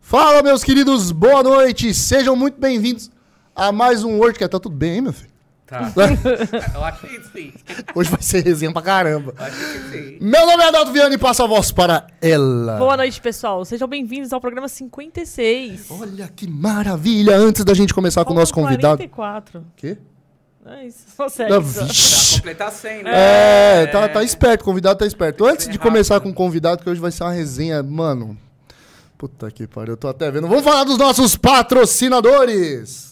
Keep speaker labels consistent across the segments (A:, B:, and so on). A: Fala, meus queridos, boa noite. Sejam muito bem-vindos a mais um WordCast. Tá tudo bem, hein, meu filho?
B: Tá. Eu acho que sim.
A: Hoje vai ser resenha pra caramba.
B: Eu acho que sim.
A: Meu nome é Adalto Viana e passo a voz para ela.
C: Boa noite, pessoal. Sejam bem-vindos ao programa 56.
A: Olha que maravilha. Antes da gente começar com o nosso convidado...
C: 44.
A: Quê?
C: É isso, só segue.
A: Não,
C: só.
B: Pra
A: vixe.
B: completar 100, né?
A: É, tá, tá esperto, o convidado tá esperto.
B: que
A: Antes
B: ser
A: de começar com
B: rápido.
A: o convidado, que hoje vai ser uma resenha, mano. Puta que pariu, eu tô até vendo. Vamos falar dos nossos patrocinadores.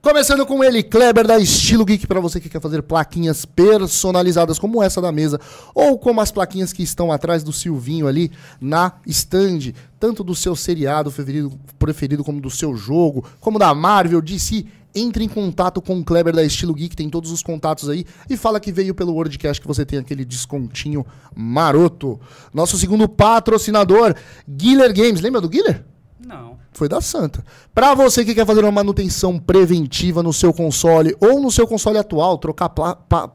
A: Começando com ele, Kleber da Estilo Geek, pra você que quer fazer plaquinhas personalizadas como essa da mesa, ou como as plaquinhas que estão atrás do Silvinho ali na stand, tanto do seu seriado preferido, preferido como do seu jogo, como da Marvel, DC, entre em contato com o Kleber da Estilo Geek, tem todos os contatos aí, e fala que veio pelo WordCast que você tem aquele descontinho maroto. Nosso segundo patrocinador, Guiller Games. Lembra do Guiller?
B: Não.
A: Foi da Santa. Pra você que quer fazer uma manutenção preventiva no seu console ou no seu console atual, trocar pla- pa-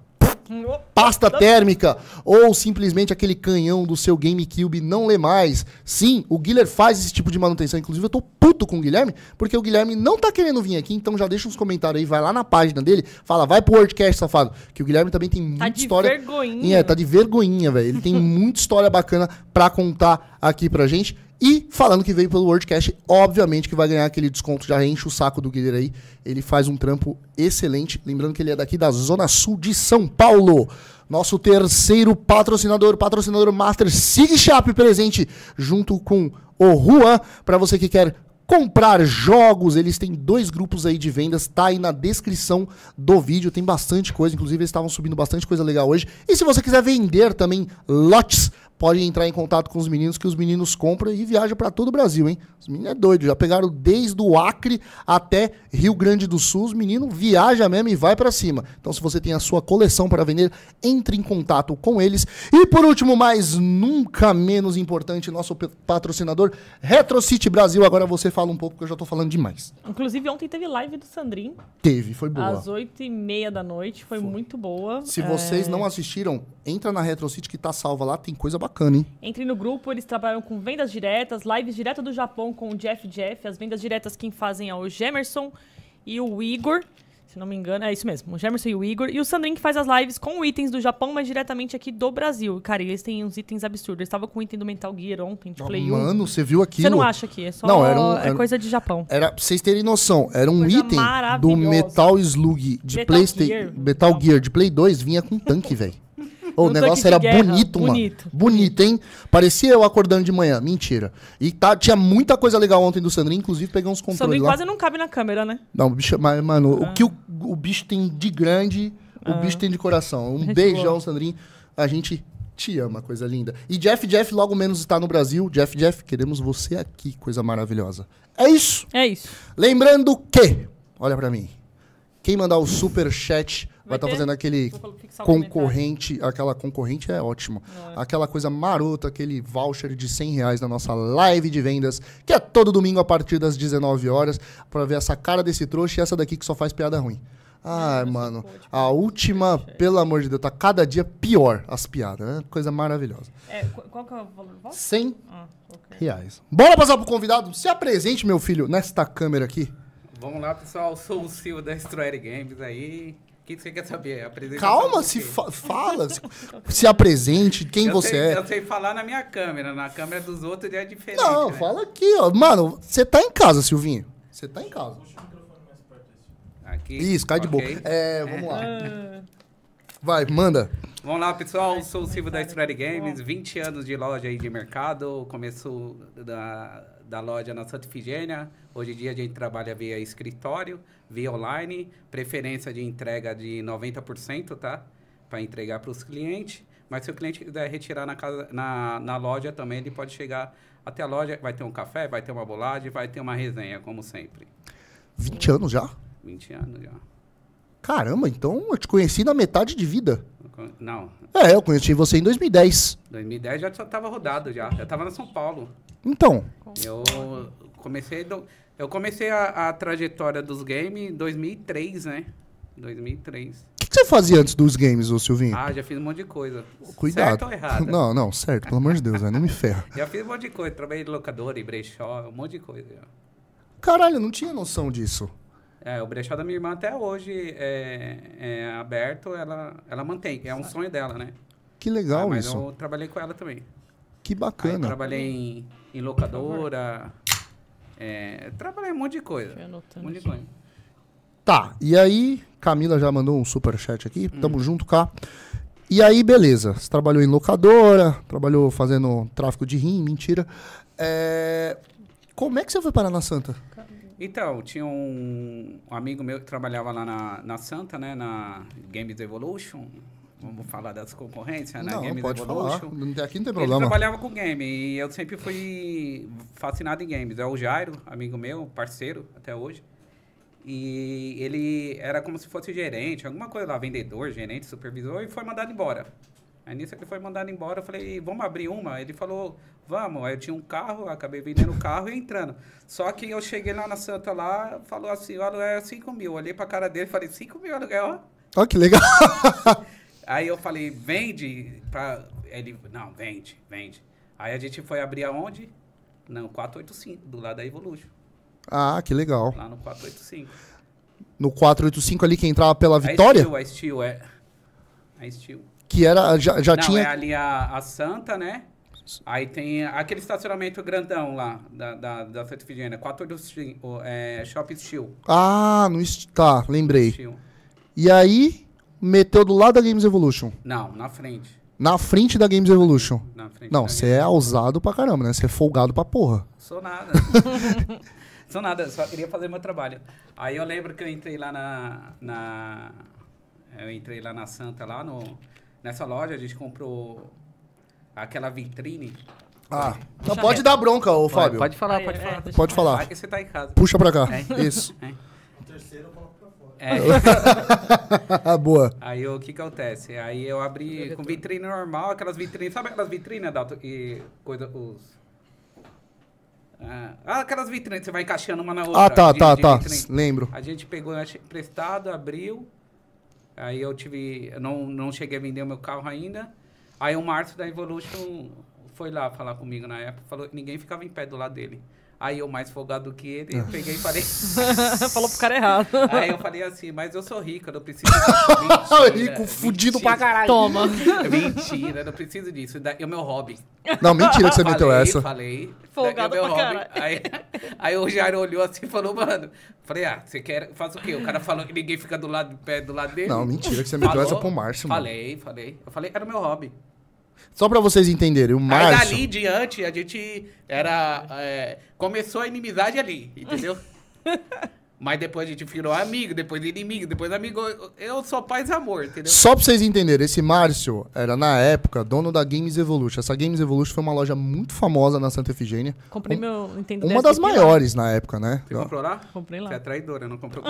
A: pasta térmica ou simplesmente aquele canhão do seu GameCube não lê mais. Sim, o Guilherme faz esse tipo de manutenção. Inclusive, eu tô puto com o Guilherme, porque o Guilherme não tá querendo vir aqui, então já deixa uns comentários aí, vai lá na página dele, fala, vai pro WordCast, safado. Que o Guilherme também tem muita
C: Tá de
A: história.
C: vergonhinha.
A: É, tá de vergonhinha, velho. Ele tem muita história bacana pra contar aqui pra gente. E falando que veio pelo WordCast, obviamente que vai ganhar aquele desconto, já enche o saco do Guilherme aí. Ele faz um trampo excelente. Lembrando que ele é daqui da Zona Sul de São Paulo. Nosso terceiro patrocinador, patrocinador Master Sig Shop presente, junto com o Juan, pra você que quer comprar jogos, eles têm dois grupos aí de vendas, tá aí na descrição do vídeo, tem bastante coisa, inclusive eles estavam subindo bastante coisa legal hoje. E se você quiser vender também lotes, pode entrar em contato com os meninos que os meninos compram e viajam pra todo o Brasil, hein? Os meninos é doido, já pegaram desde o Acre até Rio Grande do Sul, os meninos viaja mesmo e vai pra cima. Então se você tem a sua coleção para vender, entre em contato com eles. E por último, mas nunca menos importante, nosso pe- patrocinador RetroCity Brasil. Agora você fala um pouco, porque eu já tô falando demais.
C: Inclusive, ontem teve live do Sandrin,
A: Teve, foi boa.
C: às 8h30 da noite. Foi, muito boa.
A: Se
C: É,
A: vocês não assistiram, entra na RetroCity que tá salva lá, tem coisa bacana, hein?
C: Entre no grupo, eles trabalham com vendas diretas, lives direto do Japão com o Jeff Jeff. As vendas diretas quem fazem é o Gemerson e o Igor. Se não me engano, é isso mesmo. O Gemerson e o Igor. E o Sandrin que faz as lives com itens do Japão, mas diretamente aqui do Brasil. Cara, e eles têm uns itens absurdos. Eu estava com o item do Mental Gear ontem, de Play 1.
A: Mano, você viu aquilo?
C: Você não acha que é só
A: Não, era um-
C: é
A: era-
C: coisa de Japão.
A: Era, pra vocês terem noção, era um
C: Coisa
A: item do
C: maravilhosa.
A: Metal Slug de
C: Metal
A: PlayStation.
C: Gear.
A: Metal Gear de Play 2 vinha com tanque, velho. Ô, o
C: Um
A: negócio
C: tanque de
A: era
C: guerra,
A: bonito, mano. Bonito.
C: bonito.
A: hein? Parecia eu acordando de manhã. Mentira. E tá, tinha muita coisa legal ontem do Sandrinho, inclusive pegar uns
C: O
A: controles
C: Sandrin
A: um lá.
C: quase Ah. não cabe na câmera, né?
A: Não, o bicho, mas, mano, o que o, o bicho tem de grande, o bicho tem de coração. Um
C: Ah. Gente
A: beijão,
C: boa.
A: Sandrinho. A gente te ama, coisa linda. E Jeff Jeff logo menos está no Brasil. Jeff Jeff, queremos você aqui, coisa maravilhosa. É isso.
C: É isso.
A: Lembrando que, olha pra mim, quem mandar o super chat vai
C: Vai
A: estar
C: ter?
A: fazendo aquele
C: Vou fixar o
A: concorrente, aquela concorrente é ótimo, aquela coisa marota, aquele voucher de 100 reais na nossa live de vendas, que é todo domingo a partir das 19 horas, pra ver essa cara desse trouxa e essa daqui que só faz piada ruim. Ai, mano, a última, pelo amor de Deus, tá cada dia pior as piadas, né? coisa maravilhosa.
C: É, qu- qual que é o valor? Volta?
A: 100
C: Ah, ok.
A: reais. Bora passar pro convidado? Se apresente, meu filho, nesta câmera aqui.
B: Vamos lá, pessoal. Eu sou o Silvio da Destroyer Games aí. O que você quer saber? Apresenta
A: Calma, se fa- fala, se, se apresente, quem você
B: sei,
A: é.
B: Eu sei falar na minha câmera. Na câmera dos outros é diferente.
A: Não,
B: né?
A: fala aqui, ó. Mano, você tá em casa, Silvinho. Você tá em casa.
B: Aqui.
A: Isso, cai de boa.
B: ok.
A: É, vamos lá. Vai, manda.
B: Vamos lá, pessoal. Eu sou o Silvio da Estrada Games, 20 anos de loja aí de mercado. Começo da, da loja na Santa Ifigênia. Hoje em dia a gente trabalha via escritório, via online, preferência de entrega de 90%, tá? Para entregar para os clientes. Mas se o cliente quiser retirar na, casa, na, na loja também, ele pode chegar até a loja. Vai ter um café, vai ter uma bolagem, vai ter uma resenha, como sempre.
A: 20 anos já?
B: 20 anos já.
A: Caramba, então eu te conheci na metade de vida.
B: Não,
A: É, eu conheci você em 2010.
B: 2010 já estava rodado já. Já estava no São Paulo.
A: Então,
B: Eu comecei, do- eu comecei a, a trajetória dos games em 2003, né? 2003.
A: que que você fazia antes dos games, ô Silvinho?
B: Ah, já fiz um monte de coisa.
A: Cuidado.
B: Certo ou errado?
A: Não, não, certo, pelo amor de Deus, velho, não me ferra.
B: Já fiz um monte de coisa. Trabalhei de locadora, em brechó, um monte de coisa. já.
A: Caralho, eu não tinha noção disso.
B: É, o brechó da minha irmã até hoje é, é aberto, ela, ela mantém. É um sonho dela, né?
A: Que legal
B: Ah, mas
A: isso.
B: eu trabalhei com ela também.
A: Que
B: Aí eu
A: bacana.
B: trabalhei em, em locadora. é, trabalhei um monte de coisa.
C: Deixa eu
B: Um
C: anotando
B: monte de
C: aqui.
B: coisa.
A: Tá, e aí, Camila já mandou um superchat aqui. Tamo junto, cá. E aí, beleza. Você trabalhou em locadora, trabalhou fazendo tráfico de rim, mentira. É, Como é que você foi parar na Santa?
B: Então, tinha um amigo meu que trabalhava lá na, na Santa, né? Na Games Evolution. Vamos falar das concorrências, né?
A: não,
B: Games
A: pode falar.
B: Evolution.
A: Não tem- Aqui não tem
B: Ele
A: problema.
B: trabalhava com game e eu sempre fui fascinado em games. É o Jairo, amigo meu, parceiro até hoje. E ele era como se fosse gerente, alguma coisa lá, vendedor, gerente, supervisor, e foi mandado embora. Aí nisso que ele foi mandado embora, eu falei, vamos abrir uma? Ele falou, vamos. Aí eu tinha um carro, eu acabei vendendo o carro e entrando. Só que eu cheguei lá na Santa lá, falou assim, o aluguel é 5 mil. Olhei pra cara dele e falei, 5 mil aluguel?
A: Olha Ah, que legal.
B: Aí eu falei, vende pra. Ele, não, vende, vende. Aí a gente foi abrir aonde? Não, 485, do lado da Evolution.
A: Ah, que legal.
B: Lá no 485.
A: No 485 ali que entrava
B: É
A: pela Vitória,
B: A Steel, a Steel, é. A Steel.
A: que era já, já
B: não,
A: Tá, tinha
B: é ali a, a Santa, né? Aí tem aquele estacionamento grandão lá, da, da, da Santa Efigênia, 485, o, é, Shop Steel.
A: Ah, no est- tá, lembrei.
B: Steel.
A: E aí meteu do lado da Games Evolution,
B: Não, na frente.
A: na frente da Games Evolution.
B: Na frente
A: Não,
B: da
A: você é ousado pra caramba, né? Você é folgado pra porra.
B: Sou nada. Sou nada, só queria fazer meu trabalho. Aí eu lembro que eu entrei lá na. na eu entrei lá na Santa, lá no, nessa loja, a gente comprou aquela vitrine.
A: Ah, então pode dar bronca, ô Fábio.
B: Pode falar,
C: Aí,
B: pode
C: é,
B: falar.
C: deixa-
A: Pode
B: Vai
A: falar.
B: que você tá em casa.
A: Puxa pra cá. Isso.
B: É.
A: Boa.
B: Aí o que que acontece? Aí eu abri com vitrine normal, aquelas vitrines. Sabe aquelas vitrines da e coisa. Os. Ah, aquelas vitrines, que você vai encaixando uma na outra.
A: Ah, tá,
B: de-
A: tá,
B: de
A: tá.
B: vitrine.
A: Lembro.
B: A gente pegou eu achei emprestado, abriu. Aí eu tive. Eu não, não cheguei a vender o meu carro ainda. Aí o Márcio da Evolution foi lá falar comigo na época. Falou que ninguém ficava em pé do lado dele. Aí eu, mais folgado que ele,
A: Ah.
B: eu peguei e falei.
C: Falou pro cara errado.
B: aí eu falei assim, mas eu sou rico, eu não preciso disso. Mentira, né?"
A: Rico, fudido pra
B: mentira.
A: caralho.
C: Toma.
B: Mentira, eu não preciso disso. Da- É o meu hobby.
A: Não, mentira que você meteu
B: falei,
A: essa.
B: falei.
C: Folgado
B: Daí o meu
C: pra
B: hobby. Aí, aí o Jairo olhou assim e falou, mano. Falei, ah, você quer. Faz o quê? O cara falou que ninguém fica do lado, pé do lado dele.
A: Não, mentira que você meteu
B: Falou.
A: essa pro Márcio, mano.
B: Falei, falei. Eu falei, era o meu hobby.
A: Só pra vocês entenderem, o
B: Aí
A: Márcio.
B: dali em diante, a gente era. é, começou a inimizade ali, entendeu? Mas depois a gente virou amigo, depois inimigo, depois amigo. Eu sou paz e amor, entendeu?
A: Só pra vocês entenderem, esse Márcio era, na época, dono da Games Evolution. Essa Games Evolution foi uma loja muito famosa na Santa Efigênia.
C: Comprei
A: Um-
C: meu Nintendo
A: Uma
C: 10
A: das
C: aqui lá.
A: maiores na época, né?
B: Você comprou lá?
C: Comprei lá.
B: Você é traidora, não comprou.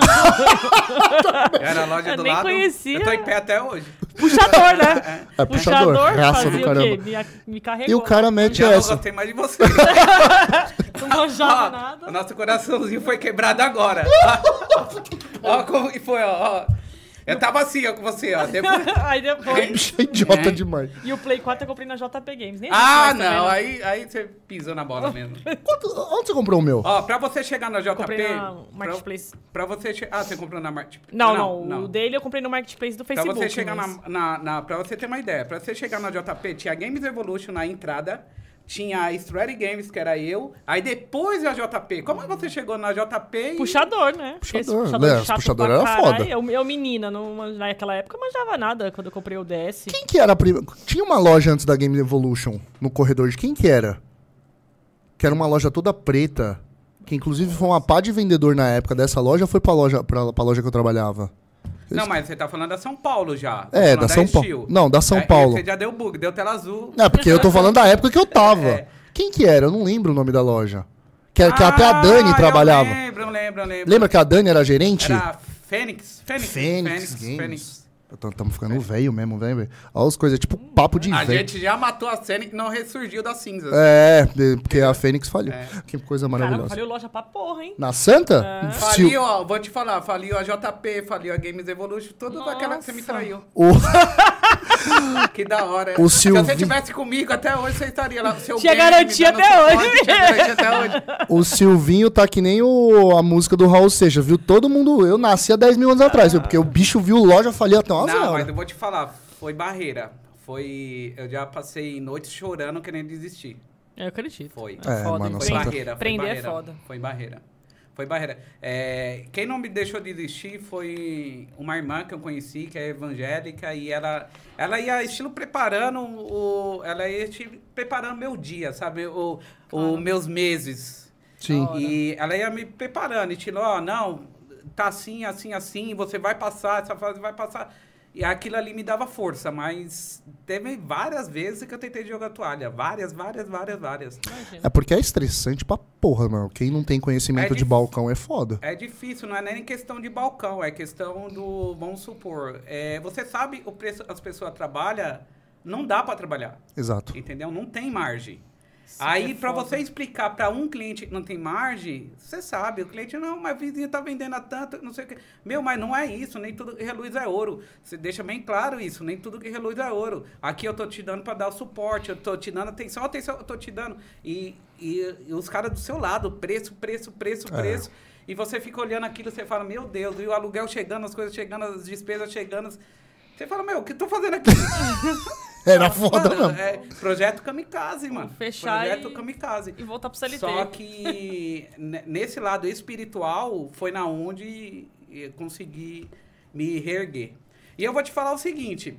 B: Era a loja
C: Eu
B: do
C: nem
B: lado.
C: conhecia.
B: Eu tô em pé até hoje.
C: Puxador, né?
A: É puxador, raça
C: fazia
A: do
C: o quê?
A: caramba.
C: Me, me carregou.
A: E o cara mete
B: Já não
A: essa.
B: gostei mais de você.
C: Não
B: Ó,
C: manjava nada.
B: o nosso coraçãozinho foi quebrado agora. ó como que foi, ó. ó. Eu tava assim, ó, com você, ó. Depois-
C: Aí depois...
A: Bicho é idiota
B: É.
A: demais.
C: E o Play 4 eu comprei na JP Games. Nem
B: Ah,
C: existe mais também,
B: não.
C: né?
B: Aí, aí você pisou na bola mesmo.
A: Quanto- onde você comprou o meu?
B: Ó, pra você chegar na JP...
C: Comprei na
B: pra-
C: Marketplace.
B: Pra, você... che- Ah, você comprou na Marketplace.
C: Não, não, O dele eu comprei no Marketplace do
B: Pra
C: Facebook.
B: você chegar na,
C: mas-
B: na, na- Pra você ter uma ideia, pra você chegar na JP, tinha Games Evolution na entrada, tinha a Strategy Games, que era eu, aí depois a JP. Como você chegou na JP e...
C: Puxador, né? Porque esse
A: Puxador, né? Puxador
C: pra
A: era
C: caralho,
A: foda.
C: Eu, eu menina, não, man- naquela época eu manjava nada quando eu comprei o DS.
A: Quem que era a primeira? Tinha uma loja antes da Games Evolution no corredor de quem que era? Que era uma loja toda preta. Que inclusive foi uma pá de vendedor na época dessa loja, foi pra loja, pra, pra loja que eu trabalhava.
B: Não, mas você tá falando da São Paulo já. Tô
A: É,
B: falando
A: da São
B: Steel.
A: Paulo. Não, da São
B: Aí
A: Paulo.
B: Você já deu bug, deu tela azul.
A: É, porque eu tô falando da época que eu tava.
B: É.
A: Quem que era? Eu não lembro o nome da loja. Que, era- É, que até a Dani
B: Ah,
A: trabalhava.
B: Eu lembro, eu lembro, eu lembro.
A: Lembra que a Dani era gerente?
B: Era Fênix. Fênix.
A: Fênix Games.
B: Fênix.
A: Estamos ficando velho mesmo, velho. Olha as coisas, é tipo papo de
B: A
A: velho.
B: gente já matou a cena que não ressurgiu das cinzas.
A: É, de- porque a Fênix falhou.
B: É.
A: Que coisa
C: Caramba,
A: maravilhosa.
C: falei loja pra porra, hein?
A: Na Santa? Se o-
B: Faliu, ó, vou te falar, faliu a JP, faliu a Games Evolution, todas aquelas que você me
C: Nossa.
B: traiu.
A: o-
B: Que da hora.
A: O
B: Se
A: Silvi-
B: você tivesse comigo até hoje, você estaria lá. Seu
C: Tinha
B: bem, me
C: garantia
B: dando
C: até
B: suporte,
C: hoje.
B: Tinha garantia até hoje.
A: O Silvinho tá que nem o- a música do Raul Seixas, viu? Todo mundo. Eu nasci há 10 mil anos atrás, viu? Porque o bicho viu loja falei até uma
B: não,
A: hora.
B: mas eu vou te falar, foi barreira. Foi. Eu já passei noites chorando querendo desistir.
C: Eu acredito.
B: Foi.
A: É, mano,
B: Foi
A: Santa-
B: barreira. Foi
C: Prender
B: barreira,
C: é foda.
B: Foi barreira. Foi barreira. É, quem não me deixou desistir foi uma irmã que eu conheci, que é evangélica, e ela, ela ia estilo preparando o. Ela ia estilo preparando meu dia, sabe? O, o meus meses.
A: Sim.
B: E ela ia me preparando, e estilo, ó, não, tá assim, assim, assim, você vai passar, essa fase vai passar. E aquilo ali me dava força, mas teve várias vezes que eu tentei jogar toalha. Várias, várias, várias, várias.
C: Imagina.
A: É porque é estressante pra porra, mano. Quem não tem conhecimento
B: É
A: de
B: dif-
A: balcão é foda.
B: É difícil, não é nem questão de balcão, é questão do, vamos supor, é, você sabe o preço as pessoas trabalham, não dá para trabalhar,
A: Exato.
B: entendeu? Não tem margem.
C: Isso
B: Aí
C: é
B: para
C: foda.
B: você explicar para um cliente que não tem margem, você sabe, o cliente não, mas vizinho tá vendendo a tanto, não sei o que. Meu, mas não é isso, nem tudo que reluz é ouro. Você deixa bem claro isso, nem tudo que reluz é ouro. Aqui eu tô te dando para dar o suporte, eu tô te dando atenção, atenção, eu tô te dando. E, e, e os caras do seu lado, preço, preço, preço, preço. E você fica olhando aquilo, você fala, meu Deus, e o aluguel chegando, as coisas chegando, as despesas chegando. Você fala, meu, o que eu tô fazendo aqui?
A: É, Era foda
B: Mano,
A: mesmo.
B: é projeto kamikaze, mano.
C: Fechar
B: projeto
C: e-
B: kamikaze.
C: E voltar pro CLT.
B: Só que ne- nesse lado espiritual foi na onde eu consegui me reerguer. E eu vou te falar o seguinte,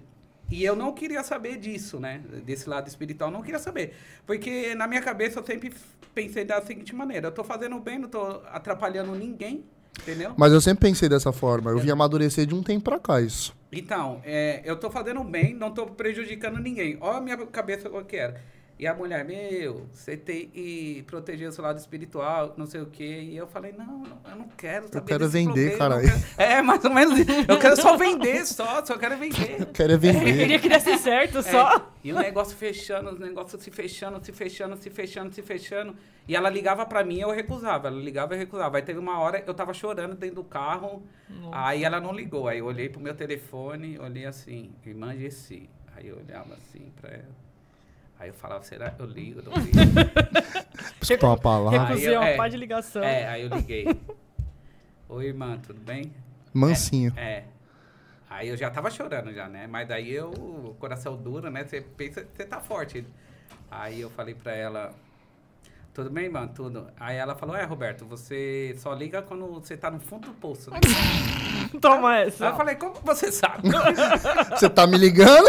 B: e eu não queria saber disso, né? Desse lado espiritual, eu não queria saber. Porque na minha cabeça eu sempre f- pensei da seguinte maneira, eu tô fazendo bem, não tô atrapalhando ninguém, entendeu?
A: Mas eu sempre pensei dessa forma. Eu vim amadurecer de um tempo pra cá isso.
B: Então, é, eu tô fazendo bem, não tô prejudicando ninguém. Olha a minha cabeça qual que era. E a mulher, meu, você tem que proteger o seu lado espiritual, não sei o quê. E eu falei, não, não, eu não quero saber
A: quero
B: desse
A: vender,
B: problema, eu
A: caralho.
B: não quero- É, mais ou menos. isso. Eu quero só vender, só, só quero vender.
A: Eu quero é
C: Eu
A: vender.
C: queria que desse certo
B: É,
C: só.
B: E o negócio fechando, os negócios se fechando, se fechando, se fechando, se fechando. E ela ligava pra mim e eu recusava. Ela ligava e eu recusava. Aí teve uma hora, eu tava chorando dentro do carro. Aí ela não ligou. Aí eu olhei pro meu telefone, olhei assim, irmã Gessi. Aí eu olhava assim pra ela. Aí eu falava, será que eu ligo? Não ligo.
A: Preciso tomar uma palavra.
C: Recusei uma
B: é.
C: pá de ligação.
B: é, aí eu liguei. Oi, irmã, tudo bem?
A: Mansinho.
B: É. Aí eu já tava chorando já, né? Mas daí eu, o coração duro, né? Você pensa, você tá forte. Aí eu falei pra ela, tudo bem, irmã? Tudo. Aí ela falou, é, Roberto, você só liga quando você tá no fundo do poço, né?
C: Toma
B: Aí eu
C: essa.
B: falei, como você sabe?
A: Você tá me ligando?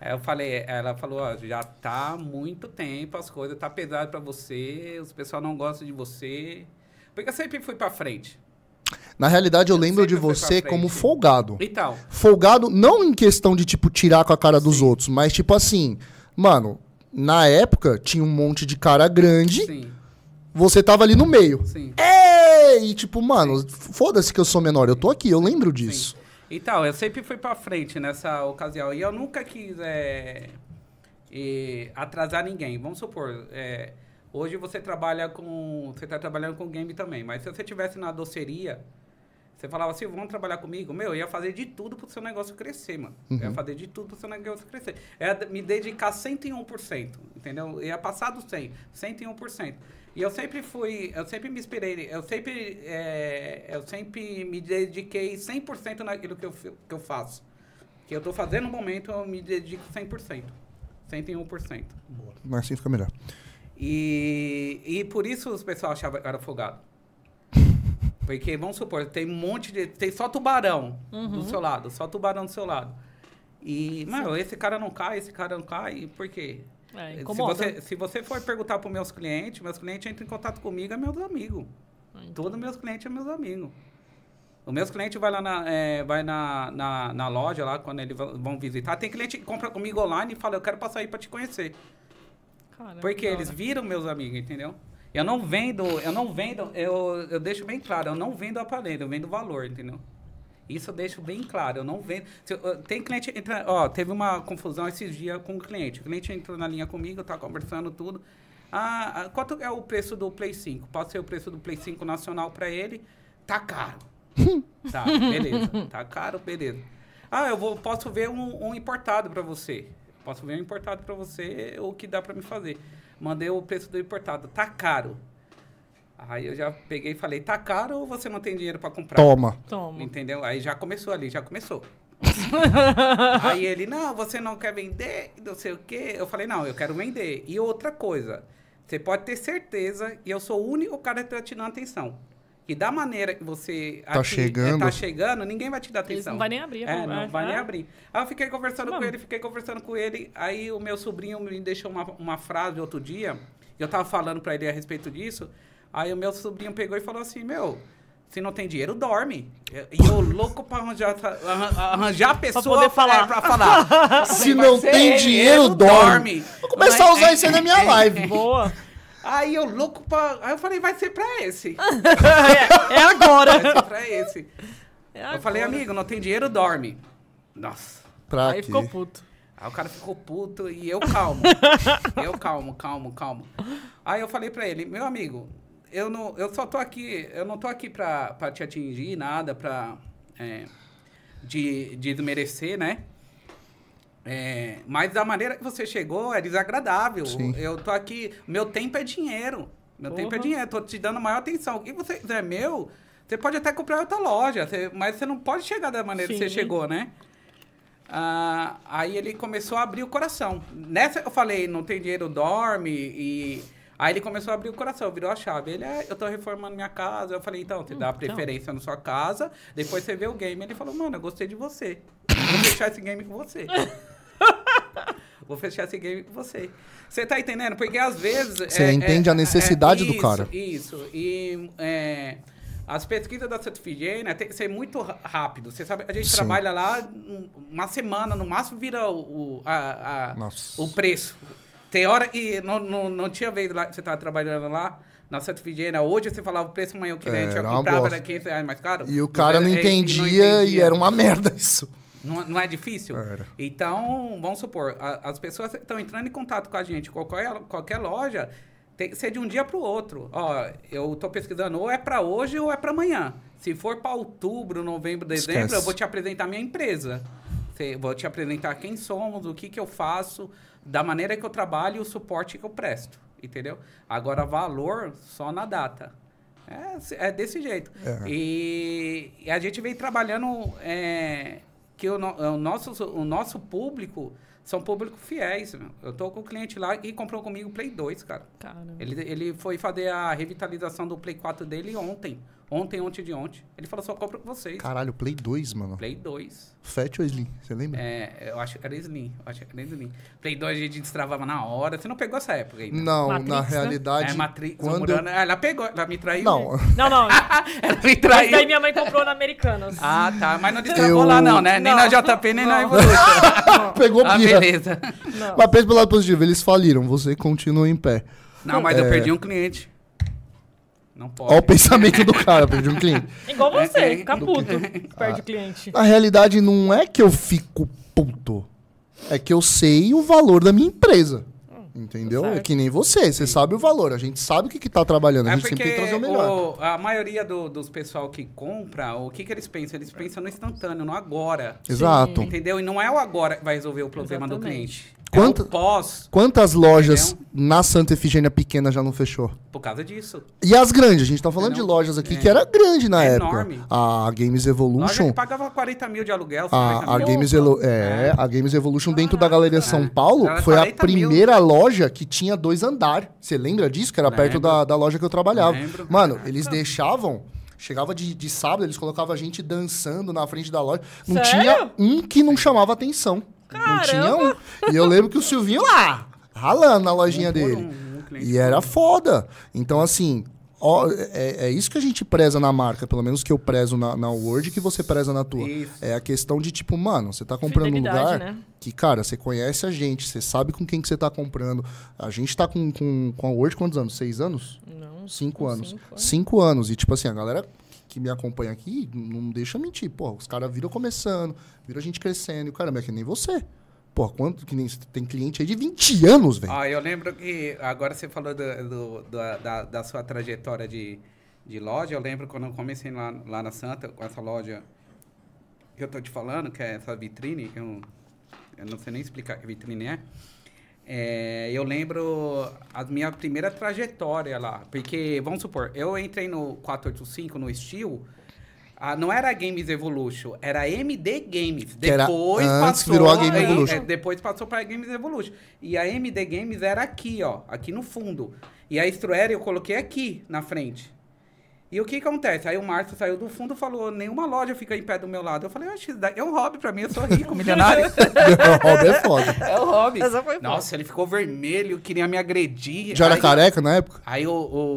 B: Aí eu falei, ela falou, ó, já tá há muito tempo, as coisas tá pesado pra você, os pessoal não gostam de você. Porque eu sempre fui pra frente.
A: Na realidade, eu lembro
B: sempre
A: de
B: fui pra
A: você como
B: frente.
A: folgado.
B: Então,
A: folgado não em questão de, tipo, tirar com a cara dos outros, mas, tipo assim, mano, na época tinha um monte de cara grande,
B: sim,
A: você tava ali no meio.
B: sim.
A: É, e tipo, mano, foda-se que eu sou menor, eu tô aqui, eu lembro disso.
B: Então, eu sempre fui pra frente nessa ocasião. E eu nunca quis é, e atrasar ninguém. Vamos supor, é, hoje você trabalha com. Você tá trabalhando com game também, mas se você estivesse na doceria, você falava assim, vamos trabalhar comigo? Meu, eu ia fazer de tudo pro seu negócio crescer, mano. Eu ia fazer de tudo pro seu negócio crescer. Eu ia me dedicar 101%, entendeu? Eu ia passar do 100, 101%. E eu sempre fui, eu sempre me inspirei, eu sempre, é, eu sempre me dediquei 100% naquilo que eu, fi- que eu faço. Que eu tô fazendo no momento, eu me dedico 100%. 101%.
A: Mas assim fica melhor.
B: E, e por isso os pessoal achava que eu era folgado. Porque, vamos supor, tem um monte de. Tem só tubarão
C: Uhum.
B: do seu lado, só tubarão do seu lado. E, mano, esse cara não cai, esse cara não cai, por quê?
C: É,
B: se,
C: incomoda.
B: você, se você for perguntar para meus clientes, meus clientes entram em contato comigo, é meus amigos.
C: Ah,
B: Todos meus clientes é meus amigos. Os meus clientes vai lá na, eh, vai na, na, na loja lá, quando eles vão vão visitar. Tem cliente que compra comigo online e fala, eu quero passar aí para te conhecer.
C: Caramba,
B: Porque
C: da
B: eles
C: hora.
B: viram meus amigos, entendeu? Eu não vendo, eu não vendo, eu, eu deixo bem claro, eu não vendo aparelho, eu vendo valor, entendeu? Isso eu deixo bem claro. Eu não vendo. Se eu- eu- tem cliente. Entra, ó, teve uma confusão esses dias com o cliente. O cliente entrou na linha comigo, tá conversando tudo. Ah, ah, quanto é o preço do Play 5? Passei o preço do Play 5 nacional pra ele. Tá caro. tá, beleza. Tá caro, beleza. Ah, eu vou, posso ver um, um importado pra você. Posso ver um importado pra você, o que dá pra me fazer. Mandei o preço do importado. Tá caro. Aí eu já peguei e falei, tá caro ou você não tem dinheiro pra comprar?
A: Toma.
C: Toma.
B: Entendeu? Aí já começou ali, já começou. Aí ele, não, você não quer vender, não sei o quê. Eu falei, não, eu quero vender. E outra coisa, você pode ter certeza, e eu sou o único cara que tá te dando atenção. E da maneira que você
A: Tá chegando.
B: tá chegando, ninguém vai te dar atenção.
C: Eles não vai nem abrir a
B: É,
C: conversa,
B: não vai nem
C: né?
B: abrir. Aí eu fiquei conversando
C: Vamos.
B: com ele, fiquei conversando com ele. Aí o meu sobrinho me deixou uma, uma frase outro dia. e Eu tava falando pra ele a respeito disso. Aí o meu sobrinho pegou e falou assim, meu... Se não tem dinheiro, dorme. E eu louco pra arranjar, essa- arran- arranjar a pessoa
C: poder falar.
B: é, pra falar.
A: Se
B: Falei,
A: não
B: "Parceiro,
A: tem dinheiro, dorme. Vou começar a usar isso aí na minha live.
C: Boa.
B: é, Aí eu louco pra... Aí eu falei, vai ser pra esse.
C: É, é
B: Vai
C: agora.
B: ser pra esse.
C: É
B: Eu falei,
C: agora.
B: amigo, não tem dinheiro, dorme. Nossa.
A: Pra
C: Aí
A: quê?
C: ficou puto.
B: Aí o cara ficou puto e eu calmo. eu calmo, calmo, calmo. Aí eu falei pra ele, meu amigo, eu, não, eu só tô aqui, eu não tô aqui pra, pra te atingir, nada, pra é, de, de desmerecer, né? É, mas da maneira que você chegou é desagradável.
A: Sim.
B: Eu tô aqui, meu tempo é dinheiro. Meu tempo é
C: Porra.
B: dinheiro, tô te dando maior atenção. O que você quiser meu, você pode até comprar em outra loja, você- mas você não pode chegar da maneira que você
C: Sim.
B: chegou, né? Ah, aí ele começou a abrir o coração. Nessa eu falei, não tem dinheiro, dorme. E aí ele começou a abrir o coração, virou a chave. Ele, é, eu tô reformando minha casa. Eu falei, então, você dá preferência na sua casa, depois você vê o game. Ele falou, mano, eu gostei de você. Vou fechar esse game com você. Vou fechar esse game com você. Você tá entendendo? Porque às vezes. é,
A: Você entende a necessidade do
B: isso,
A: cara.
B: Isso. E é, as pesquisas da Certifigênia tem que ser muito ra- rápido. Você sabe, a gente
A: Sim.
B: trabalha lá um- uma semana, no máximo vira o, o, a- a-
A: Nossa.
B: o preço. Tem hora que não, não, não tinha vez lá que você tava trabalhando lá. Na Santa Figênia, hoje você falava o preço, amanhã o cliente
A: É, era
B: já
A: uma
B: comprava,
A: bosta.
B: era 500 reais mais caro.
A: E o cara não
B: É, e
A: entendia e
B: entendia.
A: era um uma merda isso.
B: Não, não é difícil?
A: Era.
B: Então, vamos supor, a- as pessoas estão entrando em contato com a gente, qualquer, qualquer loja, tem que ser de um dia para o outro. Ó, eu estou pesquisando, ou é para hoje ou é para amanhã. Se for para outubro, novembro, dezembro,
A: Esquece.
B: eu vou te apresentar minha empresa. Cê- Vou te apresentar quem somos, o que, que eu faço, da maneira que eu trabalho e o suporte que eu presto. Entendeu? Agora, valor só na data. É, se- é desse jeito. E, e a gente vem trabalhando é, que o, no- o nosso, o nosso público são público fiéis. Meu. Eu tô com o cliente lá e comprou comigo o Play 2, cara.
C: Caramba.
B: Ele, ele foi fazer a revitalização do Play 4 dele ontem. Ontem, ontem de ontem. Ele falou, só compro com vocês.
A: Caralho, Play 2, mano.
B: Play 2.
A: Fat ou Slim? Você lembra?
B: É, eu acho que era Slim. Eu acho que era Slim. Play 2 a gente destravava na hora. Você não pegou essa época ainda?
A: Não,
C: Matrix,
A: na
C: né?
A: realidade.
B: É, Matrix,
A: quando eu...
B: Zamorano. Ela pegou, ela me traiu. Ah,
A: Não,
C: Não, não.
B: ela me
C: Mas
B: traiu.
C: daí minha mãe comprou na Americanas.
B: Ah, tá. Mas não destravou
A: Eu-
B: lá, não, né? Nem na
C: Não.
B: JP, nem na
C: Não.
B: Evolution.
A: pegou
B: Ah,
A: birra.
B: beleza.
C: Não.
A: Mas pensa pelo lado positivo, eles faliram, você continua em pé.
B: Não, mas eu
A: É.
B: perdi um cliente. Não pode.
A: Olha o pensamento do cara, perdi um cliente.
C: Igual
B: É, é,
C: você, fica
B: do-
C: puto. Perde cliente.
A: Na realidade, não é que eu fico puto. É que eu sei o valor da minha empresa. Entendeu?
C: tá
A: É
C: certo.
A: que nem você, você sabe o valor, a gente sabe o que, que tá trabalhando, a
B: É
A: gente sempre tem
B: porque
A: que trazer o melhor.
B: o- a maioria do- dos pessoal que compra, o que, que eles pensam? Eles pensam no instantâneo, no agora.
A: Exato.
B: Entendeu? E não é o agora que vai resolver o problema do
C: Exatamente.
B: cliente.
A: Quanto-
B: É o pós,
A: Quantas lojas na Santa Efigênia pequena já não fechou?
B: por causa disso.
A: E as grandes, a gente tá falando
B: Não,
A: de lojas aqui
B: é.
A: que era grande na
B: É
A: época.
B: enorme.
A: A Games
B: Loja
A: Evolution,
B: que pagava 40 mil de aluguel, 50
A: Um Ah, A, a
B: mil.
A: Games Elo- é, a Games Evolution dentro da Galeria São Paulo
B: Era
A: foi a
B: 40 É. mil.
A: primeira loja que tinha dois andares. Você lembra disso? Que era perto
B: Lembro.
A: da, da loja que eu trabalhava.
B: Lembro.
A: Mano, eles deixavam. Chegava de, de sábado, eles colocavam a gente dançando na frente da loja. Não
C: Sério?
A: tinha um que não chamava atenção. Não tinha um. E eu lembro que o Silvinho lá, ralando na lojinha
B: Um por
A: dele.
B: um, um cliente
A: e é era foda. Então, assim, ó, é, é isso que a gente preza na marca, pelo menos que eu prezo na, na Word e que você preza na tua.
B: Isso.
A: É a questão de, tipo, mano, você tá comprando um
C: Fidelidade,
A: lugar
C: né?
A: que, cara, você conhece a gente, você sabe com quem que você tá comprando. A gente tá com, com, com a Word quantos anos? Seis anos?
C: Não.
A: Cinco
C: com
A: anos.
C: cinco anos.
A: Cinco anos. E, tipo assim, a galera que me acompanha aqui não deixa mentir. Pô, os caras viram começando, viram a gente crescendo. E o cara, mas é que nem você. Pô, quanto que nem tem cliente aí de 20 anos, velho.
B: Ah, eu lembro que agora você falou do, do- da, da- da sua trajetória de, de loja. Eu lembro quando eu comecei lá, lá na Santa, com essa loja que eu tô te falando, que é essa vitrine, que eu, eu não sei nem explicar que vitrine é. É, eu lembro a minha primeira trajetória lá, porque, vamos supor, eu entrei no 485, no Steel, ah, não era Games Evolution, era MD Games.
A: Que era
B: depois
A: antes
B: passou,
A: virou a Game
B: aí-
A: Evolution.
B: é, depois passou para Games Evolution. E a MD Games era aqui, ó, aqui no fundo. E a Struere eu coloquei aqui na frente. E o que acontece? Aí o Márcio saiu do fundo e falou: nenhuma loja fica em pé do meu lado. Eu falei: "Oxe, isso daí é um hobby pra mim, eu sou rico, milionário.
A: Robert é foda.
B: é um hobby.
D: Essa foi boa.
B: Nossa, ele ficou vermelho, queria me agredir.
A: Já era
B: Aí-
A: careca na época?
B: Aí o,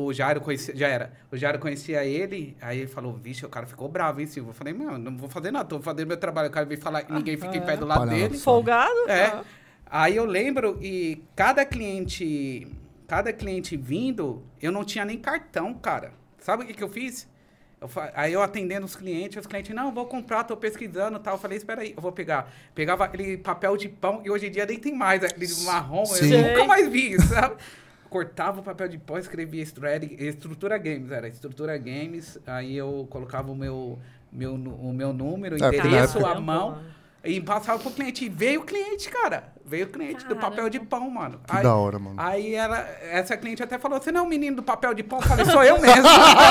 B: o Jairo conhecia, já era, o Jairo conhecia ele, aí ele falou, vixe, o cara ficou bravo, hein, Silva? Eu falei, mano, não vou fazer nada, tô fazendo meu trabalho. O cara veio falar, ninguém fica em pé do lado
A: Palhaço.
B: dele.
D: Folgado?
B: É.
D: Ah.
B: Aí eu lembro e cada cliente, cada cliente vindo, eu não tinha nem cartão, cara. Sabe o que, que eu fiz? Eu fa- aí eu atendendo os clientes, os clientes, não, vou comprar, tô pesquisando e tal. Eu falei, espera aí, eu vou pegar. Pegava aquele papel de pão, e hoje em dia nem tem mais, aquele marrom,
A: Sim.
B: eu nunca mais vi, sabe? Cortava o papel de pó, escrevia thread, estrutura games, era estrutura games. Aí eu colocava o meu, meu, nu- o meu número, o
A: É, porque na
B: endereço,
C: época-
B: a mão. E passava pro cliente. E veio o cliente, cara. Veio o cliente do papel de pão, mano.
A: Que da hora, mano.
B: Aí ela, essa cliente até falou: Você não é o menino do papel de pão? Eu falei: Sou eu mesmo.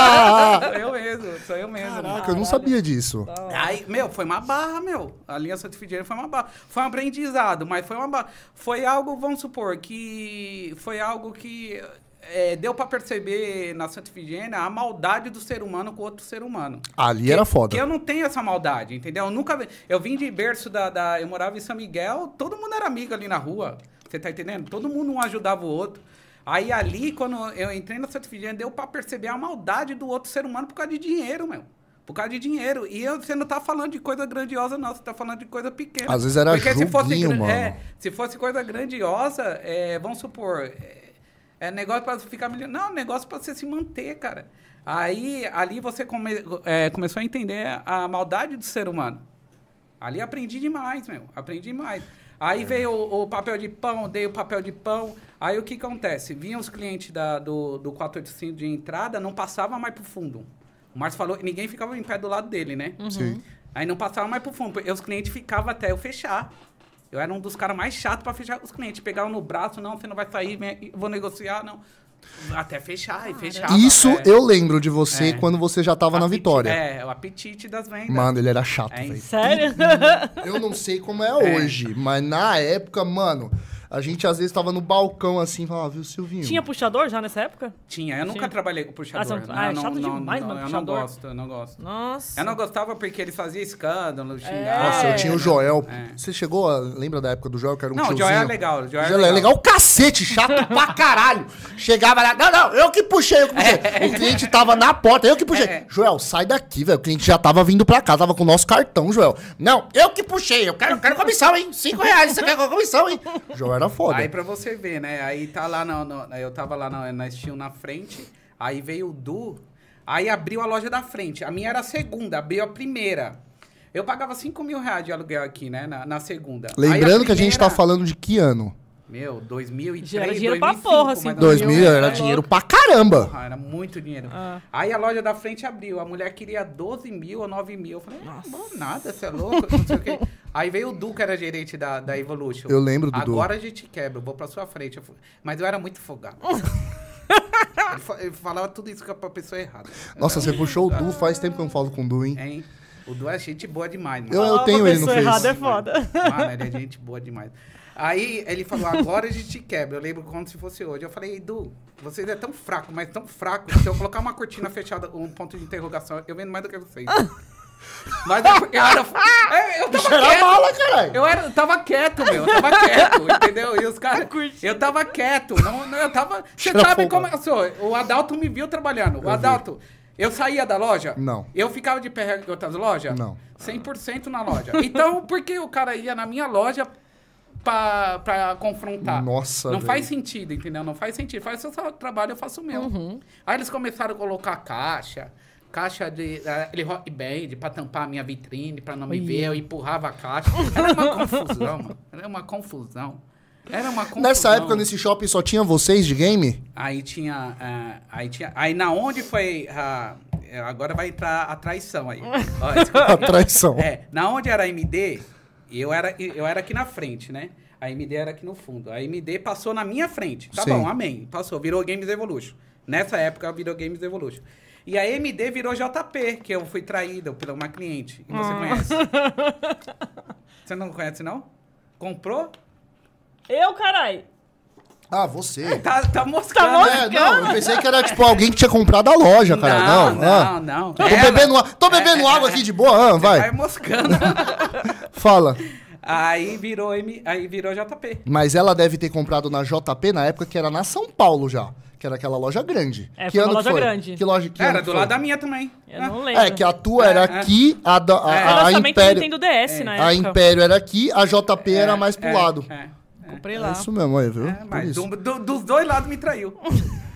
B: sou eu mesmo, sou eu mesmo.
A: Caraca, eu não sabia disso.
B: Aí, meu, foi uma barra, meu. A linha Santo Figueiredo foi uma barra. Foi um aprendizado, mas foi uma barra. Foi algo, vamos supor, que foi algo que eh, deu pra perceber na Santa Figênia a maldade do ser humano com outro ser humano.
A: Ali era foda.
B: Porque eu não tenho essa maldade, entendeu? Eu nunca vi- Eu vim de berço da, da- Eu morava em São Miguel, todo mundo era amigo ali na rua. Você tá entendendo? Todo mundo um ajudava o outro. Aí ali, quando eu entrei na Santa Figênia, deu pra perceber a maldade do outro ser humano por causa de dinheiro, meu. Por causa de dinheiro. E eu- você não tá falando de coisa grandiosa, não. Você tá falando de coisa pequena.
A: Às vezes era joguinho,
B: gran-
A: mano.
B: é, se fosse coisa grandiosa, é, vamos supor, é, é negócio pra ficar milionário. Não, negócio pra você se manter, cara. Aí, ali você come- é, começou a entender a maldade do ser humano. Ali aprendi demais, meu. Aprendi demais. Aí veio o, o papel de pão, dei o papel de pão. Aí o que acontece? Vinham os clientes da, do, do 485 de entrada, não passava mais pro fundo. O Márcio falou que ninguém ficava em pé do lado dele, né?
A: Sim.
B: Aí não passava mais pro fundo. porque Os clientes ficavam até eu fechar. Eu era um dos caras mais chatos pra fechar os clientes. Pegavam no braço, não, você não vai sair, vem- vou negociar, não. Até fechar, e fechava.
A: Isso
B: é.
A: eu lembro de você
B: É.
A: quando você já tava na
B: Apeti-
A: vitória.
B: É, o apetite das vendas.
A: Mano, ele era chato,
B: É
A: velho.
B: isso.
C: Sério?
A: Eu não sei como é, hoje, mas na época, mano, a gente às vezes tava no balcão assim, falava, viu,
B: Uhum.
A: Silvinho?
C: Tinha puxador já nessa época?
B: Tinha, eu nunca
C: Sim.
B: trabalhei com
C: Ah, são-
B: puxador.
C: ah, é
B: não,
C: chato
B: não,
C: demais,
B: não,
C: mano,
B: Eu não
C: puxador.
B: gosto, eu não gosto.
C: Nossa.
B: Eu não gostava porque eles faziam escândalo, xingava.
A: Nossa, eu
C: É.
A: tinha um o Joel.
B: É.
A: Você chegou, a... lembra da época do Joel, que era um
B: Não, o Joel
A: tiozinho?
B: é legal, o Joel é
A: é
B: legal.
A: legal. Cacete, chato pra caralho. Chegava lá, não, não, eu que puxei, eu que puxei. O cliente tava na porta, eu que puxei.
B: É.
A: Joel, sai daqui, velho. O cliente já tava vindo pra cá, tava com o nosso cartão, Joel. Não, eu que puxei, eu quero, quero comissão, hein. Cinco reais, você quer comissão, hein. O Joel era foda.
B: Aí pra você ver, né? Aí tá lá na. na- eu tava lá na, na Steel na frente, aí veio o Du, aí abriu a loja da frente. A minha era a segunda, abriu a primeira. Eu pagava 5 mil reais de aluguel aqui, né? Na, na segunda. Aí
A: Lembrando que a gente tá
B: primeira-
A: falando de que ano?
B: Meu, 2003,
C: Gera
B: 2005.
C: dinheiro pra porra,
B: mais ou menos.
C: assim,
A: 2000 era
C: é.
A: dinheiro pra caramba.
B: Porra, era muito dinheiro.
C: Ah.
B: Aí a loja da frente abriu. A mulher queria 12 mil ou 9 mil. Eu falei, não bom, nada, você é louco, não sei o quê. Aí veio o Du, que era gerente da, da Evolution.
A: Eu lembro do Du.
B: Agora a gente quebra, eu vou pra sua frente. Eu fu- Mas eu era muito folgado. eu fa- eu falava tudo isso com a pessoa errada.
A: Nossa, você puxou o Du, faz tempo que eu não falo com o Du, hein.
B: Hein? O Du é gente boa demais, mano.
A: Eu-
C: Falar
A: tenho
C: pra
A: ele no
C: pessoa
A: Face.
C: errada é foda.
B: Mano, ele é gente boa demais. Aí ele falou, agora a gente quebra. Eu lembro como se fosse hoje. Eu falei, Edu, vocês é tão fraco, mas tão fraco. Se eu colocar uma cortina fechada, um ponto de interrogação, eu vendo mais do que vocês. Mas eu, eu era. é, Eu tava
A: Era
B: quieto.
A: bala, caralho.
B: Eu era, eu tava quieto, meu. Eu tava quieto, entendeu? E os caras.
C: curtindo.
B: Eu tava quieto. Não, não, eu tava. Você
A: Cheira
B: sabe
A: fogo.
B: como eu sou. O Adalto me viu trabalhando. O Adalto. Eu saía da loja?
A: Não.
B: Eu ficava de pé em outras lojas?
A: Não.
B: 100% na loja. Então, por que o cara ia na minha loja pra, pra confrontar?
A: Nossa,
B: Não
A: velho.
B: faz sentido,
A: Uhum.
B: entendeu? Não faz sentido. Faz seu trabalho, eu faço o meu. Aí eles começaram a colocar caixa, Caixa de. ah, Ele rock band pra tampar a minha vitrine, pra não me ver. Eu empurrava a caixa. Era uma confusão, mano. Era uma confusão. Era uma confusão.
A: Nessa época, nesse shopping só tinha vocês de game?
B: Aí tinha, ah, aí tinha. Aí na onde foi. ah, é, agora vai entrar a traição aí. Ó,
A: A
B: escuta.
A: traição.
B: é, na onde era a MD, eu era, eu era aqui na frente, né? A MD era aqui no fundo. A MD passou na minha frente. Tá
A: Sim.
B: bom, amém. Passou, virou Games Evolution. Nessa época, virou Games Evolution. E a MD virou JP, que eu fui traído por uma cliente. E
A: Ah.
B: você conhece? Você não conhece, não? Comprou?
C: Eu, carai.
A: Ah, você.
B: Tá, tá moscando.
C: Tá moscando.
A: É, não, eu pensei que era tipo alguém que tinha comprado a loja, cara. Não, ah.
B: não, não.
A: Tô bebendo, a- tô bebendo água aqui de boa, ah,
B: Vai
A: vai.
B: Tá moscando.
A: Fala.
B: aí, virou, M- aí virou JP.
A: Mas ela deve ter comprado na JP na época que era na São Paulo já. Que era aquela loja grande.
C: É,
A: que ano
C: foi uma
A: que
C: loja
A: foi?
C: grande.
A: Que loja que
B: Era
A: ano
B: do
A: foi?
B: lado da minha também.
C: Eu
B: Ah,
C: não lembro.
A: É, que a tua era
B: É, é.
A: aqui, a, da, a,
B: É.
C: O
A: a,
C: lançamento do
A: Império, É,
C: Nintendo DS, né, na época.
A: a Império era aqui, a JP era mais pro
B: é,
A: lado.
B: é,
C: Comprei
A: É
C: lá.
A: isso mesmo, aí, viu?
B: é,
A: Por
B: mas
A: isso.
B: do- do- dos dois lados me traiu.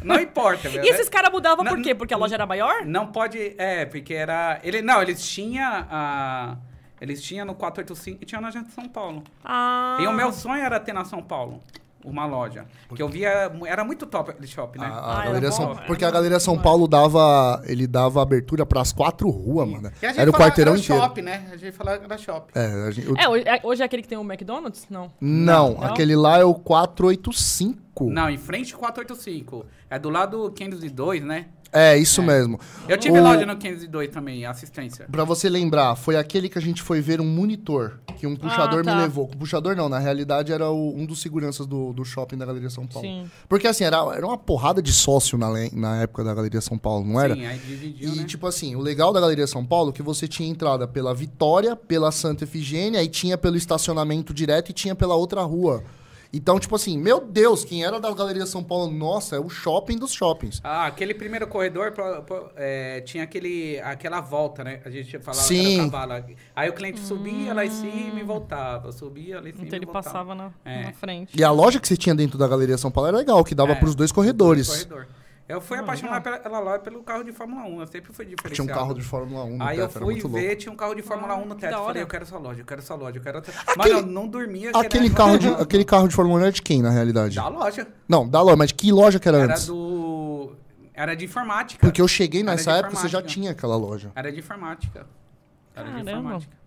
B: Não importa, velho.
C: E esses caras mudavam por
B: Não-
C: quê? Porque a loja era maior?
B: Não pode. É, porque era. Ele, não, eles tinham. a- eles tinham no 485 e tinha na gente de São Paulo.
C: Ah.
B: E o meu sonho era ter na São Paulo uma loja. Que eu via. Era muito top aquele shopping, né?
A: A, a
C: Ah,
A: galeria
C: era
A: São,
C: bom, era
A: porque a Galeria São Paulo dava, ele dava abertura pras quatro ruas, mano.
B: Que a gente
A: Era o
B: falava
A: quarteirão
B: que era
A: inteiro.
B: shopping, né? A gente falava que era shopping.
A: É, a gente- eu-
C: É, hoje é, hoje é aquele que tem o McDonald's? Não.
A: não,
C: não.
A: aquele lá é o 485.
B: Não, em frente ao 485. É do lado 502, né?
A: É, isso mesmo.
B: Eu tive
A: O-
B: loja no 502 também, assistência.
A: Pra você lembrar, foi aquele que a gente foi ver um monitor que um puxador
C: tá.
A: me levou. Um puxador não, na realidade era o- um dos seguranças do, do shopping da Galeria São Paulo.
C: Sim.
A: Porque assim, era, era uma porrada de sócio na, le- na época da Galeria São Paulo, não era?
B: Sim, aí
A: E,
B: dividiu, né?
A: tipo assim, o legal da Galeria São Paulo é que você tinha entrada pela Vitória, pela Santa Efigênia, aí tinha pelo estacionamento direto e tinha pela outra rua. Então, tipo assim, meu Deus, quem era da Galeria São Paulo, nossa, é o shopping dos shoppings.
B: Ah, aquele primeiro corredor pro- pro- é, tinha aquele, aquela volta, né? A gente falava
A: Sim. Hum.
B: que era cavalo. Aí o cliente subia lá em cima e voltava. Subia lá em cima
C: Então
B: e
C: ele
B: voltava.
C: passava na,
B: É.
C: na frente.
A: E a loja que você tinha dentro da Galeria São Paulo era legal, que dava
B: É,
A: pros dois corredores.
B: Corredor. Eu
C: Ah,
B: fui apaixonado pela, pela loja pelo carro de Fórmula 1. Eu sempre fui diferenciado.
A: Tinha um carro de Fórmula 1 no
B: Aí eu
A: teto, era
B: fui
A: muito louco.
B: ver, tinha um carro de Fórmula 1 no
C: Ah,
B: teto.
C: que da
B: Eu
C: hora.
B: falei, eu quero essa loja, eu quero essa loja, eu quero essa... Mano, eu não dormia. querendo
A: Aquele
B: essa
A: carro, de,
B: loja.
A: aquele carro de Fórmula 1 era de quem, na realidade?
B: Da loja.
A: Não, da loja, mas de que loja que era,
B: Era
A: antes?
B: do... Era de informática.
A: Porque eu cheguei
B: Era
A: nessa
B: de
A: época, você já
B: informática.
A: tinha aquela loja.
B: Era de informática. Era de
C: Caramba.
B: informática.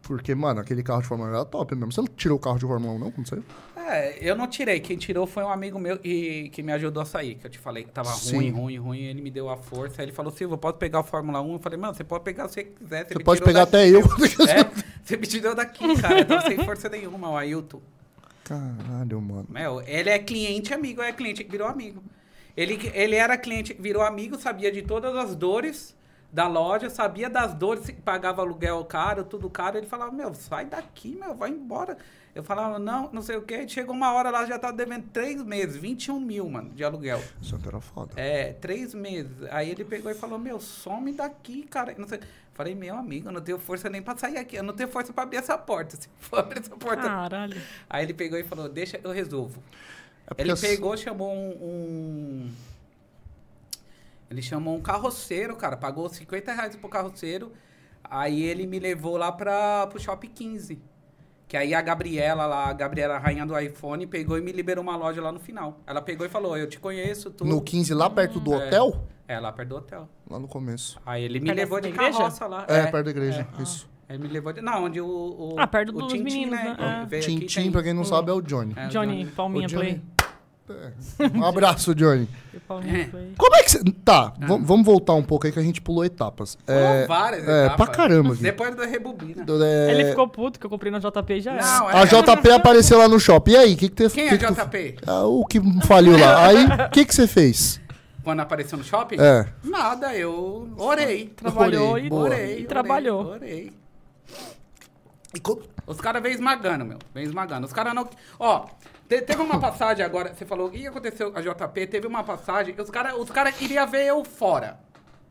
A: Porque, mano, aquele carro de Fórmula 1 era top mesmo. Você não tirou o carro de Fórmula 1, não? Como saiu?
B: É, eu não tirei. Quem tirou foi um amigo meu e, que me ajudou a sair. Que eu te falei que tava
A: Sim.
B: ruim, ruim, ruim. Ele me deu a força. Aí ele falou, Silvio, eu posso pegar o Fórmula 1? Eu falei, mano, você pode pegar se você quiser. Você
A: Você pode pegar até eu.
B: É, você me tirou daqui, cara. Eu tava sem força nenhuma, o Ailton.
A: Caralho, mano.
B: Meu, ele é cliente amigo, é cliente que virou amigo. Ele, ele era cliente, virou amigo, sabia de todas as dores da loja, sabia das dores, se pagava aluguel caro, tudo caro. Ele falava, meu, sai daqui, meu, vai embora. Eu falava, não, não sei o quê. Chegou uma hora lá, já tá devendo três meses, 21 mil, mano, de aluguel.
A: Santo era foda.
B: É, três meses. Aí ele pegou e falou, meu, some daqui, cara. Não sei. Falei, meu amigo, eu não tenho força nem pra sair aqui. Eu não tenho força pra abrir essa porta. Se for abrir essa porta,
C: Caralho.
B: Aí ele pegou e falou, deixa, eu resolvo.
A: É porque
B: ele
A: as-
B: pegou, chamou um, um- Ele chamou um carroceiro, cara. Pagou 50 reais pro carroceiro. Aí ele me levou lá pra, pro Shopping 15. Que aí a Gabriela lá, a Gabriela, a rainha do iPhone, pegou e me liberou uma loja lá no final. Ela pegou e falou, eu te conheço, tu...
A: No 15, lá perto do
B: É.
A: hotel?
B: É, lá perto do hotel.
A: Lá no começo.
B: Aí ele me
C: Perto da-
B: levou de
C: da igreja?
B: carroça lá.
A: É, perto da igreja. Isso.
B: Ele me levou de... Não, onde o... o
C: Ah, perto
B: o
C: dos
B: Tintim,
C: meninos, né? É.
B: Veio aqui,
A: Tintim,
B: tem-
A: pra quem não sabe, é o Johnny.
B: É, o
C: Johnny, palminha
A: Ô, Johnny.
C: play.
A: Um abraço, Johnny.
C: E Palminha
B: É.
C: play.
A: Como é que você. Tá,
B: Ah.
A: vam- vamos voltar um pouco aí que a gente pulou etapas. É,
B: Foram várias
A: é,
B: etapas.
A: pra caramba aqui.
B: Depois do Rebobina.
A: É,
C: Ele ficou puto que eu comprei na JP e já era.
B: Não,
A: A
B: é-
A: JP apareceu lá no shopping. E aí, o que, que você
B: Quem
A: que
B: é
A: que tu-
B: JP?
A: Ah, o que faliu lá. Aí, o que, que você fez?
B: Quando apareceu no shopping?
A: É.
B: Nada, eu orei.
C: Trabalhou
A: Orei,
C: e,
A: boa.
B: Orei,
C: e
B: orei,
C: trabalhou.
B: Orei. Os caras vêm esmagando, meu. Vêm esmagando. Os caras não. Ó, te- teve uma passagem agora. Você falou, o que aconteceu com a JP? Teve uma passagem. Os caras os cara queriam ver eu fora.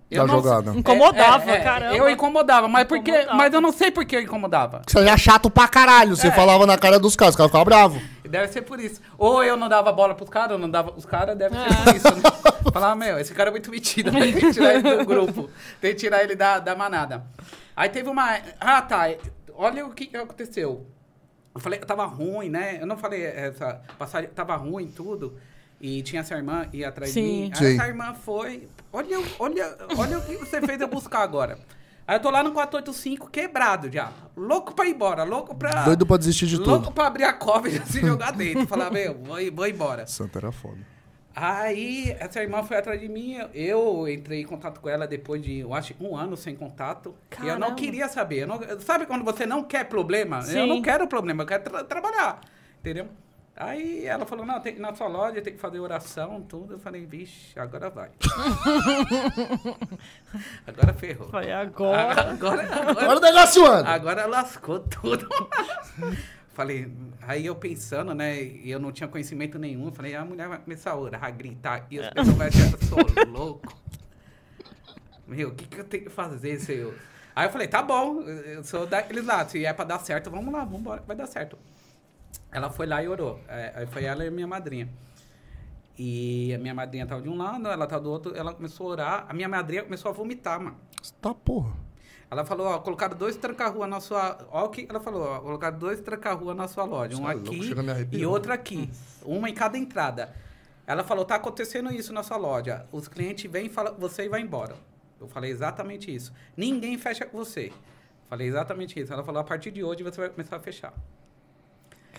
A: Da jogada.
C: Incomodava, caramba.
B: É, Eu incomodava, mas por quê?
C: Incomodava.
B: Mas eu não sei por que eu incomodava.
A: é
B: É.
A: Você era chato pra caralho. Você falava na cara dos caras, os caras ficavam bravos.
B: Deve ser por isso. Ou eu não dava bola pros caras, ou não dava os caras, deve ser por isso. Né? Falar, meu, esse cara é muito metido, né? tem que tirar ele do grupo, tem que tirar ele da, da manada. Aí teve uma. Ah, tá. Olha o que que aconteceu. Eu falei que tava ruim, né? Eu não falei essa passagem, tava ruim tudo. E tinha essa irmã ia atrás de
C: Sim.
B: mim.
A: Sim.
B: Aí essa irmã foi. Olha, olha, olha o que você fez eu buscar agora. Aí eu tô lá no 485 quebrado já. Louco pra ir embora, louco pra.
A: Doido pra desistir de
B: louco
A: tudo.
B: pra abrir a cova e já se jogar dentro. Falar, meu, vou, vou embora.
A: Santa era foda.
B: Aí, essa irmã foi atrás de mim. Eu entrei em contato com ela depois de, eu acho, um ano sem contato. E eu
C: Caramba.
B: não queria saber. eu não- sabe quando você não quer problema? Eu
C: Sim.
B: não quero problema, eu quero tra- trabalhar. Entendeu? Aí ela falou: não, tem, que ir na sua loja tem que fazer oração, tudo. Eu falei: vixe, agora vai. agora ferrou.
C: Falei, agora.
B: Agora,
A: Agora o negócio anda.
B: Agora lascou tudo. falei, aí eu pensando, né? E eu não tinha conhecimento nenhum. eu Falei, "Ah, a mulher vai começar a orar, a gritar. E as pessoas vão achar que eu sou louco. Meu, o que, que eu tenho que fazer, senhor? Aí eu falei, tá bom, eu sou daqueles lá. Se é pra dar certo, vamos lá, vamos embora, vai dar certo. Ela foi lá e orou. É, aí foi ela e minha madrinha. E a minha madrinha tava de um lado, ela tava do outro. Ela começou a orar. A minha madrinha começou a vomitar, mano.
A: Tá porra.
B: Ela falou, ó, colocaram dois tranca-rua na sua... Ó, o que ela falou, ó, colocaram dois tranca-rua na sua loja. Um
A: Você é louco,
B: aqui
A: chega a me arrepiar.
B: e outro aqui. Uma em cada entrada. Ela falou, tá acontecendo isso na sua loja. Os clientes vêm e falam, você e vai embora. Eu falei exatamente isso. Ninguém fecha com você. Falei exatamente isso. Ela falou, a partir de hoje você vai começar a fechar.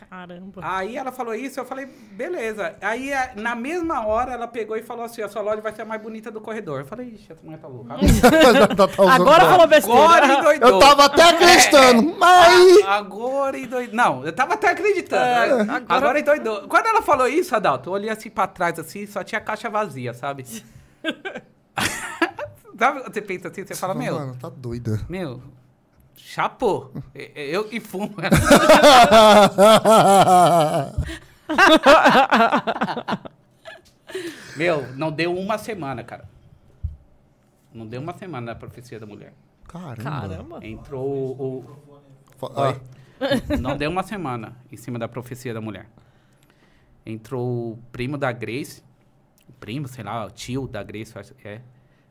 C: Caramba.
B: Aí ela falou isso, eu falei, beleza. Aí, a- na mesma hora, ela pegou e falou assim, a sua loja vai ser a mais bonita do corredor. Eu falei, ixi, essa mulher tá louca.
A: Tá- tá usando
C: Agora
A: droga.
C: falou besteira.
B: Agora endoidou.
A: Eu tava até acreditando, mas.
B: Agora endoidou. Não, eu tava até acreditando.
A: É,
B: né? agora... endoidou. Quando ela falou isso, Adalto, eu olhei assim pra trás, assim, só tinha caixa vazia, sabe? sabe quando você pensa assim, você fala,
A: Não,
B: meu,
A: Mano, tá doida.
B: meu, chapô. E- e- Eu que fumo. meu, não deu uma semana, cara. Não deu uma semana na profecia da mulher.
A: Caramba.
C: Caramba.
B: Entrou o- o,
A: Fa- ah,
B: Não deu uma semana em cima da profecia da mulher. Entrou o primo da Grace, o primo, sei lá, o tio da Grace, eu acho que é.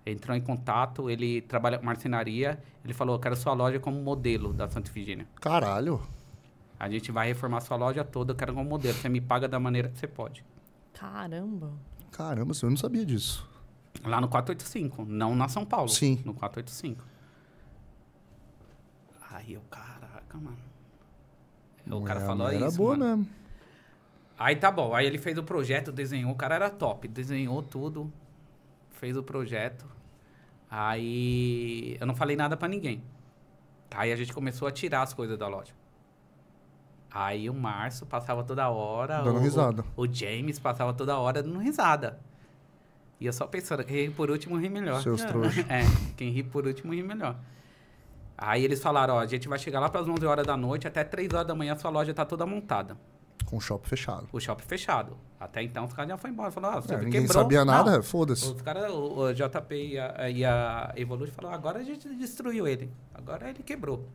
B: Entrou em contato, ele trabalha com marcenaria, ele falou, eu quero sua loja como modelo da Santa Efigênia.
A: caralho.
B: A gente vai reformar sua loja toda, eu quero como modelo, você me paga da maneira que você pode.
C: Caramba.
A: Caramba, senhor, eu não sabia disso.
B: Lá no 485, não na São Paulo.
A: Sim.
B: No 485. Aí eu, caraca, mano. O cara
A: Mulher-
B: falou
A: é, mulher
B: isso,
A: Era boa
B: mano.
A: mesmo.
B: Aí tá bom, aí ele fez o projeto, desenhou, o cara era top, desenhou tudo, fez o projeto. Aí eu não falei nada pra ninguém. Aí a gente começou a tirar as coisas da loja. Aí o Março passava toda hora.
A: Dando
B: o,
A: risada.
B: O, o James passava toda hora dando risada. E eu só pensando, quem ri por último ri melhor.
A: Seus trouxas.
B: É, quem ri por último ri melhor. Aí eles falaram, ó, a gente vai chegar lá pras 11 horas da noite, até 3 horas da manhã sua loja tá toda montada
A: Com o shopping fechado.
B: o shopping fechado. Até então os caras já foram embora. Falaram, ah, você
A: É,
B: quebrou.
A: ninguém sabia nada,
B: Não.
A: foda-se.
B: Os caras, o, o JP e a, e a Evolute falaram, agora a gente destruiu ele. Agora ele quebrou.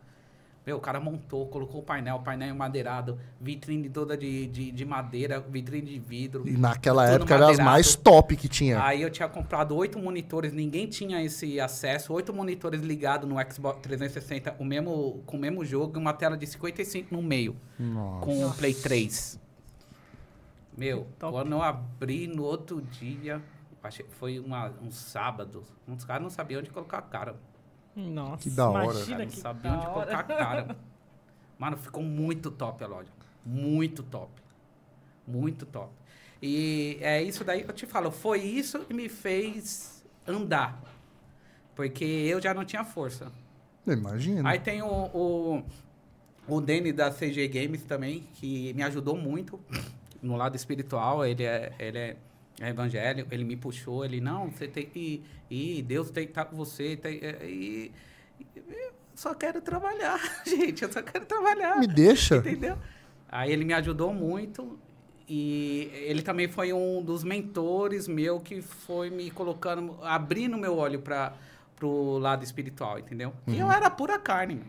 B: Meu, o cara montou, colocou o painel, painel madeirado, vitrine toda de, de, de madeira, vitrine de vidro.
A: E naquela
B: tudo
A: época era as
B: madeirado.
A: mais top que tinha.
B: Aí eu tinha comprado oito monitores, ninguém tinha esse acesso. Oito monitores ligados no Xbox 360 o mesmo, com o mesmo jogo e uma tela de 55 no meio
A: Nossa.
B: com o Play 3. Meu,
C: Top.
B: quando eu abri no outro dia, achei, foi uma- um sábado, uns caras não sabiam onde colocar a cara.
C: Nossa.
A: Que da hora.
B: Os
C: Imagina
B: caras não
C: que
B: sabiam
C: da
B: onde
C: hora.
B: colocar a cara. Mano, ficou muito top a loja. Muito top. Muito top. E é isso daí que eu te falo. Foi isso que me fez andar. Porque eu já não tinha força.
A: Imagina.
B: Aí tem o, o, o Danny da CG Games também, que me ajudou muito no lado espiritual. Ele é, ele é é evangélico, ele me puxou, ele, não, você tem que ir, Deus tem que estar com você. Tem, é, e, e- eu só quero trabalhar, gente, eu só quero trabalhar.
A: Me deixa.
B: Entendeu? Aí ele me ajudou muito e ele também foi um dos mentores meu que foi me colocando,
A: Uhum.
B: abrindo meu olho para pro lado espiritual, entendeu? E eu era pura carne, meu.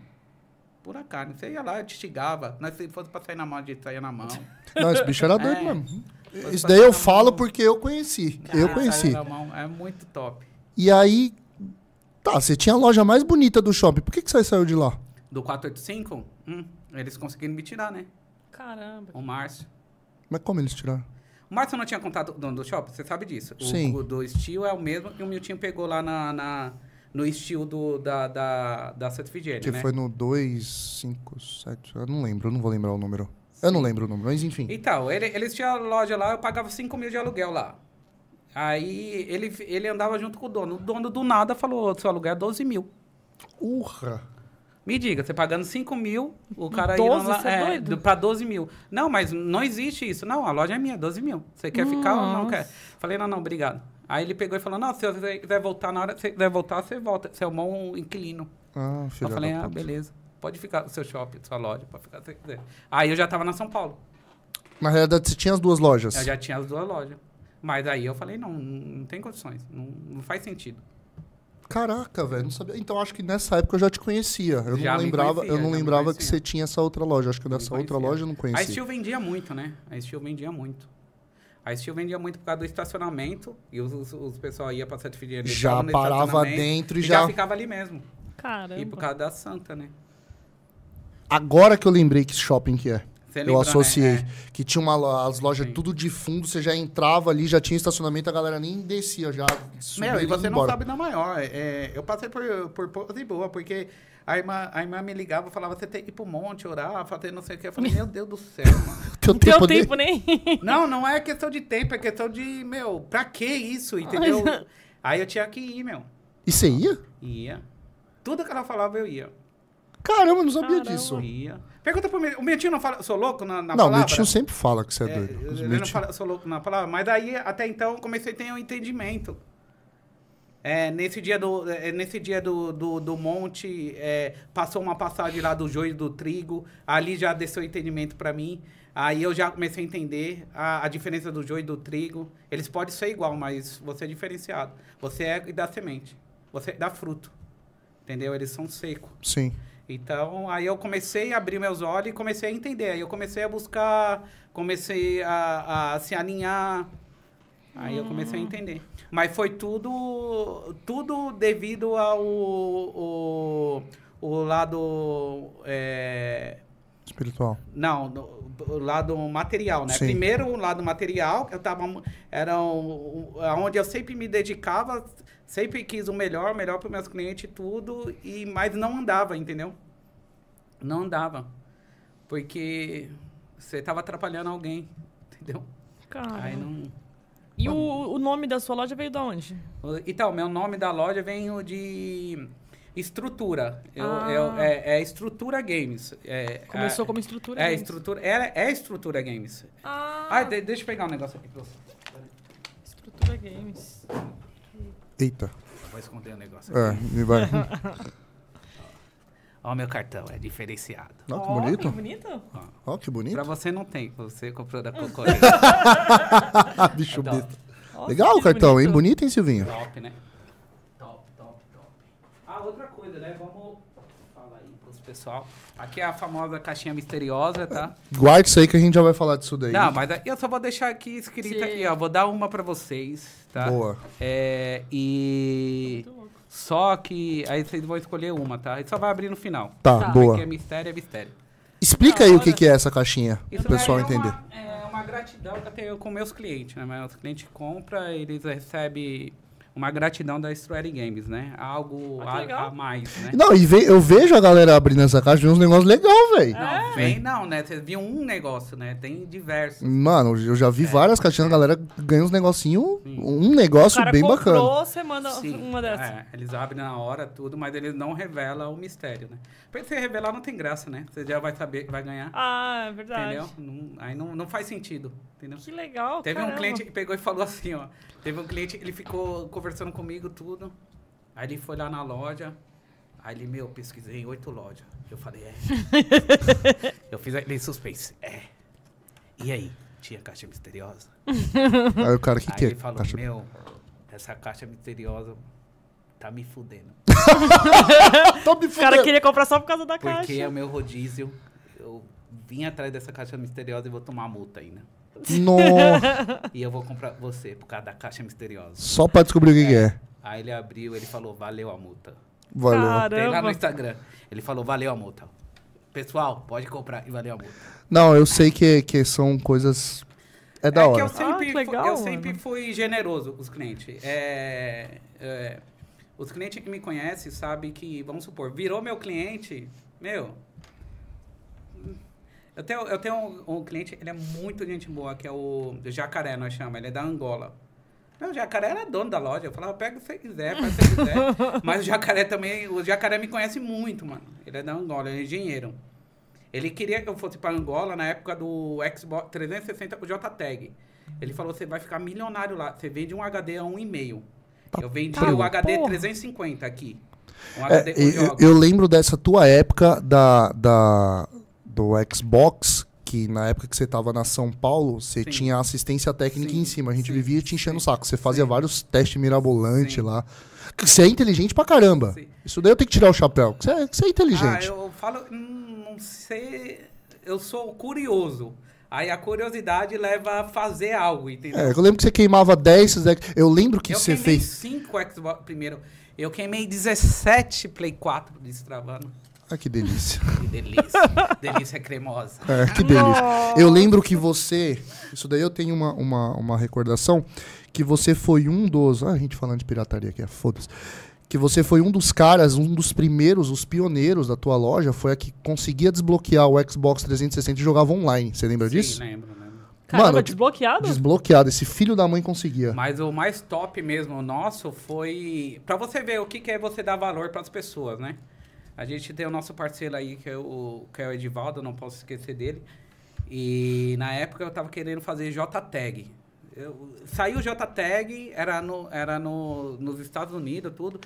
B: pura carne. Você ia lá, te xingava. Nós, se fosse pra sair na mão, a gente saía na mão.
A: Não, esse bicho era doido
B: É.
A: mesmo.
B: Foi
A: Isso
B: pra
A: daí eu
B: todo
A: falo
B: mundo.
A: porque eu conheci. Eu
B: Ah,
A: conheci.
B: saía na mão. É muito top.
A: E aí, tá, você tinha a loja mais bonita do shopping. Por que, que você saiu de lá?
B: Do 485, hum, eles conseguiram me tirar, né?
C: Caramba.
B: O Márcio.
A: Mas como eles tiraram?
B: O Márcio não tinha contato do, do shopping, você sabe disso. O,
A: Sim.
B: o do estilo é o mesmo que o Miltinho pegou lá na, na- no estilo do, da, da, da Santa Figênia,
A: Que
B: né?
A: foi no 2, 5, 7. Eu não lembro, eu não vou lembrar o número. Eu não lembro o número, mas enfim.
B: Então, ele, eles tinham loja lá, eu pagava 5 mil de aluguel lá. Aí ele, ele andava junto com o dono. O dono do nada falou, seu aluguel é 12 mil.
A: Urra!
B: Me diga, você pagando 5 mil, o cara
C: 12?
B: indo lá,
C: Você é doido?
B: do- pra 12 mil. Não, mas não existe isso. Não, a loja é minha, 12 mil. Você quer ficar ou não
C: Nossa.
B: quer? Falei, não, não, obrigado. Aí ele pegou e falou, não, se você quiser voltar na hora, que você quiser voltar, você volta. Você é um bom inquilino.
A: Ah, filha
B: eu falei,
A: da
B: ah,
A: puta.
B: beleza. Pode ficar no seu shopping, sua loja, pode ficar se você quiser. Aí eu já tava na São Paulo.
A: Na realidade, você tinha as duas lojas.
B: Eu já tinha as duas lojas. Mas aí eu falei, não, não tem condições. Não, não faz sentido.
A: Caraca, velho, não sabia. Então acho que nessa época eu já te conhecia. Eu
B: Já
A: não
B: me
A: lembrava,
B: conhecia,
A: eu não
B: já me
A: lembrava que
B: conhecia.
A: você tinha essa outra loja. Acho que dessa
B: Me
A: outra
B: conhecia.
A: loja eu não
B: A
A: conhecia.
B: Steel vendia muito, né? A Steel vendia muito. A Steel vendia muito por causa do estacionamento. E os, os, os pessoal ia pra Santa Fidel.
A: Já parava dentro e
B: e já...
A: já.
B: ficava ali mesmo. E por
C: Caramba.
B: causa da Santa, né?
A: Agora que eu lembrei que shopping que é.
B: Você
A: eu
B: lembrou, né?
A: associei.
B: É.
A: Que tinha uma, lo- as lojas
B: Sim.
A: tudo de fundo, você já entrava ali, já tinha estacionamento, a galera nem descia, já subia
B: Meu,
A: e
B: e
A: ia
B: você não
A: embora.
B: sabe da maior. É, eu passei por, por poucas e boa, porque a irmã, a irmã me ligava e falava, você tem que ir pro monte, orar, fazer não sei o quê. Eu falei, meu Deus do céu, mano.
A: Teu
C: Não Teu
A: tempo nem-
C: tempo nem.
B: Não, não é questão de tempo, é questão de, meu, pra que isso, entendeu? Aí eu tinha que ir, meu.
A: E você ia?
B: Ia. Tudo que ela falava, eu ia.
A: Caramba, eu não sabia
C: Caramba.
A: disso.
B: Ia. Pergunta pro meu. O meu tio não fala, sou louco na, na
A: não,
B: palavra?
A: meu tio sempre fala que você é
B: É,
A: doido. Os
B: ele
A: meu
B: não
A: tio-
B: fala, sou louco na palavra. Mas daí, até então, eu comecei a ter um entendimento. É, nesse dia do, é, nesse dia do, do, do monte, é, passou uma passagem lá do joio e do trigo. Ali já desceu o entendimento pra mim. Aí eu já comecei a entender a, a diferença do joio e do trigo. Eles podem ser igual, mas você é diferenciado. Você é da semente. Você dá fruto. Entendeu? Eles são secos.
A: Sim.
B: Então, aí eu comecei a abrir meus olhos e comecei a entender. Aí eu comecei a buscar, comecei a, a se alinhar. Aí eu comecei a entender. Mas foi tudo tudo devido ao o, o lado. é,
A: Espiritual.
B: não, no, o lado material, né?
A: Sim.
B: Primeiro o lado material, que eu tava mu- era um- um- aonde eu sempre me dedicava, sempre quis o melhor, o melhor para meus clientes e tudo e mas não andava, entendeu? Não andava. Porque você tava atrapalhando alguém, entendeu? Aí
C: Caramba.
B: não
C: E o, o nome da sua loja veio de onde?
B: O- Então, meu nome da loja vem o de estrutura. Eu,
C: Ah.
B: eu- é, é estrutura games. É,
C: Começou
B: é,
C: como estrutura.
B: é
C: né?
B: estrutura, é, é estrutura games.
C: Ah,
B: Ah, de- deixa eu pegar um negócio aqui pra você.
C: estrutura games.
A: Eita.
B: Eu Vou esconder o negócio aqui.
A: É, me vai.
B: Ó, meu cartão, é diferenciado.
A: Ó, que
C: Ó,
A: bonito.
C: que bonito.
A: Ó, que bonito.
B: Pra você não tem, você comprou da concorrente.
A: Ah, bicho
B: Adoro.
A: besta.
C: Nossa,
A: Legal o
C: que
A: cartão, hein? Bonito, hein, Silvinho?
B: top, né? Top, top, top. Ah, outra coisa, né? Vamos falar aí pros pessoal. Aqui é a famosa caixinha misteriosa, tá?
A: Guarde isso aí que a gente já vai falar disso daí.
B: Não, mas eu só vou deixar aqui escrito
C: Sim.
B: aqui, ó. Vou dar uma pra vocês, tá?
A: Boa.
B: É, e...
C: Tá Muito louco.
B: Só que aí vocês vão escolher uma, tá? E só vai abrir no final.
A: Tá,
C: Tá.
A: boa.
B: Porque é mistério, é mistério.
A: Explica aí o que,
C: Agora-
A: que é essa caixinha,
B: Isso
A: pro pessoal
B: daí é uma-
A: entender.
B: é uma gratidão que eu tenho com meus clientes, né? Meus clientes compram, eles recebem uma gratidão da Strawberry Games, né? Algo
C: Ah, que legal.
B: a, a mais, né?
A: Não, e ve- eu vejo a galera abrindo essa caixa, vê uns negócios legais, velho.
C: É?
B: Não, vem não, né? Vocês viram um negócio, né? Tem diversos.
A: Mano, eu já vi várias caixinhas, a galera ganha uns negocinhos, um
C: O
A: negócio
C: cara
A: bem
C: comprou,
A: bacana.
C: você manda
B: Sim,
C: uma dessas.
B: é, eles abrem na hora tudo, mas eles não revelam o mistério, né? Porque se revelar não tem graça, né? Você já vai saber que vai ganhar,
C: Ah, é verdade.
B: entendeu? Não- aí não, não faz sentido, entendeu?
C: Que legal,
B: Teve
C: caramba.
B: um cliente que pegou e falou assim, ó. Teve um cliente, ele ficou conversando comigo tudo. Aí ele foi lá na loja. Aí ele, meu, pesquisei em oito lojas. Eu falei, é. eu fiz aquele suspense. É. E aí? Tinha caixa misteriosa?
A: Aí o cara, o que,
B: aí
A: que é?
B: ele falou,
A: Caixa-
B: meu, essa caixa misteriosa tá me fudendo.
A: Tô me
C: O cara
A: fudendo.
C: queria comprar só por causa da
B: Porque é o
C: caixa.
B: meu rodízio. Eu vim atrás dessa caixa misteriosa e vou tomar multa ainda.
A: No...
B: E eu vou comprar você por causa da caixa misteriosa.
A: Só pra descobrir o que, que é.
B: Aí ele abriu, ele falou, valeu a multa.
A: Valeu.
B: Tem lá no
C: Caramba.
B: Instagram. Ele falou, valeu a multa. Pessoal, pode comprar e valeu a multa.
A: Não, eu sei que, que são coisas. É da
B: é que
A: hora.
B: eu sempre,
C: que
B: fu-
C: legal,
B: eu sempre
C: mano.
B: fui generoso com os clientes. É, é, os clientes que me conhecem sabem que, vamos supor, virou meu cliente, meu. Eu tenho, eu tenho um, um cliente, ele é muito gente boa, que é o Jacaré, nós chamamos, ele é da Angola. Meu, o jacaré era dono da loja. Eu falava, pega o que você quiser, faz o que você quiser. Mas o jacaré também, o jacaré me conhece muito, mano. Ele é da Angola, ele é engenheiro. Ele queria que eu fosse pra Angola na época do Xbox 360 com o JTAG. Ele falou, você vai ficar milionário lá. Você vende um HD a 1,5. Eu vendi
C: tá,
B: o HD
C: porra.
B: 350 aqui. Um
A: É,
B: HD com
A: eu,
B: jogos.
A: eu lembro dessa tua época da, da, do Xbox, que na época que você tava na São Paulo, você
B: Sim.
A: tinha assistência técnica
B: Sim,
A: em cima. A gente
B: sim,
A: vivia te enchendo o
B: sim,
A: saco. Você fazia vários testes mirabolantes
B: Sim.
A: lá. Que Você é inteligente pra caramba.
B: Sim.
A: Isso daí eu tenho que tirar o chapéu. que Você é, que você é inteligente.
B: Ah, eu falo, hum, não sei, eu sou curioso. Aí a curiosidade leva a fazer algo, entendeu?
A: É, eu lembro que você queimava 10. esses daqui- Eu lembro que
B: eu
A: você
B: queimei
A: fez.
B: 5 Xbox primeiro. Eu queimei 17 Play 4 destravando.
A: Ah, que delícia.
B: Que delícia. delícia cremosa.
A: É, que delícia. Eu lembro que você. Isso daí eu tenho uma, uma, uma recordação. Que você foi um dos. Ah, a gente falando de pirataria aqui, é foda-se. Que você foi um dos caras, um dos primeiros, os pioneiros da tua loja, foi a que conseguia desbloquear o Xbox 360 e jogava online. Você lembra disso?
B: Sim, né? lembro, lembro.
C: Caramba,
A: Mano,
C: desbloqueado?
A: Desbloqueado, esse filho da mãe conseguia.
B: Mas o mais top mesmo nosso foi. Pra você ver o que, que é você dar valor pras pessoas, né? A gente tem o nosso parceiro aí, que é o, que é o Edivaldo, não posso esquecer dele. E na época eu tava querendo fazer JTAG. Eu, saiu o JTAG, era, no, era no, nos Estados Unidos, tudo.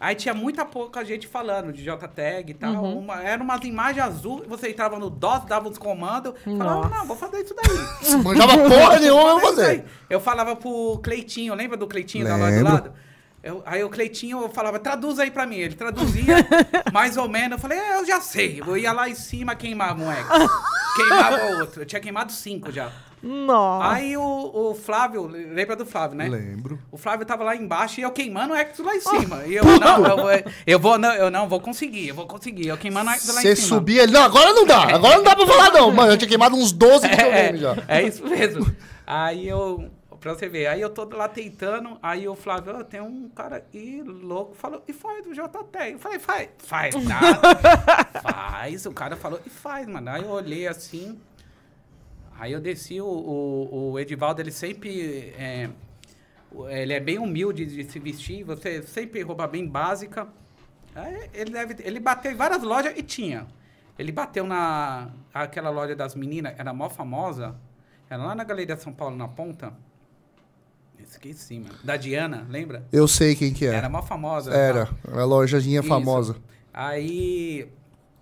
B: Aí tinha muita pouca gente falando de JTAG e tal. Uma, era umas imagens azul, você entrava no DOS, dava uns comandos, falava,
C: Nossa.
B: não, vou fazer isso daí.
A: Manjava porra nenhuma, eu vou
B: É isso
A: fazer.
B: aí. Eu falava pro Cleitinho, lembra do Cleitinho da loja do
A: Lembro.
B: lado? Eu- aí o Cleitinho eu falava, traduz aí pra mim. Ele traduzia, mais ou menos. Eu falei, é, eu já sei. Eu ia lá em cima, queimava um ex. queimava outro. Eu tinha queimado cinco já.
C: Nossa.
B: Aí o, o Flávio, lembra do Flávio, né?
A: Ah. Lembro. Ah.
B: O Flávio tava lá embaixo e eu queimando o Ex lá em cima. E eu, não, eu vou, eu vou, não, eu não vou conseguir, eu vou conseguir. Eu queimando o Ex lá em
A: Você
B: cima.
A: subia ele. Não, agora não dá. Agora não dá pra falar, não. Mano, eu tinha queimado uns 12
B: É,
A: videogames já.
B: é isso mesmo. Aí eu. Pra você ver, aí eu tô lá tentando, aí o Flávio, "Ô, tem um cara aqui louco, falou, e faz do JT. Eu falei, faz, faz nada. faz. O cara falou, e faz, mano. Aí eu olhei assim. Aí eu desci, o, o, o Edivaldo, ele sempre. é, o- ele é bem humilde de se vestir, você sempre rouba bem básica. Aí ele, deve, ele bateu em várias lojas e tinha. Ele bateu na aquela loja das meninas, era mó famosa. Era lá na Galeria São Paulo, na ponta. Esqueci, mano. Da Diana, lembra?
A: Eu sei quem que
B: Era
A: era.
B: mó famosa.
A: É. Era.
B: tá?
A: Era a lojinha
B: Isso.
A: famosa.
B: Aí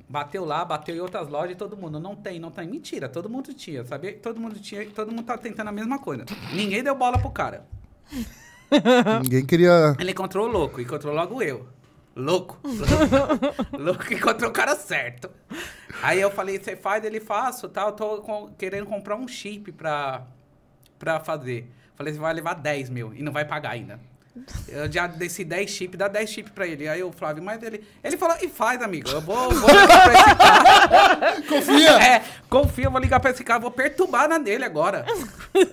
B: bateu lá, bateu em outras lojas e todo mundo, não tem, não tem. Mentira, todo mundo tinha, sabia? Todo mundo tinha, e todo mundo tá tentando a mesma coisa. Ninguém deu bola pro cara.
A: Ninguém queria.
B: Ele encontrou o louco, encontrou logo eu. Louco. louco encontrou o cara certo. Aí eu falei, você faz, ele faço, tal. Tô com- querendo comprar um chip pra, pra fazer. Falei, você vai levar 10 mil e não vai pagar ainda. Eu já desci 10 chip, dá 10 chip pra ele. Aí o Flávio, mas ele. Ele falou, e faz, amigo. Eu vou, vou ligar pra esse cara.
A: Confia.
B: É, confia, eu vou ligar pra esse cara, vou perturbar na dele agora.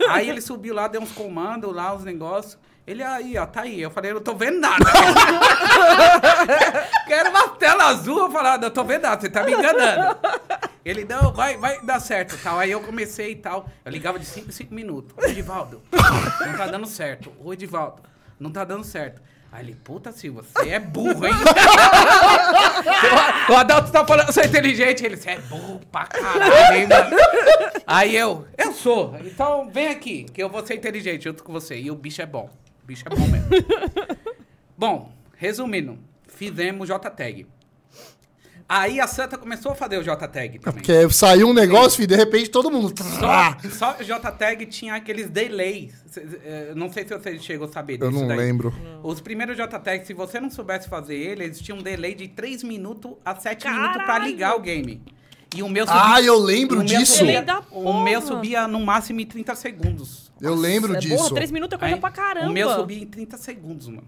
B: aí ele subiu lá, deu uns comandos lá, uns negócios. Ele aí, ó, tá aí. Eu falei, eu não tô vendo nada. Quero uma tela azul. Eu falei, eu tô vendo nada, você tá me enganando. Ele, não, vai, vai dar certo, tal. Aí eu comecei e tal. Eu ligava de 5 em 5 minutos. Ô, Edivaldo, não tá dando certo. Ô, Edivaldo, não tá dando certo. Aí ele, puta, Silva, você é burro, hein? O- O Adalto tá falando, você é inteligente. Ele, você é burro pra caralho, hein, mano? Aí eu, eu sou. Então vem aqui, que eu vou ser inteligente junto com você. E o bicho é bom. O bicho é bom mesmo. Bom, resumindo, fizemos JTAG. Aí a Santa começou a fazer o JTAG também.
A: É Porque Ah! saiu um negócio e de repente todo mundo.
B: Só, só o JTAG tinha aqueles delays. Cê- eh, Não sei se você chegou a saber disso
A: Eu não
B: daí.
A: lembro.
B: Os primeiros JTAG, se você não soubesse fazer ele, eles tinham um delay de 3 minutos a 7 minutos pra
C: Caralho!
B: ligar o game. E o meu
A: Ah, eu
B: o
A: lembro
B: meu
A: disso.
B: subia-
C: Delay da
B: o meu
C: porra!
B: subia no máximo em 30 segundos.
A: Eu lembro
C: É,
A: disso.
C: Porra, três minutos é coisa
B: Hein?
C: pra caramba.
B: O meu subia em 30 segundos, mano.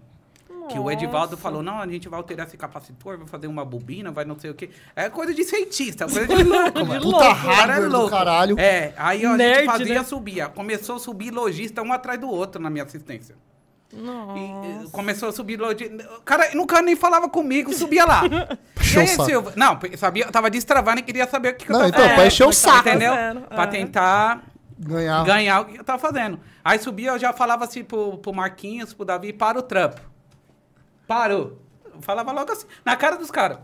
B: Que o Edivaldo falou, não, a gente vai alterar esse capacitor, vai fazer uma bobina, vai não sei o quê. É coisa de cientista, coisa de louco, mano.
A: Puta
B: O cara
A: hardware do caralho.
B: É, aí a
C: Nerd,
B: gente fazia,
C: né?
B: subia. Começou a subir lojista um atrás do outro na minha assistência. E, eh, começou a subir lojista. O cara nunca nem falava comigo, subia lá. e
A: Puxou
B: aí,
A: o saco.
B: Silva... Não, pe- sabia, tava destravando e queria saber o que, que
A: Não,
B: eu
A: então,
B: tava tá
A: pra encher o saco. Ah.
B: Entendeu?
C: É.
B: Pra tentar
A: Ganhar.
B: ganhar o que eu tava fazendo. Aí subia, eu já falava assim pro, pro Marquinhos, pro Davi, para o trampo. Parou. Eu Falava logo assim, na cara dos caras.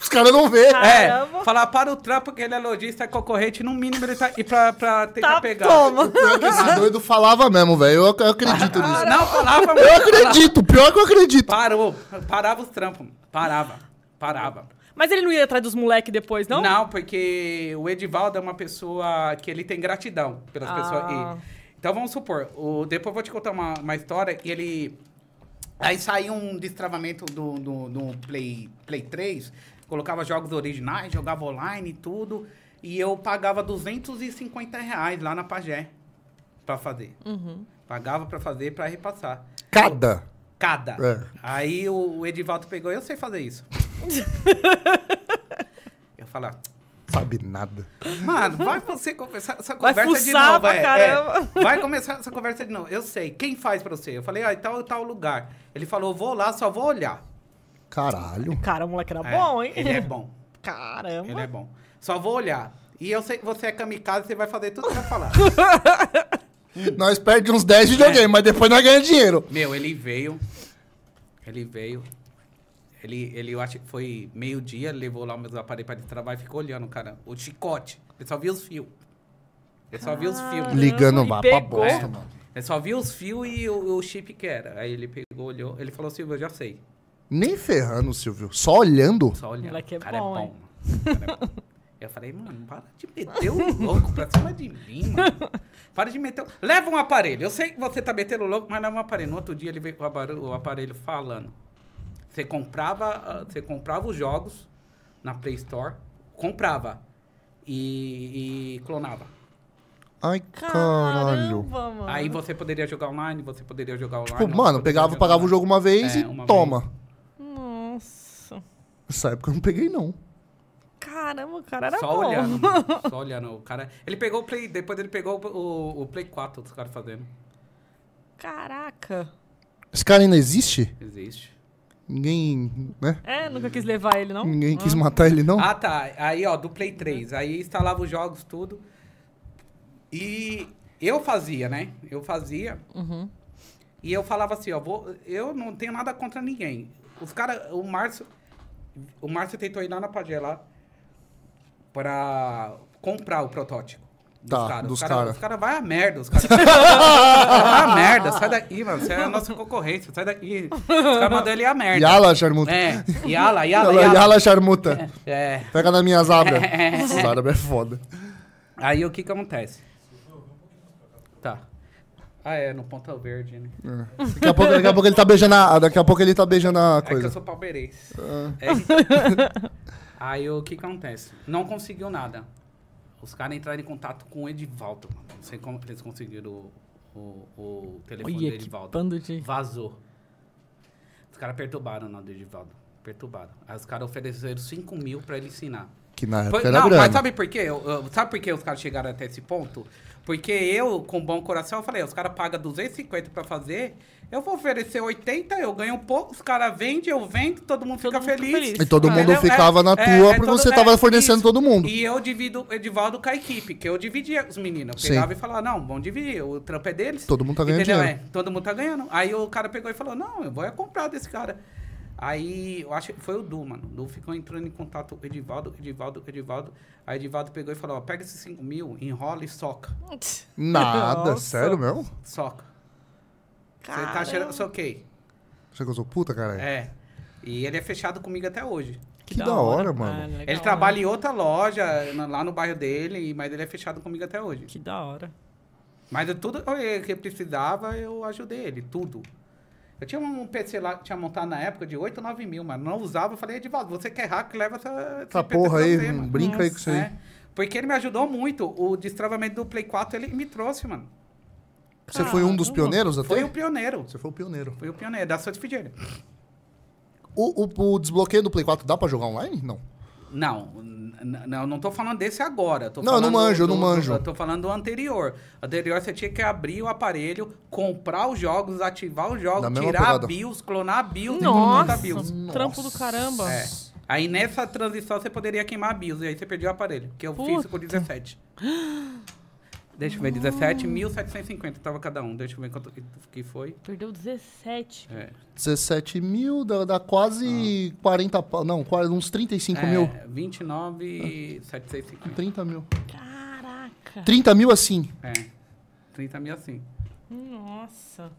A: Os caras não vê.
C: Ah,
B: É,
C: Caramba.
B: falava para o trampo que ele é lojista, é concorrente, no mínimo ele tá e pra, pra tentar
C: Tá,
B: pegar.
C: toma.
A: Pior que esse doido falava mesmo, velho. Eu, eu acredito
B: Ah,
A: nisso.
B: não, falava, mano.
A: Eu acredito, pior que eu acredito.
B: Parou, parava os trampos, parava, parava.
C: Mas ele não ia atrás dos moleques depois, não?
B: porque o Edivaldo é uma pessoa que ele tem gratidão pelas
C: Ah.
B: pessoas. E- então vamos supor, o, depois eu vou te contar uma, uma história e ele. Aí saiu um destravamento do, do, do Play, Play 3, colocava jogos originais, jogava online e tudo. E eu pagava 250 reais lá na Pagé pra fazer. Pagava pra fazer pra repassar.
A: Cada.
B: Cada.
A: É.
B: Aí o, o Edivaldo pegou, eu sei fazer isso. eu falar,
A: Sabe nada.
B: mano, vai você começar essa
C: Vai
B: conversa de
C: fuçar
B: novo.
C: pra
B: é, é.
C: caramba.
B: Vai começar essa conversa de novo. Eu sei, quem faz pra você? Eu falei, ah, então tal lugar. Ele falou, vou lá, só vou olhar.
A: Caralho.
C: Cara, o moleque era
B: É,
C: Tá bom, hein?
B: Ele é bom,
C: Caramba.
B: ele é bom. Só vou olhar. E eu sei que você é kamikaze, você vai fazer tudo que eu falar.
A: Nós perdemos uns 10 videogames, mas depois nós ganhamos dinheiro.
B: Meu, ele veio. Ele veio. Ele, ele eu acho que foi meio-dia, ele levou lá os meus aparelhos pra destravar e ficou olhando, cara. O chicote. Ele só via os fios. Ele só via os
A: Ah,
B: fios.
A: Ligando
C: e
A: vá pra
C: pegou.
A: bosta, mano.
B: Ele É só via os fios e o, o chip que era. Aí ele pegou, olhou. Ele falou, Silvio, eu já sei.
A: Nem ferrando, Silvio. Só olhando.
B: Só olhando.
C: Moleque é
B: O cara
C: bom,
B: é
C: hein?
B: bom, mano. O cara é bom. Eu falei, mano, para de meter o louco pra cima de mim, mano. Para de meter o... Leva um aparelho. Eu sei que você tá metendo o louco, mas leva um aparelho. No outro dia ele veio com o aparelho- o aparelho falando. Você comprava, ah, você comprava os jogos na Play Store, comprava e, e clonava.
A: Ai, caralho.
C: Caramba, mano.
B: Aí você poderia jogar online, você poderia jogar online.
A: Tipo, mano, pegava, pagava o jogo uma vez
B: É,
A: e
B: uma
A: toma.
C: Nossa.
A: Nessa época eu não peguei, não.
C: Caramba, o cara era
B: só
C: bom.
B: olhando, mano. só olhando. O cara, ele pegou o Play, depois ele pegou o, o Play 4 dos caras fazendo.
C: Caraca.
A: Esse cara ainda existe?
B: Existe.
A: Ninguém, né?
C: É, nunca quis levar ele, não?
A: Ninguém quis matar ele, não?
B: Ah, tá. Aí, ó, do Play 3. Aí instalava os jogos, tudo. E eu fazia, né? Eu fazia.
C: Uhum.
B: E eu falava assim, ó, vou, eu não tenho nada contra ninguém. Os caras, o Márcio. O Márcio tentou ir lá na Pagé lá pra comprar o protótipo. Dos
A: Tá,
B: caras.
A: dos
B: Os caras
A: cara.
B: os cara vai a merda, os caras. vai a merda, sai daqui, mano. Você é a nossa concorrência, sai daqui. Os caras mandaram ele ir a merda.
A: Yala, Charmuta.
B: É, Yala, Yala,
A: Yala,
B: Yala.
A: Yala, Charmuta.
B: É.
A: Pega na minha zabra. zabra é foda.
B: Aí o que que acontece? Tá. Ah, é, no Ponta Verde, né?
A: É. Daqui a pouco, daqui a pouco ele tá beijando a. Daqui a pouco ele tá beijando a
B: É que
A: coisa.
B: eu sou palmeirense. É isso. Aí o que que acontece? Não conseguiu nada. Os caras entraram em contato com o Edivaldo, mano. Não sei como que eles conseguiram o, o, o telefone do
C: Olha que
B: Edivaldo.
C: bando de...
B: Vazou. Os caras perturbaram o nome do Edivaldo. Perturbaram. Aí os caras ofereceram 5 mil pra ele ensinar.
A: Que na época
B: Foi-
A: era
B: não,
A: grande.
B: mas sabe por quê? Eu- eu- sabe por que os caras chegaram até esse ponto? Porque eu, com bom coração, eu falei, os caras pagam 250 pra fazer, eu vou oferecer 80, eu ganho um pouco, os caras vendem, eu vendo, todo mundo
C: Todo
B: fica
C: mundo fica
B: feliz.
C: feliz.
A: E todo mundo
B: Entendeu?
A: ficava
B: É,
A: na
B: é,
A: tua
B: é,
A: porque
B: todo-
A: você
B: é,
A: tava fornecendo
B: isso.
A: todo mundo.
B: E eu divido o Edivaldo com a equipe, que eu dividia os meninos. Eu
A: Sim.
B: pegava e falava, não, vamos dividir, o trampo é deles.
A: Todo mundo tá ganhando
B: Entendeu?
A: dinheiro.
B: É, todo mundo tá ganhando. Aí o cara pegou e falou, não, eu vou é comprar desse cara. Aí, eu acho que foi o Du, mano. O Du ficou entrando em contato com o Edivaldo, Edivaldo, Edivaldo. Aí o Edivaldo pegou e falou, ó, pega esses 5 mil, enrola e soca.
A: Nada,
C: Nossa.
A: sério mesmo?
B: Soca. Você tá
C: Caramba.
B: cheirando, soquei.
A: Você que eu sou puta, caralho?
B: É. E ele é fechado é comigo até hoje.
A: Que, da hora, mano.
C: Ah, legal,
B: Ele trabalha em outra loja, na- lá no bairro dele, mas ele é fechado comigo até hoje.
C: né? Que da hora.
B: Mas eu- tudo que eu precisava, eu ajudei ele, tudo. Eu tinha um PC lá que tinha montado na época de 8, 9 mil, mano. Não usava, eu falei, Edivaldo, você quer hack, leva essa.
A: Essa
B: PC
A: porra
B: pra
A: aí, hum,
B: você, mano."
A: brinca aí com isso aí.
B: É, porque ele me ajudou muito. O destravamento do Play 4 ele me trouxe, mano.
A: Você foi um dos
C: Caramba.
A: pioneiros até?
B: Ah, Foi o pioneiro.
A: Você foi o pioneiro.
B: Foi o pioneiro da Santa Figueira.
A: O, o- o desbloqueio do Play 4 dá pra jogar online? Não.
B: Não, n- n- não, não tô falando desse agora. Tô
A: Não, eu não
B: falando
A: manjo, eu
B: do-
A: não manjo.
B: eu tô falando do anterior. Anterior você tinha que abrir o aparelho, comprar os jogos, ativar os
A: Da
B: jogos,
A: mesma
B: tirar
A: pegada.
B: a BIOS, clonar a BIOS, montar
C: Nossa,
B: a BIOS.
C: trampo do caramba.
B: É. Aí nessa transição você poderia queimar a BIOS, e aí você perdeu o aparelho, que eu fiz com 17. Deixa eu ver, 17, 1750 tava cada um. Deixa eu ver quanto que- que foi.
C: Perdeu 17.
B: É.
A: 17 mil, dá, dá quase 40 pau. Não, quase uns 35
B: É,
A: mil.
B: 29, 750.
A: 30 mil.
C: Caraca.
A: 30 mil assim.
B: É. 30 mil assim.
C: Nossa.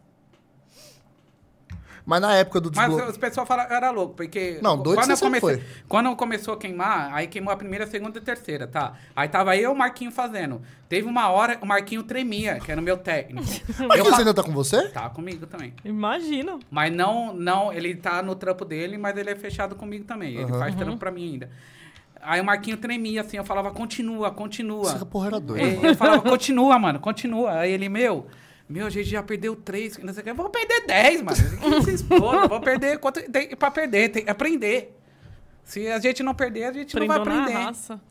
A: Mas na época do
B: Mas
A: desbloqueio.
B: os pessoal fala que eu era louco, porque.
A: Não, doido
B: quando
A: você
B: eu
A: sempre
B: comecei, Quando começou a queimar, aí queimou a primeira, a segunda e a terceira, tá? Aí tava eu e o Marquinho fazendo. Teve uma hora, o Marquinho tremia, que era o meu técnico.
A: Mas
B: eu
A: você
B: fa-
A: ainda tá com você?
B: Tá comigo também.
C: Imagino.
B: Mas não, não, ele tá no trampo dele, mas ele é fechado comigo também. Ele faz trampo pra mim ainda. Aí o Marquinho tremia, assim, eu falava, continua, continua.
A: Essa porra era doida.
B: É,
A: mano.
B: Eu falava, continua, mano, continua. Aí ele, meu, meu, a gente já perdeu três, que não sei o que. Vou perder dez, mano. Que se exploda, vou perder quanto tem pra perder, tem que aprender. Se a gente não perder, a gente
C: Prendeu
B: não vai
C: na
B: aprender.
C: raça.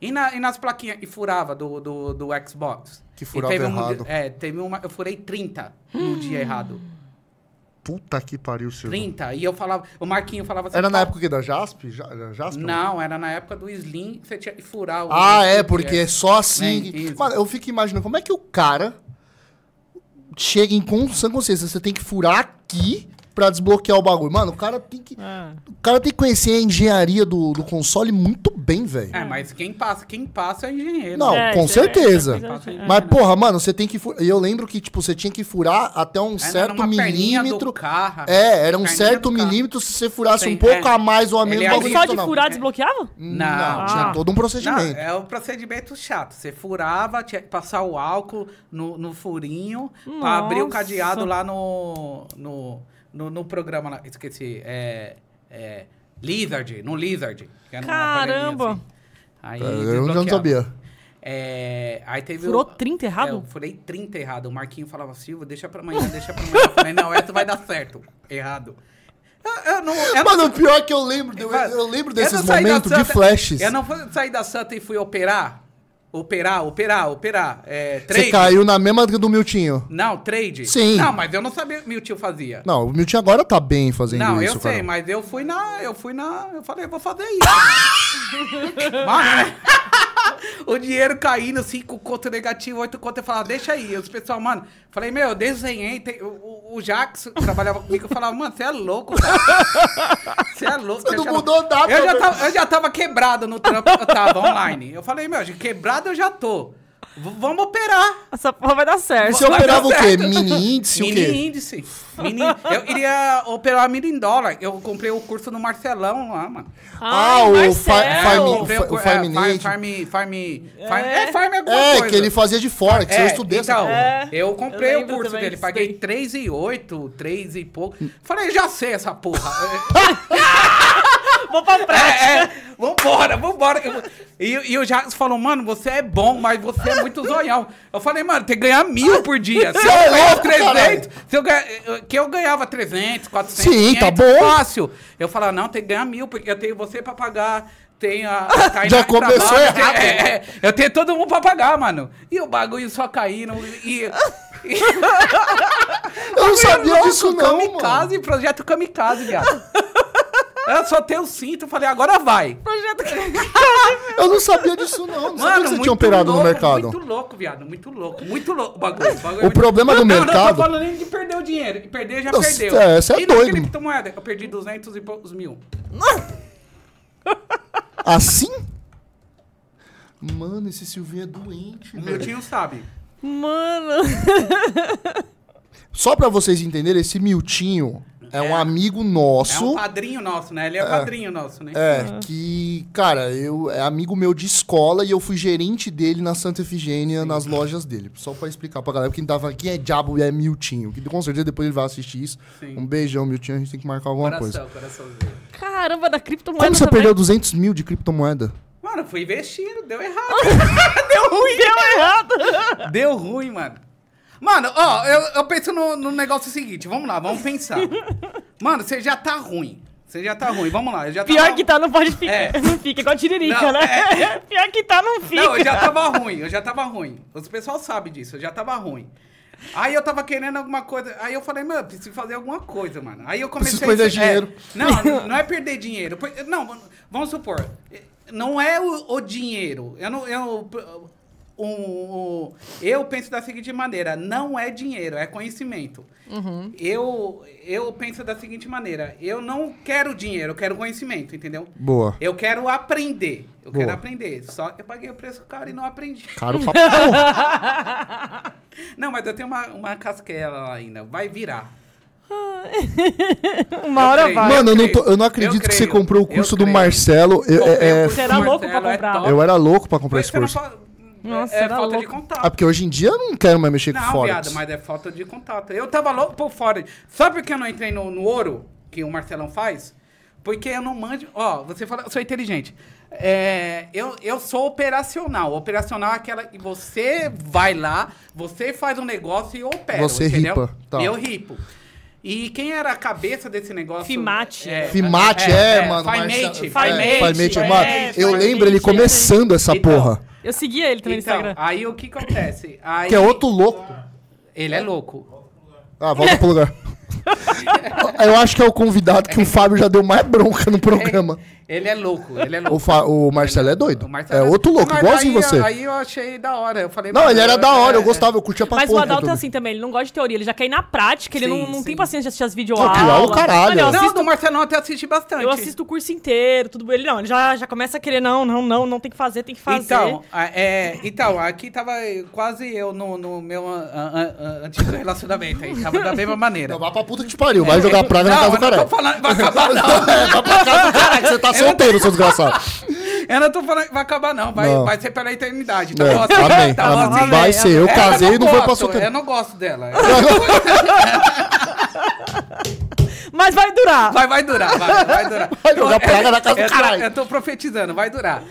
B: E, na- e nas plaquinhas que furava do, do, do Xbox?
A: Que
B: E
A: furava
B: teve um-
A: errado. Hum.
B: é, teve uma. Eu furei 30 no dia errado.
A: Puta que pariu, Silvio.
B: 30. E eu falava, o Marquinho falava assim.
A: Era na
B: "Pá,
A: época que da Jasp? Ja- ja- Jasp?
B: Não, era na época do Slim, você tinha que furar o.
A: Ah, é, porque é só assim.
B: É,
A: que-
B: isso.
A: Mano, eu fico imaginando como é que o cara chega em con- sã consciência. Você tem que furar aqui pra desbloquear o bagulho. Mano, o cara tem que.
C: Ah.
A: O cara tem que conhecer a engenharia do, do console muito bem, velho.
B: É, mas quem passa, quem passa é engenheiro.
A: Não,
B: né?
C: É,
A: com
C: isso é-
A: certeza.
C: isso é coisa de-
A: Mas, porra, mano, você tem que furar. Eu lembro que, tipo, você tinha que furar até um
B: Era
A: certo
B: numa perninha
A: milímetro.
B: Do carro,
A: É, era um
B: perninha
A: certo
B: do carro.
A: milímetro. Se você furasse
B: Sim,
A: um pouco
B: é.
A: a mais ou a
B: Ele
A: menos, o
B: é
C: Mas
A: bagulho
B: ali-
C: só de
A: funcionava.
C: furar desbloqueava?
A: Não,
B: Não.
A: tinha
C: Ah.
A: todo um
B: Não,
A: procedimento.
B: é um procedimento chato. Você furava, tinha que passar o álcool no, no furinho pra abrir o
C: Nossa.
B: cadeado lá no, no, no, no programa lá. Esqueci. É, é, Lizard, no Lizard. que era um
C: Caramba.
B: aparelhinho assim. Aí
A: eu já não
B: desbloqueava.
A: sabia.
B: É, aí teve
C: Furou
B: o-
C: 30
B: É, eu
C: errado?
B: furei 30 errado. O Marquinho falava, Silva, deixa pra amanhã, deixa pra amanhã. Eu falei, não, essa vai dar certo. Errado. Eu, eu não, eu não
A: Mano, o pior é que eu lembro, eu,
B: Mas
A: eu lembro
B: eu
A: desses
B: não saí da
A: momentos de
B: Santa-
A: flashes.
B: Eu não fui- saí da Santa e fui operar. Operar, operar, operar. É, trade.
A: Você caiu na mesma do Miltinho.
B: Não, trade.
A: Sim.
B: Não, mas eu não sabia o que meu tio fazia.
A: Não, o Miltinho agora tá bem fazendo
B: Não,
A: isso,
B: eu
A: cara.
B: sei, mas eu fui na. Eu fui na. Eu falei, eu vou fazer isso. Mas- né? o dinheiro caindo, cinco conto negativo, oito conto. Eu falava, deixa aí. Os pessoal, mano. Falei, meu, eu desenhei. tem- o, o, o Jax trabalhava comigo. Eu falava, mano, você é louco, cara. Você é louco.
A: Você não
B: achava-
A: mudou nada, né?
B: Eu já,
A: meu.
B: tava, eu já tava quebrado no trampo que eu tava online. Eu falei, meu, quebrado eu já tô. V- vamos operar.
C: Essa porra vai dar certo.
A: Você
B: Mas
A: operava o
B: deu
A: quê?
B: tá certo.
A: Mini índice, o
B: mini
A: quê?
B: índice. Mini... Eu iria operar mini em dólar. Eu comprei o curso no Marcelão lá, mano.
A: Ah,
C: Ai,
A: o
C: Marcelo.
A: fa- fa-
B: Eu
A: o
B: comprei
A: fa- o Farm
B: é,
A: Nation.
B: Farm, Farm, Farm- é. Farm alguma coisa.
A: É, que ele fazia de Forex, eu
B: É,
A: estudei essa
B: então,
A: porra.
C: porra.
B: eu comprei
C: Eu
B: o
C: lembro
B: curso
C: também
B: dele, paguei
C: disso
B: 3 e 8, 3 e pouco. Falei, já sei essa porra.
C: Vou pra praia.
B: é, é, vambora, vambora. Eu- e, e o Jacques falou, mano, você é bom, mas você é muito zoião. Eu falei, mano, tem que ganhar mil por dia. Se eu
A: Você é
B: ganhar
A: louco,
B: 300, se eu ganhar, eh, que eu ganhava 300, 400,
A: Sim, tá
B: 500,
A: bom.
B: fácil. Eu falava, não, tem que ganhar mil, porque eu tenho você pra pagar. Tem a. a Tainá
A: Já
B: que
A: começou
B: trabalha, tem-
A: errado.
B: é, é, eu tenho todo mundo pra pagar, mano. E o bagulho só caindo. E, e,
A: Eu não sabia
B: louco,
A: disso não, mano.
B: kamikaze, projeto kamikaze, viado. Eu só tenho cinto, eu falei, agora vai.
C: Projeto que-
A: Eu não sabia disso não. Não sabia que você
B: muito
A: tinha operado
B: louco,
A: no mercado.
B: Muito louco, viado. Muito louco. Muito louco o bagulho. bagulho
A: O
B: muito-
A: problema do
B: não, Não, não
A: mercado-
B: tô falando nem de perder o dinheiro. E Perder já
A: Não,
B: perdeu.
A: cê é- cê é
B: e na
A: doido.
B: criptomoeda? Eu perdi 200 e poucos mil.
A: Assim? Mano, esse Silvinho é doente,
B: O
A: velho.
B: meu tio sabe.
C: Mano.
A: Só pra vocês entenderem, esse Miltinho, É, um amigo nosso.
B: É um padrinho nosso, né? Ele é, padrinho nosso, né?
A: É, que, cara, eu é amigo meu de escola e eu fui gerente dele na Santa Efigênia, nas lojas dele. Só pra explicar pra galera, quem, tava, quem é diabo é Miltinho, que com certeza depois ele vai assistir isso.
B: Sim.
A: Um beijão, Miltinho, a gente tem que marcar alguma coisa.
B: Coração, coraçãozinho.
C: Caramba, da criptomoeda
A: Como você
C: Um também.
A: perdeu 200 mil de criptomoeda?
B: Mano, fui investindo, deu errado. deu ruim. Deu errado. deu ruim, mano. Mano, ó, eu, eu penso no, no negócio seguinte. Vamos lá, vamos pensar. Mano, você já tá ruim. Você já tá ruim, vamos lá. Eu já
C: Pior
B: tava-
C: que tá, não pode ficar.
B: É.
C: Não fica igual a tiririca,
B: Não,
C: né?
B: é.
C: Pior que tá, não fica.
B: Não, eu já tava ruim, eu já tava ruim. Os pessoal sabe disso, eu já tava ruim. Aí eu tava querendo alguma coisa. Aí eu falei, mano, preciso fazer alguma coisa, mano. Aí eu comecei
A: Preciso perder
B: é,
A: dinheiro.
B: não, não é perder dinheiro. Por- Não, vamos supor. Não é o, o dinheiro. Eu não. Eu, o- o- eu penso da seguinte maneira: não é dinheiro, é conhecimento. Eu, eu penso da seguinte maneira: eu não quero dinheiro, eu quero conhecimento, entendeu?
A: Boa.
B: Eu quero aprender. Eu
A: Boa.
B: quero aprender. Só que eu paguei o preço caro e não aprendi.
A: Caro pra porra.
B: Não, mas eu tenho uma, uma casquela lá ainda. Vai virar.
C: Uma hora
B: creio.
C: vai.
A: Mano, eu não, tô-
B: Ah, creio.
A: eu não acredito
B: Eu
A: que você
B: creio.
A: comprou o
B: Eu
A: curso do
B: creio.
A: Marcelo. Eu, é-
B: Comprei o
A: é-
B: curso
C: Você
B: do
C: era louco
B: Marcelo,
C: pra comprar.
B: É top.
A: eu era louco pra comprar
B: Mas
A: esse
B: você não
A: curso.
B: fa-
C: Nossa,
B: é, é
C: era
B: falta de
C: louco.
A: Ah,
B: contato.
A: porque hoje em dia eu não quero mais mexer com
B: Não,
A: Forex.
B: viado, mas é falta de contato. Eu tava louco por Forex. Sabe por que eu não entrei no, no ouro, que o Marcelão faz? Porque eu não manjo. Ó, você fala, eu sou inteligente. É, eu, eu sou operacional. Operacional é aquela que você vai lá, você faz um negócio e opera.
A: Você
B: entendeu?
A: ripa, tá.
B: Eu ripo. E quem era a cabeça desse negócio?
C: Fimate.
A: Fimate, é, mano.
B: Fimate,
A: Marcelo- é, Fimate,
C: Fimate, é,
A: mano. eu
C: Fimate,
A: lembro ele
C: isso aí.
A: começando essa
B: Então,
A: porra.
C: Eu seguia ele também no
B: Então,
C: Instagram.
B: aí o que acontece? Aí,
A: Que é outro louco.
B: Ele é louco.
A: Ah, volta pro lugar. eu acho que é o convidado que o Fábio já deu mais bronca no programa.
B: Ele é louco, ele é louco.
A: O, Fa- o Marcelo é doido.
B: O Marcelo-
A: É outro louco,
B: Mas
A: igualzinho
B: aí,
A: você.
B: Aí eu achei da hora. Eu falei,
A: Não,
B: mano,
A: ele era
B: eu-
A: da hora, eu
B: é,
A: gostava, eu curtia pra
C: Mas o
A: porra.
C: Adalto é
A: também.
C: assim também, ele não gosta de teoria, ele já quer ir na prática, ele
B: Sim,
C: não, não
B: sim.
C: tem paciência de assistir as videoaulas.
A: Não, que lá é o caralho.
C: Olha, eu
B: é. Não,
C: assisto,
B: do Marcelão até assisti bastante.
C: eu assisto o curso inteiro, tudo bom. Ele não, ele já, já começa a querer, não, não, não, não tem que fazer, tem que fazer.
B: Então, a- é, então, aqui tava quase eu no, no meu an- an- an- antigo relacionamento aí. Tava da mesma maneira.
A: Não, vai pra puta que te pariu, vai jogar praga na
B: é. Não,
A: casa do
B: eu não
A: caralho.
B: tô falando, vai acabar não.
A: É, vai pra casa do caralho, que você tá solteiro, seu desgraçado.
B: Eu não tô falando que vai acabar não. Vai,
A: Não.
B: vai ser pela eternidade. Tá
A: É,
B: bom, assim,
A: amém,
B: tá bom,
A: amém.
B: assim.
A: Vai ser, eu
B: Ela
A: casei e não foi pra
B: gosto, Eu
A: solteiro.
B: não gosto dela.
C: Mas vai durar.
B: Vai, vai durar, vai, vai durar.
A: Vai jogar praga na casa do
B: eu, tô-
A: caralho.
B: eu tô profetizando, vai durar.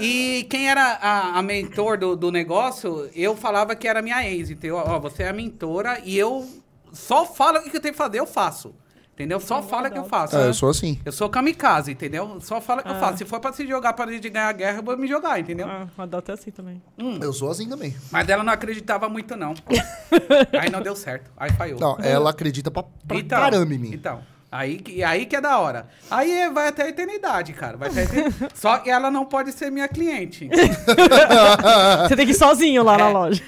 B: E quem era a, a mentor do, do negócio, eu falava que era minha ex. Então, ó, você é a mentora e eu só falo o que eu tenho que fazer, eu faço. Entendeu? Só fala o que eu faço.
A: É, eu sou assim.
B: Eu sou kamikaze, entendeu? Só fala o que eu faço. Se for pra se jogar pra gente ganhar a guerra, eu vou me jogar, entendeu?
C: Ah, o Adalto é assim também.
B: Hum.
A: Eu sou assim também.
B: Mas ela não acreditava muito, não. aí não deu certo. Aí falhou.
A: Não, ela acredita pra, pra caramba em mim.
B: Então, aí, que- aí que é da hora. Aí é- vai até a eternidade, cara. Vai até a eternidade. Só que ela não pode ser minha cliente.
C: Você tem que ir sozinho lá na
B: É.
C: loja.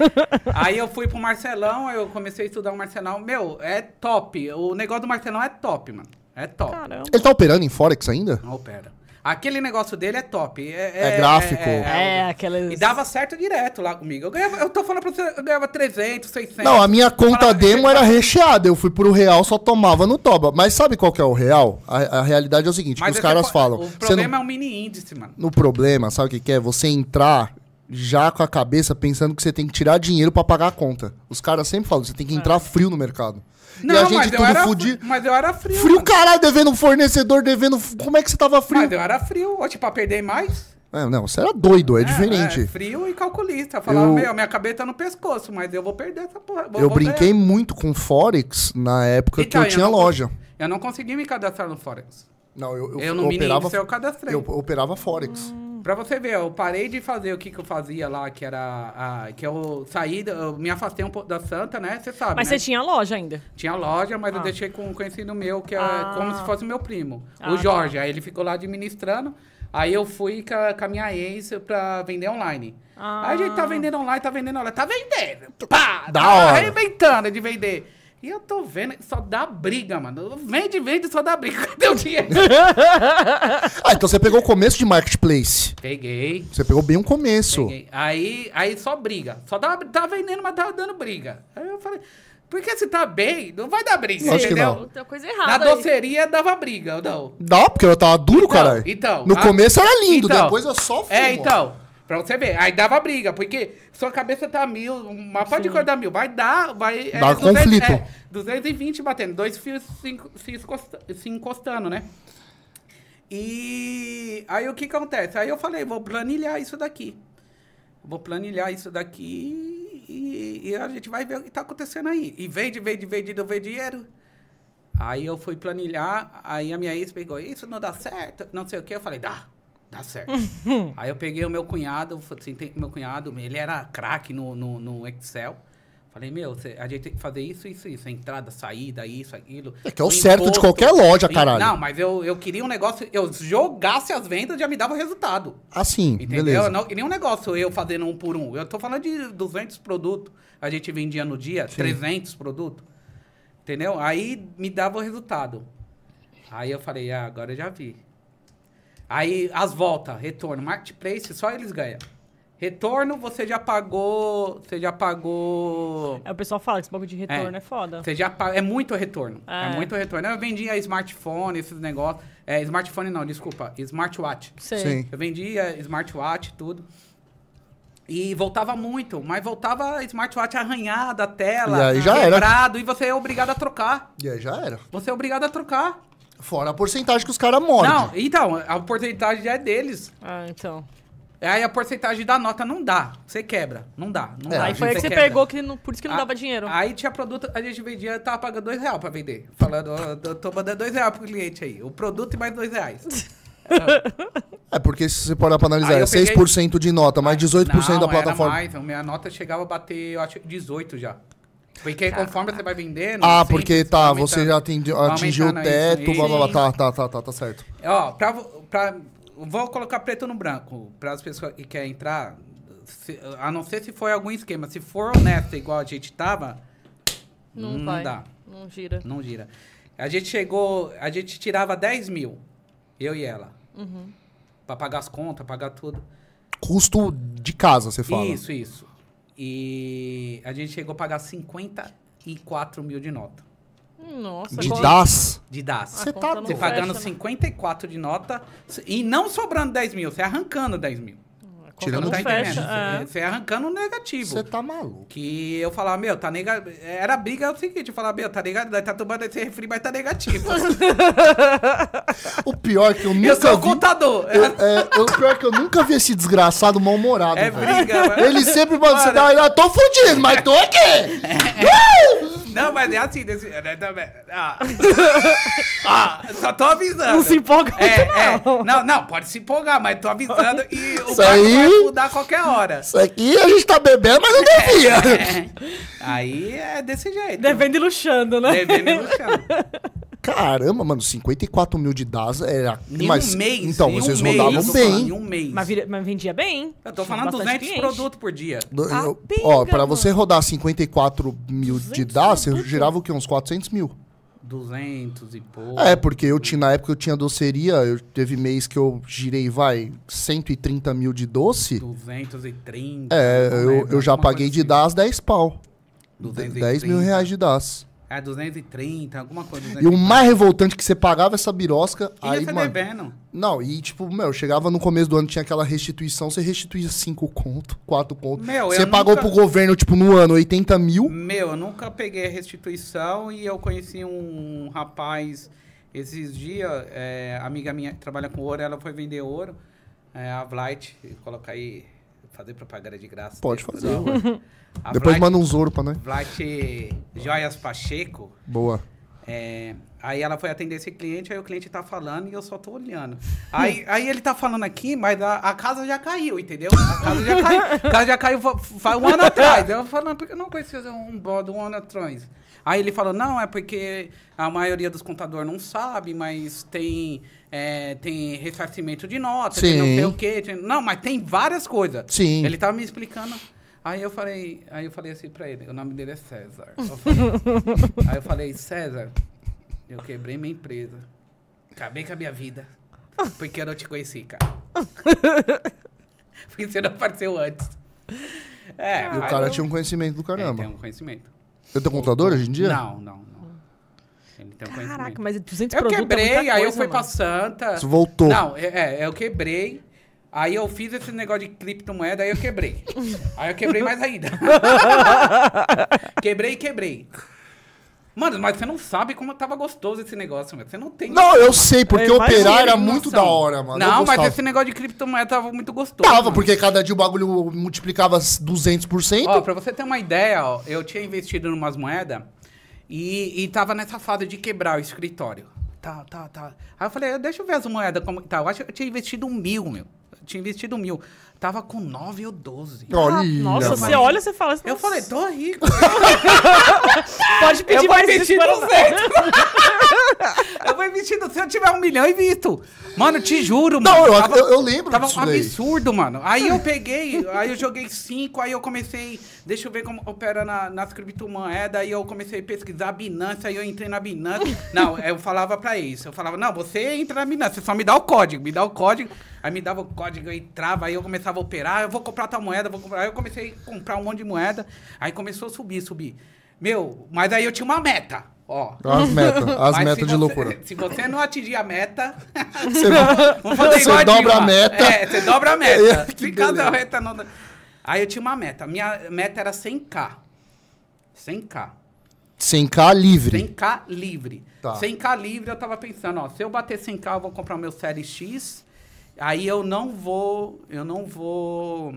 B: aí eu fui pro Marcelão, eu comecei a estudar o Marcelão. Meu, é top. O negócio do Marcelão é top, mano. É top.
C: Caramba.
A: Ele tá operando em Forex ainda?
B: Não opera. Aquele negócio dele é top. É,
A: É gráfico.
C: É, aquelas...
B: E dava certo direto lá comigo. Eu, ganhava, eu tô falando pra você, eu ganhava 300, 600.
A: Não, a minha conta
B: Falava,
A: demo é era recheada. Eu fui pro real, só tomava no toba. Mas sabe qual que é o real? A, a realidade é o seguinte, que
B: Mas
A: os
B: esse
A: caras
B: po-
A: falam.
B: O
A: "Você não...
B: problema é o mini índice, mano.
A: No problema, sabe o que, que é? Você entrar já com a cabeça pensando que você tem que tirar dinheiro pra pagar a conta. Os caras sempre falam, você tem
B: É.
A: que entrar frio no mercado. e a gente tudo
B: era,
A: fudido.
B: fri- mas eu era frio.
A: Frio,
B: mano.
A: caralho, devendo um fornecedor, devendo. Como é que você tava frio?
B: Mas eu era frio. Hoje, pra perder mais.
A: É, não, você era doido, é, diferente.
B: é, frio e calculista. Falava,
A: Eu-
B: meu, minha cabeça tá no pescoço, mas eu vou perder essa porra. vou-
A: eu
B: vou
A: brinquei
B: ganhar."
A: muito com Forex na época
B: Então,
A: que eu tinha
B: não-
A: loja.
B: Eu não consegui me cadastrar no Forex.
A: Não, eu, eu,
B: Eu
A: eu
B: no mini
A: operava.
B: índice é eu cadastrei.
A: Eu operava Forex.
B: Pra você ver, eu parei de fazer o que, que eu fazia lá, que era. a- que eu saí, da- eu me afastei um pouco da Santa, né? Você sabe.
C: Mas
B: né?
C: você tinha loja ainda.
B: Tinha loja, mas eu
C: Ah.
B: deixei com um conhecido meu, que é
C: Ah.
B: como se fosse meu primo,
C: Ah,
A: tá.
B: o Jorge. Aí ele ficou lá administrando. Aí eu fui com a, com a minha ex pra vender online.
C: Ah.
B: Aí a gente tá vendendo online, tá vendendo online, tá vendendo. Pá!
A: Da
B: tá
A: hora.
B: arrebentando de vender. E eu tô vendo, que só dá briga, mano. Vende, vende, só dá briga. Cadê o dinheiro?
A: Ah, então você pegou o começo de marketplace.
B: Peguei.
A: Você pegou bem o começo.
B: tá Peguei. Aí, aí só briga. Só tava, tava vendendo, mas tava dando briga. Aí eu falei, Porque se tá bem, não vai dar briga,
A: Lógico que
B: entendeu?
A: não.
C: Outra coisa
B: Na
C: errada. aí.
B: doceria dava briga, ou não?
A: Dá, porque eu tava duro, caralho.
B: então,
A: no
B: a-
A: começo era lindo,
B: então.
A: depois eu só fumo.
B: É, então. Pra você ver. Aí dava briga, porque sua cabeça tá mil, uma parte de coisa dá mil. Vai dar, vai...
A: Dá conflito.
B: É, 220 batendo, dois fios se, enco- se encosta- se encostando, né? E aí o que acontece? Aí eu falei, vou planilhar isso daqui. Vou planilhar isso daqui e, e a gente vai ver o que tá acontecendo aí. E vende, vende, vende, não vende dinheiro. Aí eu fui planilhar, aí a minha ex pegou, isso não dá certo, não sei o que. Eu falei, dá, dá certo. aí eu peguei o meu cunhado, sentei com o meu cunhado, ele era craque no, no, no Excel. Falei, meu, cê- a gente tem que fazer isso, isso, isso. Entrada, saída, isso, aquilo.
A: É que é o certo de qualquer loja, caralho.
B: Não, mas eu, eu queria um negócio, eu jogasse as vendas, já me dava resultado.
A: Assim,
B: Entendeu?
A: beleza.
B: Não, e nenhum negócio eu fazendo um por um. Eu tô falando de 200 produtos. A gente vendia no dia, 300 produtos. Entendeu? Aí me dava o resultado. Aí eu falei, ah, agora eu já vi. Aí as voltas, retorno, marketplace, só eles ganham. Retorno, você já pagou. Você já pagou.
C: Aí o pessoal fala que esse bagulho de retorno é, foda.
B: Você já pa- é muito retorno. É.
C: É.
B: muito retorno. Eu vendia smartphone, esses negócios. É, smartphone não, desculpa. Smartwatch.
C: Sei.
A: Sim.
B: Eu vendia smartwatch, tudo. E voltava muito, mas voltava smartwatch arranhada, a
A: E
B: tela,
A: aí já era.
B: quebrado, e você é obrigado a trocar.
A: E aí já era.
B: Você é obrigado a trocar.
A: Fora a porcentagem que os caras morrem.
B: Não, então, a porcentagem já é deles.
C: Ah, então.
B: Aí a porcentagem da nota não dá. Você quebra. Não dá. Não
A: É,
B: dá.
A: a
C: aí foi aí que você
B: quebra.
C: pegou, que não, por isso que não
B: A-
C: dava dinheiro.
B: Aí tinha produto, a gente vendia, tava pagando dois reais pra vender. Falando, ó, eu tô mandando dois reais pro cliente aí. O produto e mais dois reais.
A: É porque se você parar pra analisar,
B: Aí eu Ah,
A: é 6% de nota, mais 18% da
B: Não, era
A: plataforma.
B: mais, a minha nota chegava a bater, eu acho, 18 já. Porque conforme você vai vendendo...
A: Ah,
B: sempre
A: porque
B: você
A: tá,
B: vai
A: você
B: aumentando. Tá
A: já atingiu, atingiu o
B: Aumentando isso,
A: teto, blá blá blá.
B: isso.
A: Tá, tá, tá, tá, tá certo.
B: Ó, pra, vo- pra- vou colocar preto no branco, para as pessoas que querem entrar, se- a não ser se foi algum esquema. Se for honesto, igual a gente tava,
C: Não, vai.
B: dá.
C: Não gira.
B: Não gira. A gente chegou, a gente tirava 10 mil, eu e ela,
C: Uhum.
B: pra pagar as contas, pagar tudo.
A: Custo de casa, você fala.
B: Isso, isso. E a gente chegou a pagar 54 mil de nota,
C: Nossa,
A: De
C: qual-
A: DAS.
B: de DAS.
A: Você
C: A
A: tá
C: conta não
B: Você
A: doido.
B: pagando
C: fecha, né?
B: 54 de nota e não sobrando 10 mil, você arrancando 10 mil.
C: A conta
A: Tirando
C: não
A: tudo.
C: fecha.
B: Você- tá
C: é.
B: Você arrancando um negativo.
A: Você tá maluco.
B: Que eu falava, meu, tá negativo. Era a briga é o seguinte, eu falava, meu, tá negativo, nós tá tomando esse refri, mas tá negativo.
A: O pior é que eu
B: eu
A: nunca
B: sou o
A: vi.
B: contador.
A: Eu, é, eu- o pior é que eu nunca vi esse desgraçado mal-humorado.
B: É
A: velho.
B: briga, mano.
A: Ele sempre manda você dá, eu tô fudido, mas tô aqui!
B: Não, mas é assim, desse... né, também. Ah. Ah, só tô avisando.
C: Não se empolga
B: É,
C: muito,
B: é.
C: não.
B: Não, não, pode se empolgar, mas tô avisando e o
A: Isso
B: barco vai
A: aí-
B: mudar a qualquer hora.
A: Isso aqui a gente tá bebendo, mas não devia.
B: Aí é desse jeito.
C: Devendo e luxando, né?
B: Devendo e luxando.
A: Caramba, mano, 54 mil de DAS era.
B: Em
A: mas,
B: um mês.
A: Então,
B: em um
A: vocês
B: mês,
A: rodavam
B: eu tô
A: bem.
B: falando, Em um mês.
C: Mas, vira- mas vendia bem, hein?
B: Eu tô
C: Tinha
B: falando
C: bastante
B: 200
C: cliente.
B: produtos por dia.
A: Do-
C: Ah,
A: eu-
C: pinga,
A: ó, pra
C: mano.
A: você rodar 54 mil de
C: 200
A: DAS, você
C: produtos?
A: girava o quê? Uns 400 mil.
B: 200 e pouco.
A: É, porque eu tinha, na época eu tinha doceria, eu teve mês que eu girei, vai, 130 mil de doce.
B: 230.
A: É,
B: não
A: eu,
B: lembro,
A: eu já
B: alguma
A: paguei
B: coisa assim.
A: de DAS 10 pau. De-
B: 230.
A: 10 mil reais de DAS.
B: É, 230, alguma coisa. assim.
A: E o mais revoltante que você pagava essa birosca,
B: é tá. E
A: aí,
B: você
A: mano.
B: devendo.
A: Não, e tipo, meu, chegava no começo do ano, tinha aquela restituição, você restituía 5 conto, 4 conto.
B: Meu,
A: um você
B: eu
A: pagou
B: nunca-
A: pro governo, tipo, no ano, 80 mil.
B: Meu, eu nunca peguei a restituição e eu conheci um rapaz esses dias, é, amiga minha que trabalha com ouro, ela foi vender ouro, é, a Vlight, coloca aí, fazer propaganda de graça.
A: Pode
B: Não.
A: fazer,
B: A
A: Depois
B: Vlight-
A: manda uns ouro pra nós.
B: Vlight Joias Pacheco,
A: Boa.
B: É, aí ela foi atender esse cliente, aí o cliente tá falando e eu só tô olhando. Aí, aí ele tá falando aqui, mas a, a casa já caiu, entendeu? A casa já caiu. A casa já caiu fa- fa- um ano atrás. Eu falo, não, porque eu não conhecia um bode um ano atrás. Aí ele falou, não, é porque a maioria dos contadores não sabe, mas tem, é, tem ressarcimento de nota, tem não sei
A: Sim.
B: o quê. tem- Não, mas tem várias coisas.
A: Sim.
B: Ele tava me explicando. Aí eu falei, aí eu falei assim pra ele, o nome dele é César. Eu falei- aí eu falei, César, eu quebrei minha empresa. Acabei com a minha vida. Porque eu não te conheci, cara. Porque você não apareceu antes. É,
A: E o
B: aí
A: cara
B: eu-
A: tinha um conhecimento do
B: é,
A: caramba.
B: tem um conhecimento.
A: Eu tenho computador hoje em dia?
B: Não, não, não. Ele tem um conhecimento.
C: Caraca, mas 200
B: Eu
C: produtos é
B: quebrei,
C: muita
B: aí eu
C: coisa,
B: fui pra
C: mano.
B: Santa.
A: Isso voltou.
B: Não, é, é, eu quebrei. Aí eu fiz esse negócio de criptomoeda, aí eu quebrei. aí eu quebrei mais ainda. quebrei e quebrei. Mano, mas você não sabe como tava gostoso esse negócio, mano. Você não tem.
A: Não, eu sei, porque
C: Eu imagino,
A: operar era
C: noção.
A: muito da hora, mano.
B: Não,
A: eu
B: mas
A: gostava.
B: esse negócio de criptomoeda tava muito gostoso.
A: Tava,
B: mano.
A: porque cada dia o bagulho multiplicava 200%.
B: Ó, pra você ter uma ideia, ó, eu tinha investido em umas moedas e, e tava nessa fase de quebrar o escritório. Tá, tá, tá. Aí eu falei, deixa eu ver as moedas como que tá. Eu acho que eu tinha investido um mil, meu. Eu tinha investido um mil. Tava com nove ou doze.
A: Olha,
C: Nossa,
A: mano.
C: você olha e você fala.
B: Eu falei, tô rico.
C: pode pedir
B: eu vou
C: mais
B: investir
C: para-
B: 200. eu vou investir, no- se eu tiver um milhão, invisto. Mano, te juro, mano.
A: Não, eu,
B: Tava-
A: eu, eu lembro
B: Tava
A: disso
B: um
A: daí.
B: absurdo, mano. Aí eu peguei, aí eu joguei cinco, aí eu comecei. Deixa eu ver como opera na, nas criptomoedas. Aí eu comecei a pesquisar a Binance, aí eu entrei na Binance. Não, eu falava pra isso. Eu falava, não, você entra na Binance, você só me dá o código, me dá o código. Aí me dava o código, eu entrava, aí eu começava a operar, eu vou comprar tal moeda, vou comprar. Aí eu comecei a comprar um monte de moeda. Aí começou a subir, subir. Meu, mas aí eu tinha uma meta, ó.
A: As metas, as
B: Mas se
A: metas de
B: você-
A: loucura.
B: Se você não atingir a meta,
A: Você,
B: Vamos fazer
A: você
B: igual a
A: dobra a
B: Dilma.
A: meta.
B: É, você dobra a meta.
A: Que
B: Se cada
A: beleza.
B: meta não... dá- Aí eu tinha uma meta. Minha meta era 100k. 100k.
A: 100k livre.
B: 100k livre.
A: Tá.
B: 100k livre, eu tava pensando, ó, se eu bater 100k, eu vou comprar o meu Série X. Aí eu não vou, eu não vou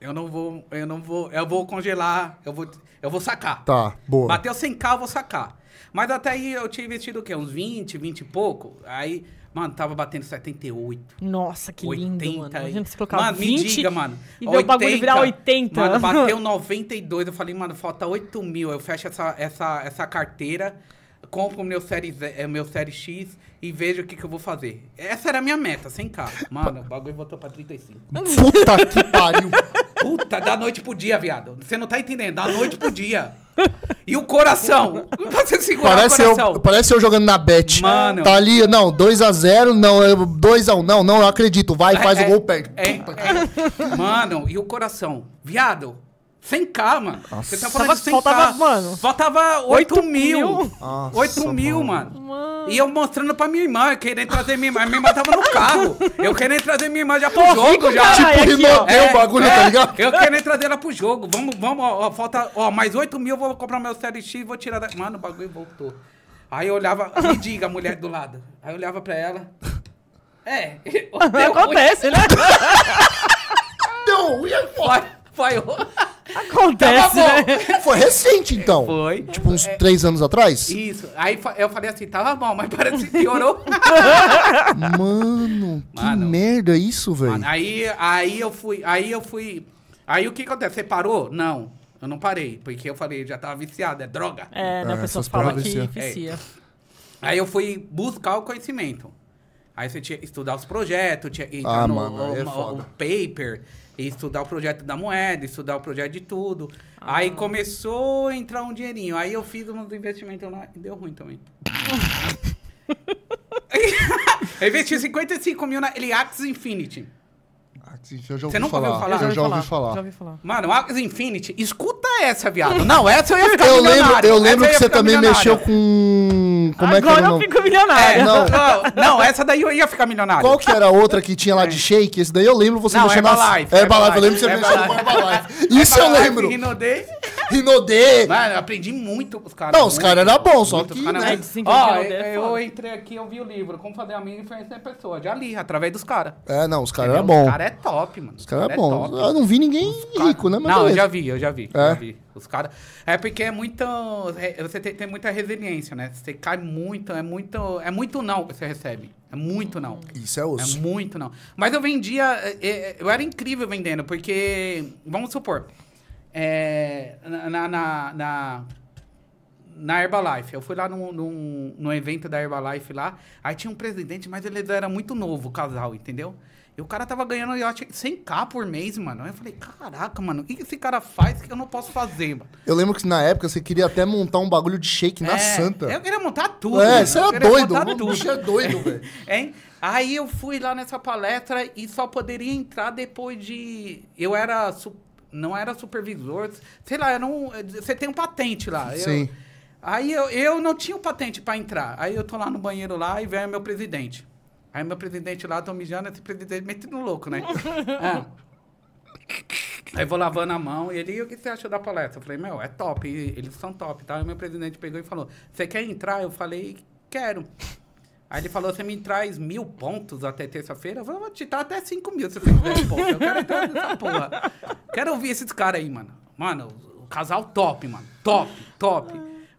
B: eu não vou, eu não vou, eu vou congelar, eu vou eu vou sacar.
A: Tá, boa.
B: Bateu 100k, eu vou sacar. Mas até aí eu tinha investido o quê? Uns 20, 20 e pouco. Aí, mano, tava batendo 78.
C: Nossa, que lindo,
B: 80
C: mano.
B: e-
C: Imagina você colocar
B: Mano,
C: 20
B: me diga, mano.
C: e ver o bagulho virar 80.
B: Mano, bateu 92. Eu falei, mano, falta 8 mil. Eu fecho essa, essa, essa carteira, compro o meu série, Z- eh, meu série X e vejo o que, que eu vou fazer. Essa era a minha meta, 100k. Mano, o bagulho voltou pra 35.
A: Puta que pariu.
B: Puta, da noite pro dia, viado. Você não tá entendendo, da noite pro dia. E o coração? Você segurar
A: Parece
B: o coração.
A: eu, parece eu jogando na bet.
B: Mano.
A: Tá ali, não, 2x0, não, é 2x1, não, não, eu acredito. Vai, faz o
B: É,
A: gol, perde.
B: é, é. Mano, e o coração? Viado, 100k, mano. Você tá falando
C: Tava-
B: de 100k.
C: faltava, mano,
B: Faltava 8,
C: oito
B: mil.
C: mil.
B: 8
A: Nossa,
B: mil, mano. E eu mostrando pra minha irmã, querendo trazer minha irmã. Minha irmã tava no carro. Eu querendo trazer minha irmã já pro jogo, já. É,
C: caralho.
A: Tipo,
C: aqui, ó.
A: Rinodeu o bagulho, tá ligado?
B: Eu querendo trazer ela pro jogo. Vamos, vamos, ó, ó, falta, ó, mais 8 mil, eu vou comprar meu Série X e vou tirar da. Mano, o bagulho voltou. Aí eu olhava, me diga a mulher do lado. Aí eu olhava pra ela. É, deu ruim.
C: Acontece, né?
A: Não, e aí, pô,
B: Vai, vai, ô.
C: Acontece,
B: Tava
C: né?
A: foi recente, então.
B: Foi. É.
A: Tipo, uns 3 anos atrás?
B: Isso. Aí fa- eu falei assim, tava bom, mas parece que piorou. Ah,
A: Mano, que
B: Mano.
A: merda é isso, velho?
B: Mano, aí, aí eu fui, aí eu fui. Aí o que acontece? Você parou? Não, eu não parei, porque eu falei, já tava viciado, é droga.
C: É, né?
A: É,
C: A pessoa
A: essas
C: fala
A: palavras
C: que
A: vicia.
C: vicia.
B: Aí eu fui buscar o conhecimento. Aí você tinha que estudar os projetos, tinha que entrar
A: Ah,
B: no
A: mano, aí é
B: o- o-
A: foda.
B: o paper, e estudar o projeto da moeda, estudar o projeto de tudo. Aí começou a entrar um dinheirinho. Aí eu fiz uns investimentos lá e deu ruim também. eu investi 55 mil na Eliax Infinity.
A: Eu já
B: Você nunca ouviu falar?
A: Eu já ouvi
C: Já
A: falar.
C: ouvi falar.
B: Mano, Axis Infinity, escuta essa, viado. Não, essa eu ia ficar
A: Eu lembro,
B: milionário.
A: eu
B: Essa
A: lembro
B: ia
A: que você
B: ficar
A: também
B: milionário.
A: mexeu com. Como é que
C: Agora
A: era o
C: eu
A: nome?
C: fico
B: É,
C: milionário.
A: não.
B: não. não, essa daí eu ia ficar milionário.
A: Qual que era a outra que tinha lá de shake? Esse daí eu lembro você
B: É. Não,
A: mexendo nas-
B: Herbalife,
A: Herbalife, eu lembro
B: Herbalife,
A: você mexendo com
B: Herbalife.
A: Herbalife. Isso eu
B: Herbalife, né?
A: lembro.
B: Rinodê.
A: Rinodê.
B: Mano, eu aprendi muito com os caras.
A: Não, os
B: muito,
A: caras eram bons, só
B: muito, os
A: que,
B: caras
A: né?
B: eram-
C: É, sim,
B: Ó,
C: Rinodê é
B: eu,
C: foda.
B: entrei aqui, eu vi o livro, como fazer a minha influência na pessoa. Já li, através dos caras.
A: É, não, os caras
B: Entendeu?
A: eram bons.
B: Os
A: Os
B: caras é top, mano. Os
A: caras
B: cara
A: eram
B: é
A: bons.
B: top.
A: Eu não vi ninguém rico, né? Mas
B: não, eu
A: beleza.
B: já vi, eu já vi.
A: É?
B: já vi. Os caras. É porque é muito. é- você tem, tem muita resiliência, né? Você cai muito, é muito. É muito não que você recebe. É muito não.
A: Isso é
B: É
A: osso.
B: muito não. Mas eu vendia. é, é, Eu era incrível vendendo, porque. Vamos supor. é, na- na, na, na, na Herbalife. Eu fui lá num, num, num evento da Herbalife lá. Aí tinha um presidente, mas ele era muito novo, o casal, entendeu? E o cara tava ganhando, eu acho, que 100k por mês, mano. Aí eu falei, caraca, mano, o que que esse cara faz que eu não posso fazer, mano?
A: Eu lembro que na época você queria até montar um bagulho de shake na
B: É,
A: Santa.
B: Eu
A: É,
B: queria montar tudo. mano.
A: você
B: Eu
A: era
B: queria
A: doido.
B: montar
A: O
B: tudo.
A: bicho é doido, velho.
B: Hein? Aí eu fui lá nessa palestra e só poderia entrar depois de. Eu era. su- não era supervisor, sei lá, era um, você tem um patente lá. Eu-
A: Sim.
B: aí eu, eu não tinha o patente para entrar. Aí eu tô lá no banheiro lá e vem meu presidente. Aí meu presidente lá, tô mijando, esse presidente metendo louco, né? Ah. Aí vou lavando a mão, e ele, "E o que você achou da palestra? Eu falei, meu, é top, e eles são top, tá? Aí meu presidente pegou e falou, você quer entrar? Eu falei, quero. Aí ele falou, você me traz mil pontos até terça-feira? Eu falei, vou te dar até cinco mil se você quiser pontos. Eu quero entrar nessa porra. Quero ouvir esses caras aí, mano. Mano, o casal top, mano. Top, top.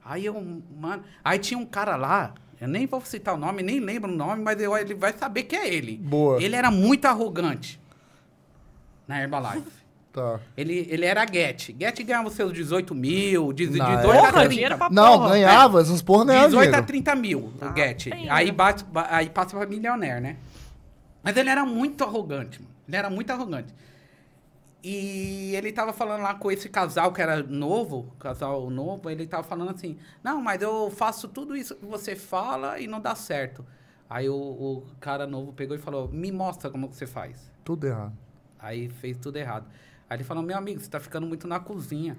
B: Aí eu, mano... Aí tinha um cara lá, eu nem vou citar o nome, nem lembro o nome, mas eu- ele vai saber que é ele.
A: Boa.
B: Ele era muito arrogante na Herbalife.
A: Tá.
B: Ele, ele era Get. Get ganhava os seus 18 mil, de-
A: Na
B: 18
A: época-
B: a
C: Porra,
B: 30.
C: dinheiro pra
A: Não,
C: porra.
A: ganhava,
B: é.
A: essas porra ganhava
B: 18 a
A: dinheiro.
B: 30 mil o Get.
C: bem,
B: Aí,
C: né?
B: bate, ba- aí passa pra milionaire, né? Mas ele era muito arrogante, mano. Ele era muito arrogante. E ele tava falando lá com esse casal que era novo, casal novo, ele tava falando assim, não, mas eu faço tudo isso que você fala e não dá certo. Aí o, o cara novo pegou e falou, me mostra como que você faz.
A: Tudo errado.
B: Aí fez tudo errado. Aí ele falou, meu amigo, você tá ficando muito na cozinha.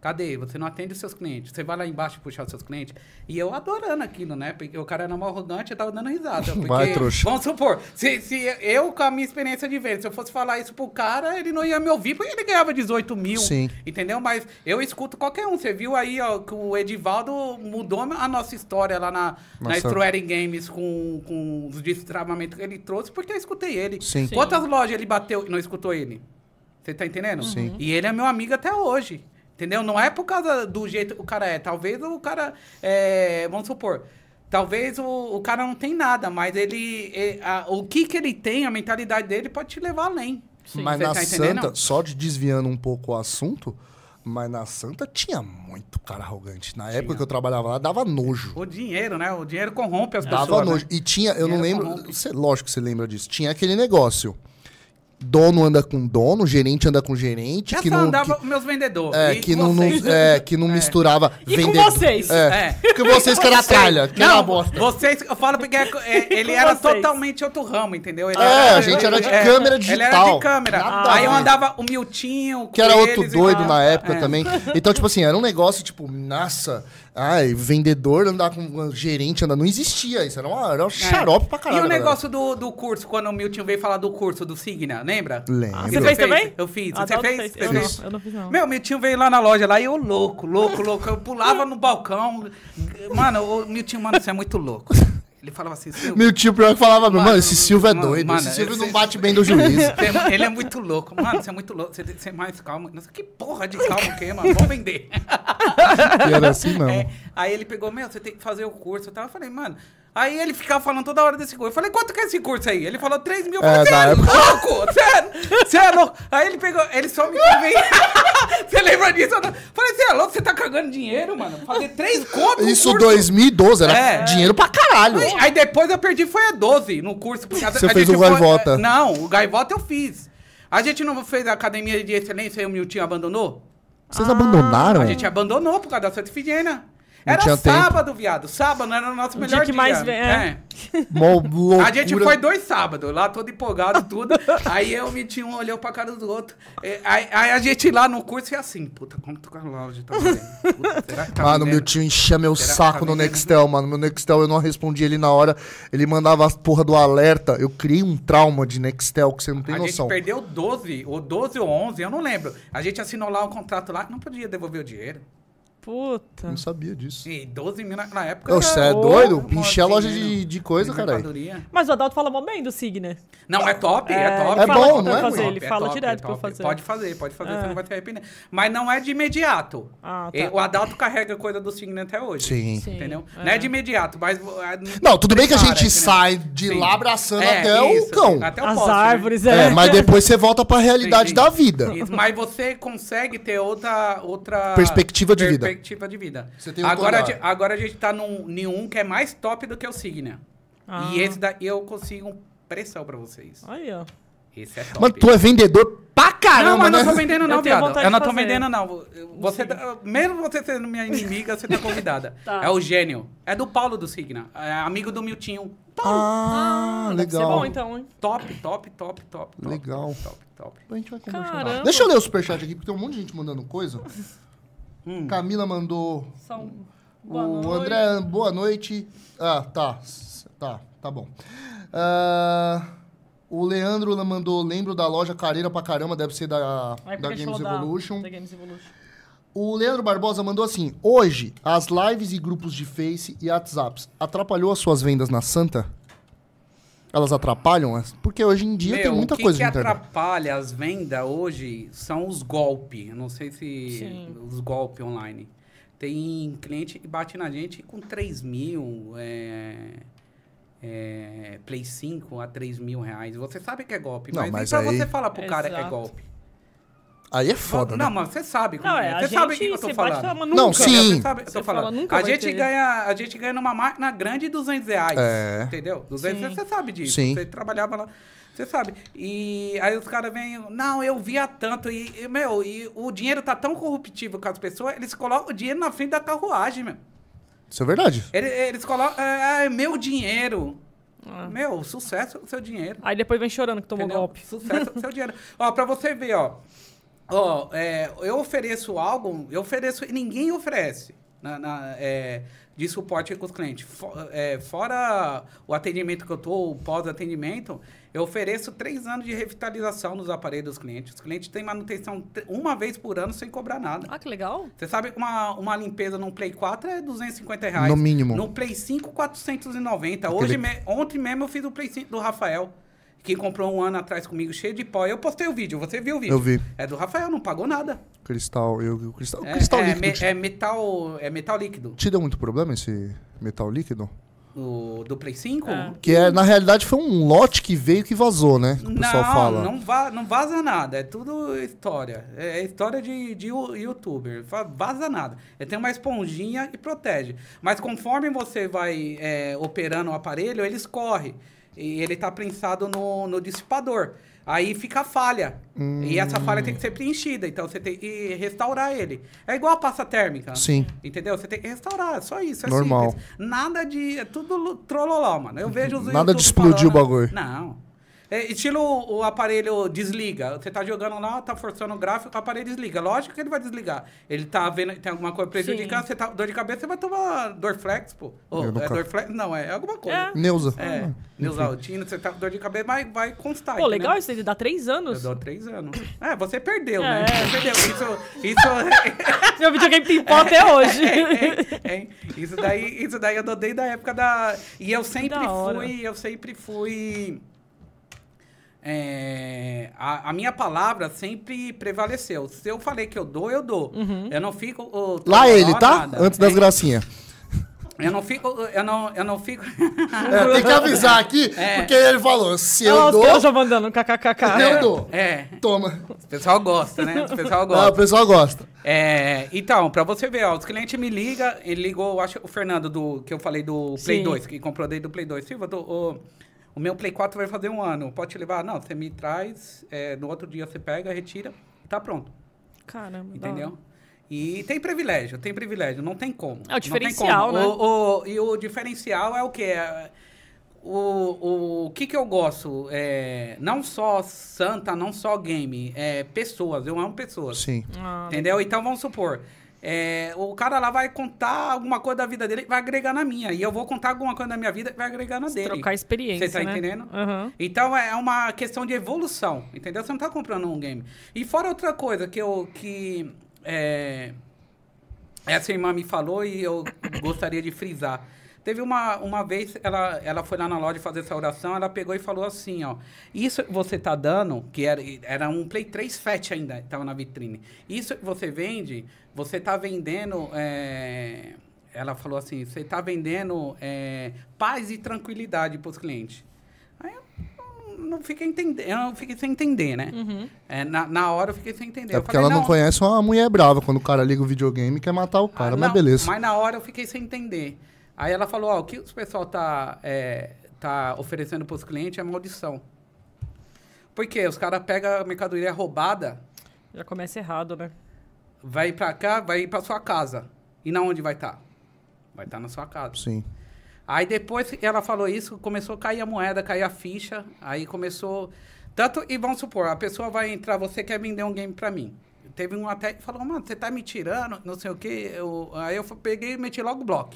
B: Cadê? Você não atende os seus clientes. Você vai lá embaixo puxar os seus clientes. E eu adorando aquilo, né? Porque o cara era mal arrogante, eu tava dando risada. Porque,
A: Vai, trouxa.
B: Vamos supor, se, se eu, com a minha experiência de venda, se eu fosse falar isso pro cara, ele não ia me ouvir, porque ele ganhava 18 mil.
A: Sim.
B: Entendeu? Mas eu escuto qualquer um. Você viu aí, ó, que o Edivaldo mudou a nossa história lá na, na
A: Nossa.
B: Struering Games com, com os destravamentos que ele trouxe, porque eu escutei ele.
A: Sim.
C: Sim.
B: Quantas lojas ele bateu e não escutou ele? Você tá entendendo?
A: Sim.
B: E ele é meu amigo até hoje. Entendeu? Não é por causa do jeito que o cara é. Talvez o cara. é, vamos supor. Talvez o, o cara não tem nada, mas ele. é, a- o que que ele tem, a mentalidade dele, pode te levar além.
A: mas
B: Você
A: na
B: tá entendendo?
A: Santa, só de desviando um pouco o assunto, mas na Santa tinha muito cara arrogante. Na época que eu trabalhava lá, dava nojo.
B: O dinheiro, né? O dinheiro corrompe as
A: Dava
B: pessoas. né?
A: nojo. E tinha, eu não
B: Dinheiro
A: lembro.
B: corrompe.
A: Cê, lógico que você lembra disso. Tinha aquele negócio. Dono anda com dono, gerente anda com gerente,
B: Já
A: que
B: só
A: não.
B: andava
A: que-
B: os meus vendedores.
A: é,
B: E
A: que não, não-
B: vocês?
A: é, que não misturava.
C: E com
A: vender-
C: vocês?
A: É.
B: É.
A: Porque vocês que era tralha, que era
B: Não,
A: bosta.
B: vocês, eu falo porque é- é, ele
C: Com
B: era
C: vocês.
B: totalmente outro ramo, entendeu? Ele
A: É, a gente era de câmera
B: Ele era
A: digital.
B: de câmera.
A: Nada
B: Aí eu
A: a ver.
B: andava humiltinho.
A: Que era outro doido na
B: É.
A: época também. Então, tipo assim, era um negócio, tipo, nossa, ai, vendedor andar com ah, gerente andar. Não existia isso. Era, uma, era um xarope pra caralho.
B: É. E o
A: galera.
B: negócio do, do curso, quando o Milton veio falar do curso do Signa, lembra?
A: Lembro.
B: Que
C: Você fez também?
B: Eu fiz.
C: Ah,
B: Você
C: tá,
B: fez?
C: eu
B: Você
C: não-
B: fez?
C: Eu não fiz, não.
B: Meu, meu tio veio lá na loja lá e eu louco, louco, louco. Eu pulava no balcão. Mano, o meu tio, mano, você é muito louco. Ele falava assim, "Seu-
A: Meu tio pior que falava, mano,
B: Mano,
A: esse Silvio é
B: mano,
A: doido.
B: mano,
A: esse Silvio
B: eu
A: não
B: sei-
A: bate bem do juiz.
B: Você é- ele é muito louco. Mano, você é muito louco. Você tem que ser mais calmo. Nossa, que porra de calmo que é, mano? Vamos vender.
A: e era assim, não.
B: É, aí ele pegou, meu, você tem que fazer o curso. e tal. Eu falei, mano. Aí ele ficava falando toda hora desse curso. Eu falei, quanto que é esse curso aí? Ele falou, 3 mil. Eu falei,
A: É,
B: você é,
A: da época.
B: louco? Você é, você é louco? Aí ele pegou, ele só me convém. Você lembra disso? Eu falei, você é louco? Você tá cagando dinheiro, mano? Fazer três contas. no
A: Isso
B: curso.
A: 2012, era
B: É.
A: dinheiro pra caralho.
B: Aí, aí depois eu perdi, foi a 12 no curso. por causa-
A: Você
B: a
A: fez
B: gente
A: o
B: foi- É,
A: gaivota.
B: não, o gaivota eu fiz. A gente não fez a academia de excelência e o Miltinho abandonou?
A: Vocês abandonaram?
B: A gente abandonou por causa da Santa Figena.
A: Não
B: Era
A: tinha tempo.
B: sábado, viado. Sábado era o nosso
C: O dia
B: melhor dia.
C: que mais vem, é.
A: Mó loucura.
B: A gente foi dois sábados, lá todo empolgado, tudo. aí eu me tinha um, olhou pra cara do outro. É, Aí, aí a gente lá no curso e assim, puta, como tu calou de tá vendo? Puta, será que tá
A: Mano, meu
B: vendendo?
A: tio enchia meu
B: Será que
A: saco
B: tá
A: no
B: vendendo?
A: Nextel, mano. Meu Nextel eu não respondia ele na hora. Ele mandava as porra do alerta. Eu criei um trauma de Nextel que você não tem
B: a
A: noção.
B: gente perdeu 12, ou 12 ou 11, eu não lembro. A gente assinou lá um contrato lá que não podia devolver o dinheiro.
C: Puta.
A: Não sabia disso.
B: E 12 mil na, na época.
A: Você é
B: era-
A: doido?
B: Ô,
A: Encher a loja
B: dinheiro.
A: de, de coisa, caralho.
B: Mercadoria.
C: Mas o Adalto fala mó bem do Signer.
B: Não, é top, é, top.
A: É bom,
B: top,
A: não é
B: top,
A: ruim?
B: top,
C: Ele fala
B: top,
C: direto
B: top.
C: pra fazer.
B: Pode fazer, pode fazer, você não vai se arrepender. Mas não é de imediato.
C: Ah, tá.
B: E- O Adalto carrega coisa do Signo até hoje.
A: Sim.
C: Sim.
B: Entendeu?
C: É.
B: Não é de imediato, mas. ah,
A: Não, tudo bem que a
B: Prepara,
A: gente
B: entendeu?
A: sai de
B: é Sim.
A: lá abraçando
B: É,
A: até
B: isso,
A: o cão.
B: Até o
C: As
B: poste, né?
C: árvores, é.
A: É, mas depois você volta pra realidade
B: Sim, sim.
A: da vida.
B: Isso, mas você consegue ter outra. outra
A: Perspectiva de vida.
B: Perspectiva de vida.
A: Você tem outro
B: agora, a
A: olhar.
B: gente- agora a gente tá num em um que é mais top do que o Signa.
C: Ah.
B: E esse daí eu consigo pressão pra vocês.
C: Aí, ó.
B: Esse é top.
A: Mano, tu é vendedor pra
B: Não,
A: caramba,
B: mas não
A: né?
B: tô vendendo não,
C: Eu tenho
B: viado.
C: vontade
B: Eu não
C: de
B: tô
C: fazer.
B: vendendo não. Você tá- mesmo você sendo minha inimiga, você tá convidada.
C: Tá.
B: É o gênio. É do Paulo do Signa. É amigo do Miltinho. Top,
A: Ah,
C: Deve ser
A: legal.
C: bom, então, hein?
B: top, top, top, top. top,
A: Legal.
B: Top, top.
A: A gente vai conversar.
C: Caramba.
A: Deixa eu ler o superchat aqui, porque tem um monte de gente mandando coisa. Camila mandou.
C: Só um... Boa
A: O
C: noite.
A: André, boa noite. Ah, tá. S- Tá, tá bom. Ah, o Leandro mandou, lembro da loja careira pra caramba, deve ser da,
C: Aí, porque
A: da
C: a gente
A: Games
C: falou da-
A: Evolution.
C: da Games Evolution.
A: O Leandro Barbosa mandou assim: hoje, as lives e grupos de Face e WhatsApps atrapalhou as suas vendas na Santa? Elas atrapalham? as- Porque hoje em dia tem
B: Meu,
A: muita
B: o que
A: coisa
B: que
A: de internet.
B: atrapalha as vendas hoje são os golpes. Eu Não sei se
C: Sim.
B: os golpes online. Tem cliente que bate na gente com 3 mil, é, é, Play 5 a 3 mil reais. Você sabe que é golpe,
A: Não,
B: mas,
A: mas
B: nem pra
A: aí-
B: você falar pro cara que é
C: Exato.
B: golpe.
A: Aí é foda,
B: não,
A: né?
B: mas você sabe. como
C: Não, é,
B: é.
C: a
B: Você
C: gente
B: sabe o que eu
C: você
B: tô
C: bate e
B: falando.
C: fala, mas
A: Não,
C: nunca.
A: sim.
B: Você sabe, eu tô
C: Você
B: falando.
C: fala, nunca
B: a,
C: vai
B: gente
C: ter.
B: ganha, a gente ganha numa máquina grande 200 reais.
A: É.
B: Entendeu? 200,
C: Sim.
B: você sabe disso.
A: Sim.
B: Você trabalhava lá. Você sabe. E aí os caras vêm. Não, eu via tanto. E, e, meu, e o dinheiro tá tão corruptível com as pessoas, eles colocam o dinheiro na frente da carruagem, meu.
A: Isso é verdade.
B: Eles, eles colocam. É, é meu dinheiro.
C: Ah.
B: Meu, sucesso é o seu dinheiro.
C: Aí depois vem chorando que tomou
B: Entendeu?
C: golpe.
B: Sucesso pro seu dinheiro. Ó, pra você ver, ó. Ó, é, eu ofereço algo, eu ofereço e ninguém oferece na, na, é, de suporte com os clientes. Fo- é, fora o atendimento que eu tô, o pós-atendimento, eu ofereço três anos de revitalização nos aparelhos dos clientes. Os clientes têm manutenção tre- uma vez por ano sem cobrar nada.
C: Ah, que legal.
B: Você sabe que uma, uma limpeza num Play 4 é 250 reais.
A: No mínimo.
B: No Play 5, 490. Hoje,
A: Aquele-
B: me- ontem mesmo eu fiz o Play 5 do Rafael, que comprou um ano atrás comigo, cheio de pó. Eu postei o vídeo, você viu o vídeo?
A: Eu vi.
B: É do Rafael, não pagou nada.
A: Cristal, eu, o cristal, o
B: É,
A: cristal
B: é,
A: líquido
B: me-
A: te,
B: é metal, é metal líquido
A: te deu muito problema esse metal líquido?
B: do, do Play 5.
C: É.
A: Que é, na realidade foi um lote que veio que vazou, né? Que o pessoal
B: não,
A: fala.
B: Não, va não vaza nada. É tudo história. É é história de, de yo- youtuber. Fa- Vaza nada. Ele tem uma esponjinha e protege. Mas conforme você vai é, operando o aparelho, ele escorre. E ele tá prensado no, no dissipador. Aí fica a falha.
A: Hum.
B: E essa falha tem que ser preenchida. Então você tem que restaurar ele. É igual a pasta térmica.
A: Sim.
B: Entendeu? Você tem que restaurar, só isso. É
A: Normal.
B: Simples. Nada de. É tudo lu- trololó, mano. Eu vejo os
A: Nada de
B: YouTube
A: explodir
B: falando-
A: o bagulho.
B: Não. É, estilo o aparelho desliga. Você tá jogando lá, tá forçando o gráfico, o aparelho desliga. Lógico que ele vai desligar. Ele tá vendo, tem alguma coisa prejudicando, você tá dor de cabeça, você vai tomar Dorflex, pô. Ou,
A: Eu Ah, nunca-
B: É Dorflex? Não, é alguma coisa.
A: Neuza.
B: É. Neusaldino, você tá com dor de cabeça, mas vai constar.
C: Pô,
B: entendeu?
C: legal isso aí, dá três
B: Eu
C: anos.
B: dou três anos. É, você perdeu,
C: É.
B: né? Você perdeu. Isso, isso,
C: Meu videogame tem pó até hoje.
B: É, é. Isso daí, isso daí eu dou desde a época da. E eu sempre
C: Da hora.
B: fui, eu sempre fui. é, a, a minha palavra sempre prevaleceu. Se eu falei que eu dou, eu dou.
C: Uhum.
B: Eu não fico. ô,
A: Lá
B: toda
A: ele,
B: hora,
A: tá?
B: nada. É.
A: Antes das gracinhas.
B: Eu não fico. Eu não, eu não fico.
A: É, tem que avisar aqui,
B: É.
A: porque ele falou, se eu
C: Olha lá os
A: dou,
C: caras já mandando kkkk.
A: eu dou.
B: É.
A: Toma.
B: O pessoal gosta, né? O pessoal
A: Ah,
B: gosta.
A: o pessoal gosta.
B: É, então, pra você ver, ó, os clientes me ligam, ele ligou, eu acho o Fernando do que eu falei do Play
C: Sim.
B: 2, que comprou desde do Play 2. Silva, do- o, o meu Play 4 vai fazer um ano, pode te levar? Não, você me traz, é, no outro dia você pega, retira, tá pronto,
C: Caramba, da hora.
B: entendeu? E tem privilégio, tem privilégio, não tem como.
C: É o
B: não tem
C: diferencial,
B: como.
C: né?
B: O- o- e o diferencial é o quê? É, o, o que que eu gosto? É, não só Santa, não só game, é pessoas, eu amo pessoas.
A: Sim.
C: Ah,
B: Entendeu? Então vamos supor. é, o cara lá vai contar alguma coisa da vida dele e vai agregar na minha. E eu vou contar alguma coisa da minha vida e vai agregar na dele.
C: trocar experiência,
B: Você tá
C: né?
B: entendendo?
C: Aham.
B: Então é uma questão de evolução, entendeu? Você não tá comprando um game. E fora outra coisa que eu. Que, é, essa irmã me falou e eu gostaria de frisar. Teve uma, uma vez, ela, ela foi lá na loja fazer essa oração, ela pegou e falou assim, ó, isso que você tá dando, que era, era um Play 3 Fat ainda, estava na vitrine, isso que você vende, você tá vendendo, é, ela falou assim, você tá vendendo é, paz e tranquilidade para os clientes. Aí eu não fiquei entendendo, eu fiquei sem entender, né? É, na, na hora eu fiquei sem entender.
A: É
B: Eu
A: porque
B: falei,
A: ela não conhece uma mulher brava quando o cara liga o videogame e quer matar o cara,
B: ah,
A: mas
B: não,
A: beleza.
B: Mas na hora eu fiquei sem entender. Aí ela falou, ó, o que o pessoal tá, é, tá oferecendo pros clientes é maldição. Porque os caras pegam a mercadoria é roubada,
C: Já começa errado, né?
B: vai pra cá, vai pra sua casa. E na onde vai estar? Vai estar na sua casa.
A: Sim.
B: Aí depois que ela falou isso, começou a cair a moeda, cair a ficha, aí começou tanto e vamos supor, a pessoa vai entrar, você quer vender um game pra mim. Teve um até que falou: "Mano, você tá me tirando, não sei o quê". Eu- aí eu fu- peguei e meti logo o bloco.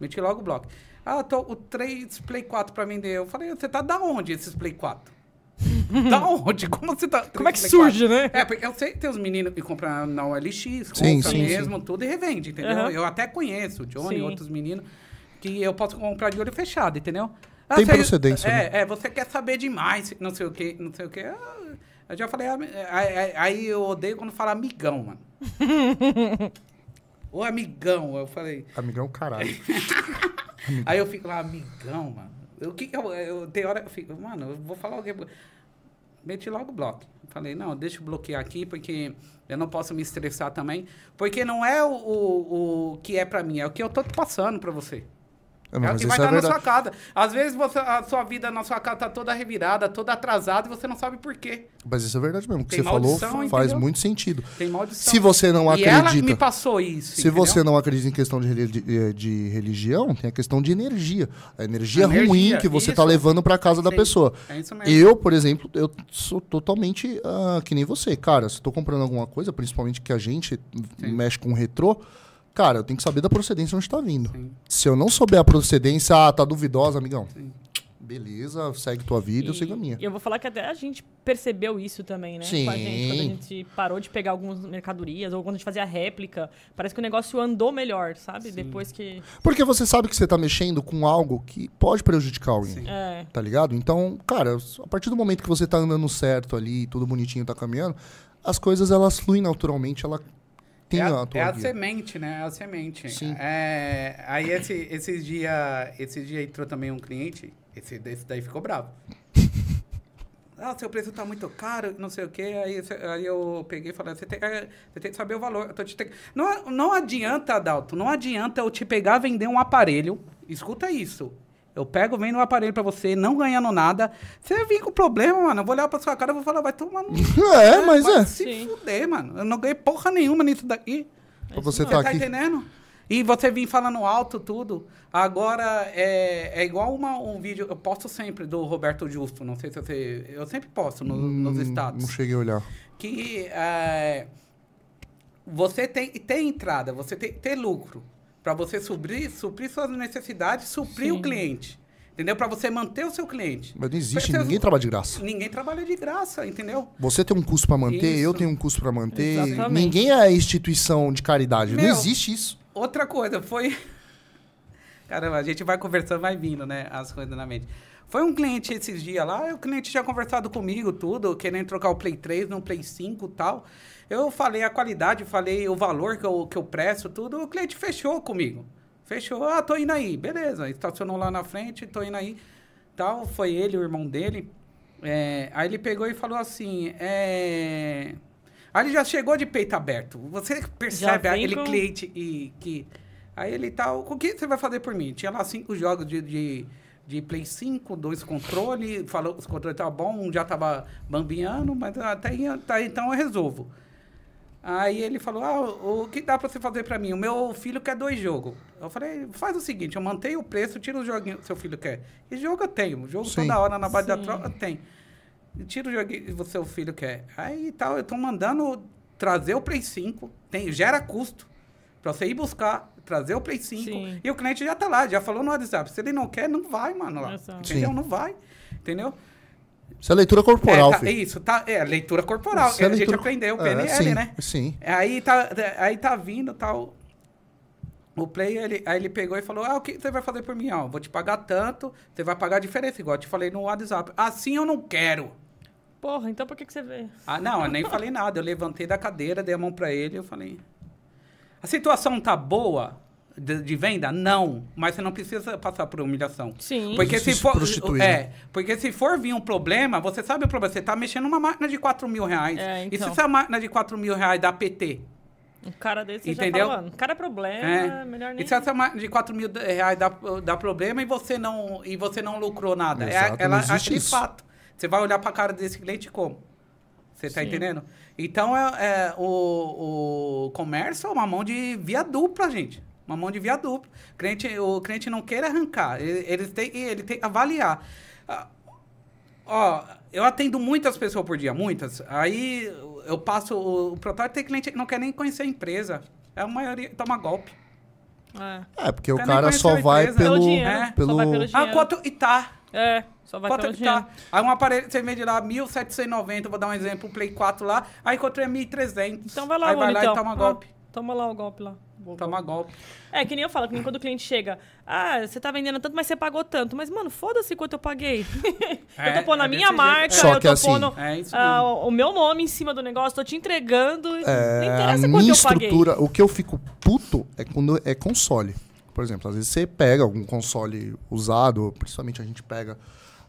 B: Meti logo o bloco. Ah, tô o 3 Play 4 pra vender. Eu falei: "Você tá da onde esses Play 4?" da onde? Como você tá?
C: Como é que
B: Play 4?
C: surge, né?
B: É, porque eu sei que tem os meninos que compram na OLX, compra
A: Sim, sim,
B: mesmo, tudo e revende, entendeu?
C: Aham.
B: Eu até conheço o Johnny
C: Sim.
B: e outros meninos que eu posso comprar de olho fechado, entendeu? Ah,
A: Tem
B: você-
A: procedência, né?
B: É, é, você quer saber demais, não sei o quê, não sei o quê. Ah, Eu já falei, ah, aí- aí- aí eu odeio quando fala amigão, mano. Ô amigão, eu falei.
A: Amigão, caralho.
B: Aí eu fico lá, amigão, mano. O que que eu, eu. Tem hora que eu fico, mano, eu vou falar alguém. Meti logo o bloco. Falei, não, deixa eu bloquear aqui, porque eu não posso me estressar também. Porque não é o, o, o que é pra mim, é o que eu tô passando pra você.
A: É,
B: é o
A: mas isso
B: que vai
A: é
B: estar na
A: verdade.
B: sua casa. Às vezes você, a sua vida na sua casa tá toda revirada, toda atrasada, e você não sabe por quê.
A: Mas isso é verdade mesmo. O que
B: Tem
A: você falou
B: maldição,
A: faz
B: entendeu?
A: muito sentido.
B: Tem maldição.
A: Se você não
B: E ela que
A: acredita-
B: me passou isso.
A: Se
B: entendeu?
A: você não acredita em questão de, reli- de- eh, de religião, tem a questão de energia. A energia,
B: Energia,
A: ruim que você tá
B: isso.
A: levando pra casa da
B: Sim,
A: pessoa.
B: É isso mesmo.
A: Eu, por exemplo, eu sou totalmente ah, que nem você. Cara, se eu tô comprando alguma coisa, principalmente que a gente mexe com retrô, cara, eu tenho que saber da procedência onde tá vindo.
B: Sim.
A: Se eu não souber a procedência, ah, tá duvidosa, amigão. Beleza, segue tua vida, eu
C: E-
A: sigo a minha.
C: E eu vou falar que até a gente percebeu isso também, né? Com a gente, quando a
A: Sim.
C: gente parou de pegar algumas mercadorias ou quando a gente fazia réplica, parece que o negócio andou melhor, sabe? Depois que.
A: Porque você sabe que você tá mexendo com algo que pode prejudicar alguém.
C: É.
A: Tá ligado? Então, cara, a partir do momento que você tá andando certo ali, tudo bonitinho, tá caminhando, as coisas elas fluem naturalmente, ela tem
B: é a,
A: a tua
B: é a
A: guia.
B: semente, né? É a semente.
A: Sim.
B: É, aí esse, esses dias esse dia entrou também um cliente, esse, esse daí ficou bravo. Ah, seu preço tá muito caro, não sei o quê. Aí, cê- aí eu peguei e falei, você tem, é, você tem que saber o valor. eu tô te te- não, não adianta, Adalto, não adianta eu te pegar vender um aparelho. Escuta isso. Eu pego, vendo um aparelho pra você, não ganhando nada. Você vem com problema, mano. Eu vou olhar pra sua cara e vou falar, vai tomar no...
A: É, mas
B: Vai
A: é.
B: se
C: Sim.
B: fuder, mano. Eu não ganhei porra nenhuma nisso daqui.
A: Pra você
C: isso
A: tá
B: Tá
A: aqui.
B: entendendo? E você vir falando alto tudo. Agora é, é igual uma- um vídeo. Eu posto sempre do Roberto Justo. Não sei se você. Eu sempre posto no- nos
A: Hum, Não
B: status.
A: cheguei a olhar.
B: Que é, você tem, tem entrada, você tem, tem lucro. Pra você suprir, suprir suas necessidades, suprir o cliente. Entendeu? Pra você manter o seu cliente.
A: Mas não existe,
B: Você-
A: ninguém trabalha de graça.
B: Ninguém trabalha de graça, entendeu?
A: Você tem um custo pra manter,
B: Isso.
A: eu tenho um custo pra manter.
C: Exatamente.
A: Ninguém é instituição de caridade.
B: Meu.
A: Não existe isso.
B: Outra coisa, foi. Caramba, a gente vai conversando, vai vindo, né? As coisas na mente. Foi um cliente esses dias lá, e o cliente tinha conversado comigo, tudo, querendo trocar o Play 3 no Play 5 e tal. Eu falei a qualidade, falei o valor que eu, que eu presto, tudo. O cliente fechou comigo. Fechou, ah, tô indo aí, beleza. Estacionou lá na frente, tô indo aí. Tal, foi ele, o irmão dele. É, aí ele pegou e falou assim: é... Aí ele já chegou de peito aberto. Você percebe
C: vem
B: aquele
C: com-
B: cliente cliente e que. Aí ele tal, o que você vai fazer por mim? Tinha lá cinco jogos de, de, de Play 5, dois controles, falou que os controles estavam bom, um já tava bambiando, mas até aí, tá, então eu resolvo. Aí ele falou: Ah, o o que dá pra você fazer pra mim? O meu filho quer dois jogos. Eu falei: Faz o seguinte, eu mantenho o preço, tira os joguinhos que seu filho quer. E jogo eu tenho, jogo
A: Sim.
B: toda hora na base da troca tem. Tira o joguinho que o seu filho quer. Aí e tal, eu tô mandando trazer o Play 5, tem, gera custo. Pra você ir buscar, trazer o Play 5.
C: Sim.
B: E o cliente já tá lá, já falou no WhatsApp. Se ele não quer, não vai, mano. Lá.
C: Exato.
B: Entendeu?
A: Sim.
B: Não vai. Entendeu?
A: Isso é leitura corporal,
B: é, tá,
A: filho.
B: isso, tá. É, leitura corporal.
A: Isso é
B: a gente
A: leitura-
B: aprendeu o
A: É,
B: PNL,
A: sim,
B: né?
A: Sim.
B: Aí tá, aí tá vindo tal. O player, ele, aí ele pegou e falou: Ah, o que você vai fazer por mim? Ó, vou te pagar tanto, você vai pagar a diferença, igual eu te falei no WhatsApp. Assim eu não quero.
C: Porra, então por que, que você vê?
B: Ah, não, eu nem falei nada. Eu levantei da cadeira, dei a mão pra ele e eu falei: A situação tá boa de, de venda? Não, mas você não precisa passar por humilhação.
C: Sim.
B: Porque
A: Isso
B: se,
A: se
B: for,
A: prostituir, né?
B: é, porque se for vir um problema, você sabe o problema. Você tá mexendo numa máquina de 4 mil reais.
C: É,
B: E se
C: então.
B: essa máquina de 4 mil reais dá PT?
C: Um cara desse você
B: Entendeu?
C: já fala, mano, o cara é problema,
B: É.
C: melhor nem.
B: E se essa máquina de 4 mil reais dá, dá problema e você não, e você não lucrou nada? É,
A: Exato,
B: ela
A: não existe
B: aquele
A: isso.
B: fato. Você vai olhar pra cara desse cliente como? Você tá
C: Sim.
B: entendendo? Então, é, é, o, o comércio é uma mão de via dupla, gente. Uma mão de via dupla. O cliente, o cliente não queira arrancar. Ele, ele tem, que- ele tem que avaliar. Ah, Ó, eu atendo muitas pessoas por dia, muitas. Aí eu passo o, o protótipo, tem cliente que não quer nem conhecer a empresa. É A maioria toma golpe.
C: É.
A: É, porque o
B: Cara,
A: cara
B: nem
A: só
B: conheceu a
A: vai
B: empresa.
A: pelo.
C: Pelo dinheiro.
B: É.
A: pelo...
C: Só vai pelo dinheiro.
B: Ah, quanto e tá?
C: É, só vai
B: Quanto
C: pelo
B: que tá?
C: dinheiro.
B: Aí um aparelho, você vende lá 1.790, vou dar um exemplo, um Play 4 lá, aí encontrei 1.300.
C: Então vai lá,
B: Aí vai
C: mano,
B: lá
C: então.
B: e toma um
C: Ah,
B: golpe.
C: toma lá o golpe lá. Boa.
B: Toma golpe.
C: É, que nem eu falo, que nem quando o cliente chega. Ah, você tá vendendo tanto, mas você pagou tanto. Mas, mano, foda-se quanto eu paguei. eu
B: É,
C: tô pondo
B: é
C: a minha
B: desse
C: marca,
A: jeito. Só
C: eu
A: que
C: tô
A: assim,
C: pondo
B: É isso
C: ah,
B: mesmo.
C: o o meu nome em cima do negócio, tô te entregando.
A: É,
C: não
A: a
C: interessa quanto
A: minha
C: eu paguei.
A: estrutura, o que eu fico puto é quando é console. Por exemplo, às vezes você pega algum console usado, principalmente a gente pega.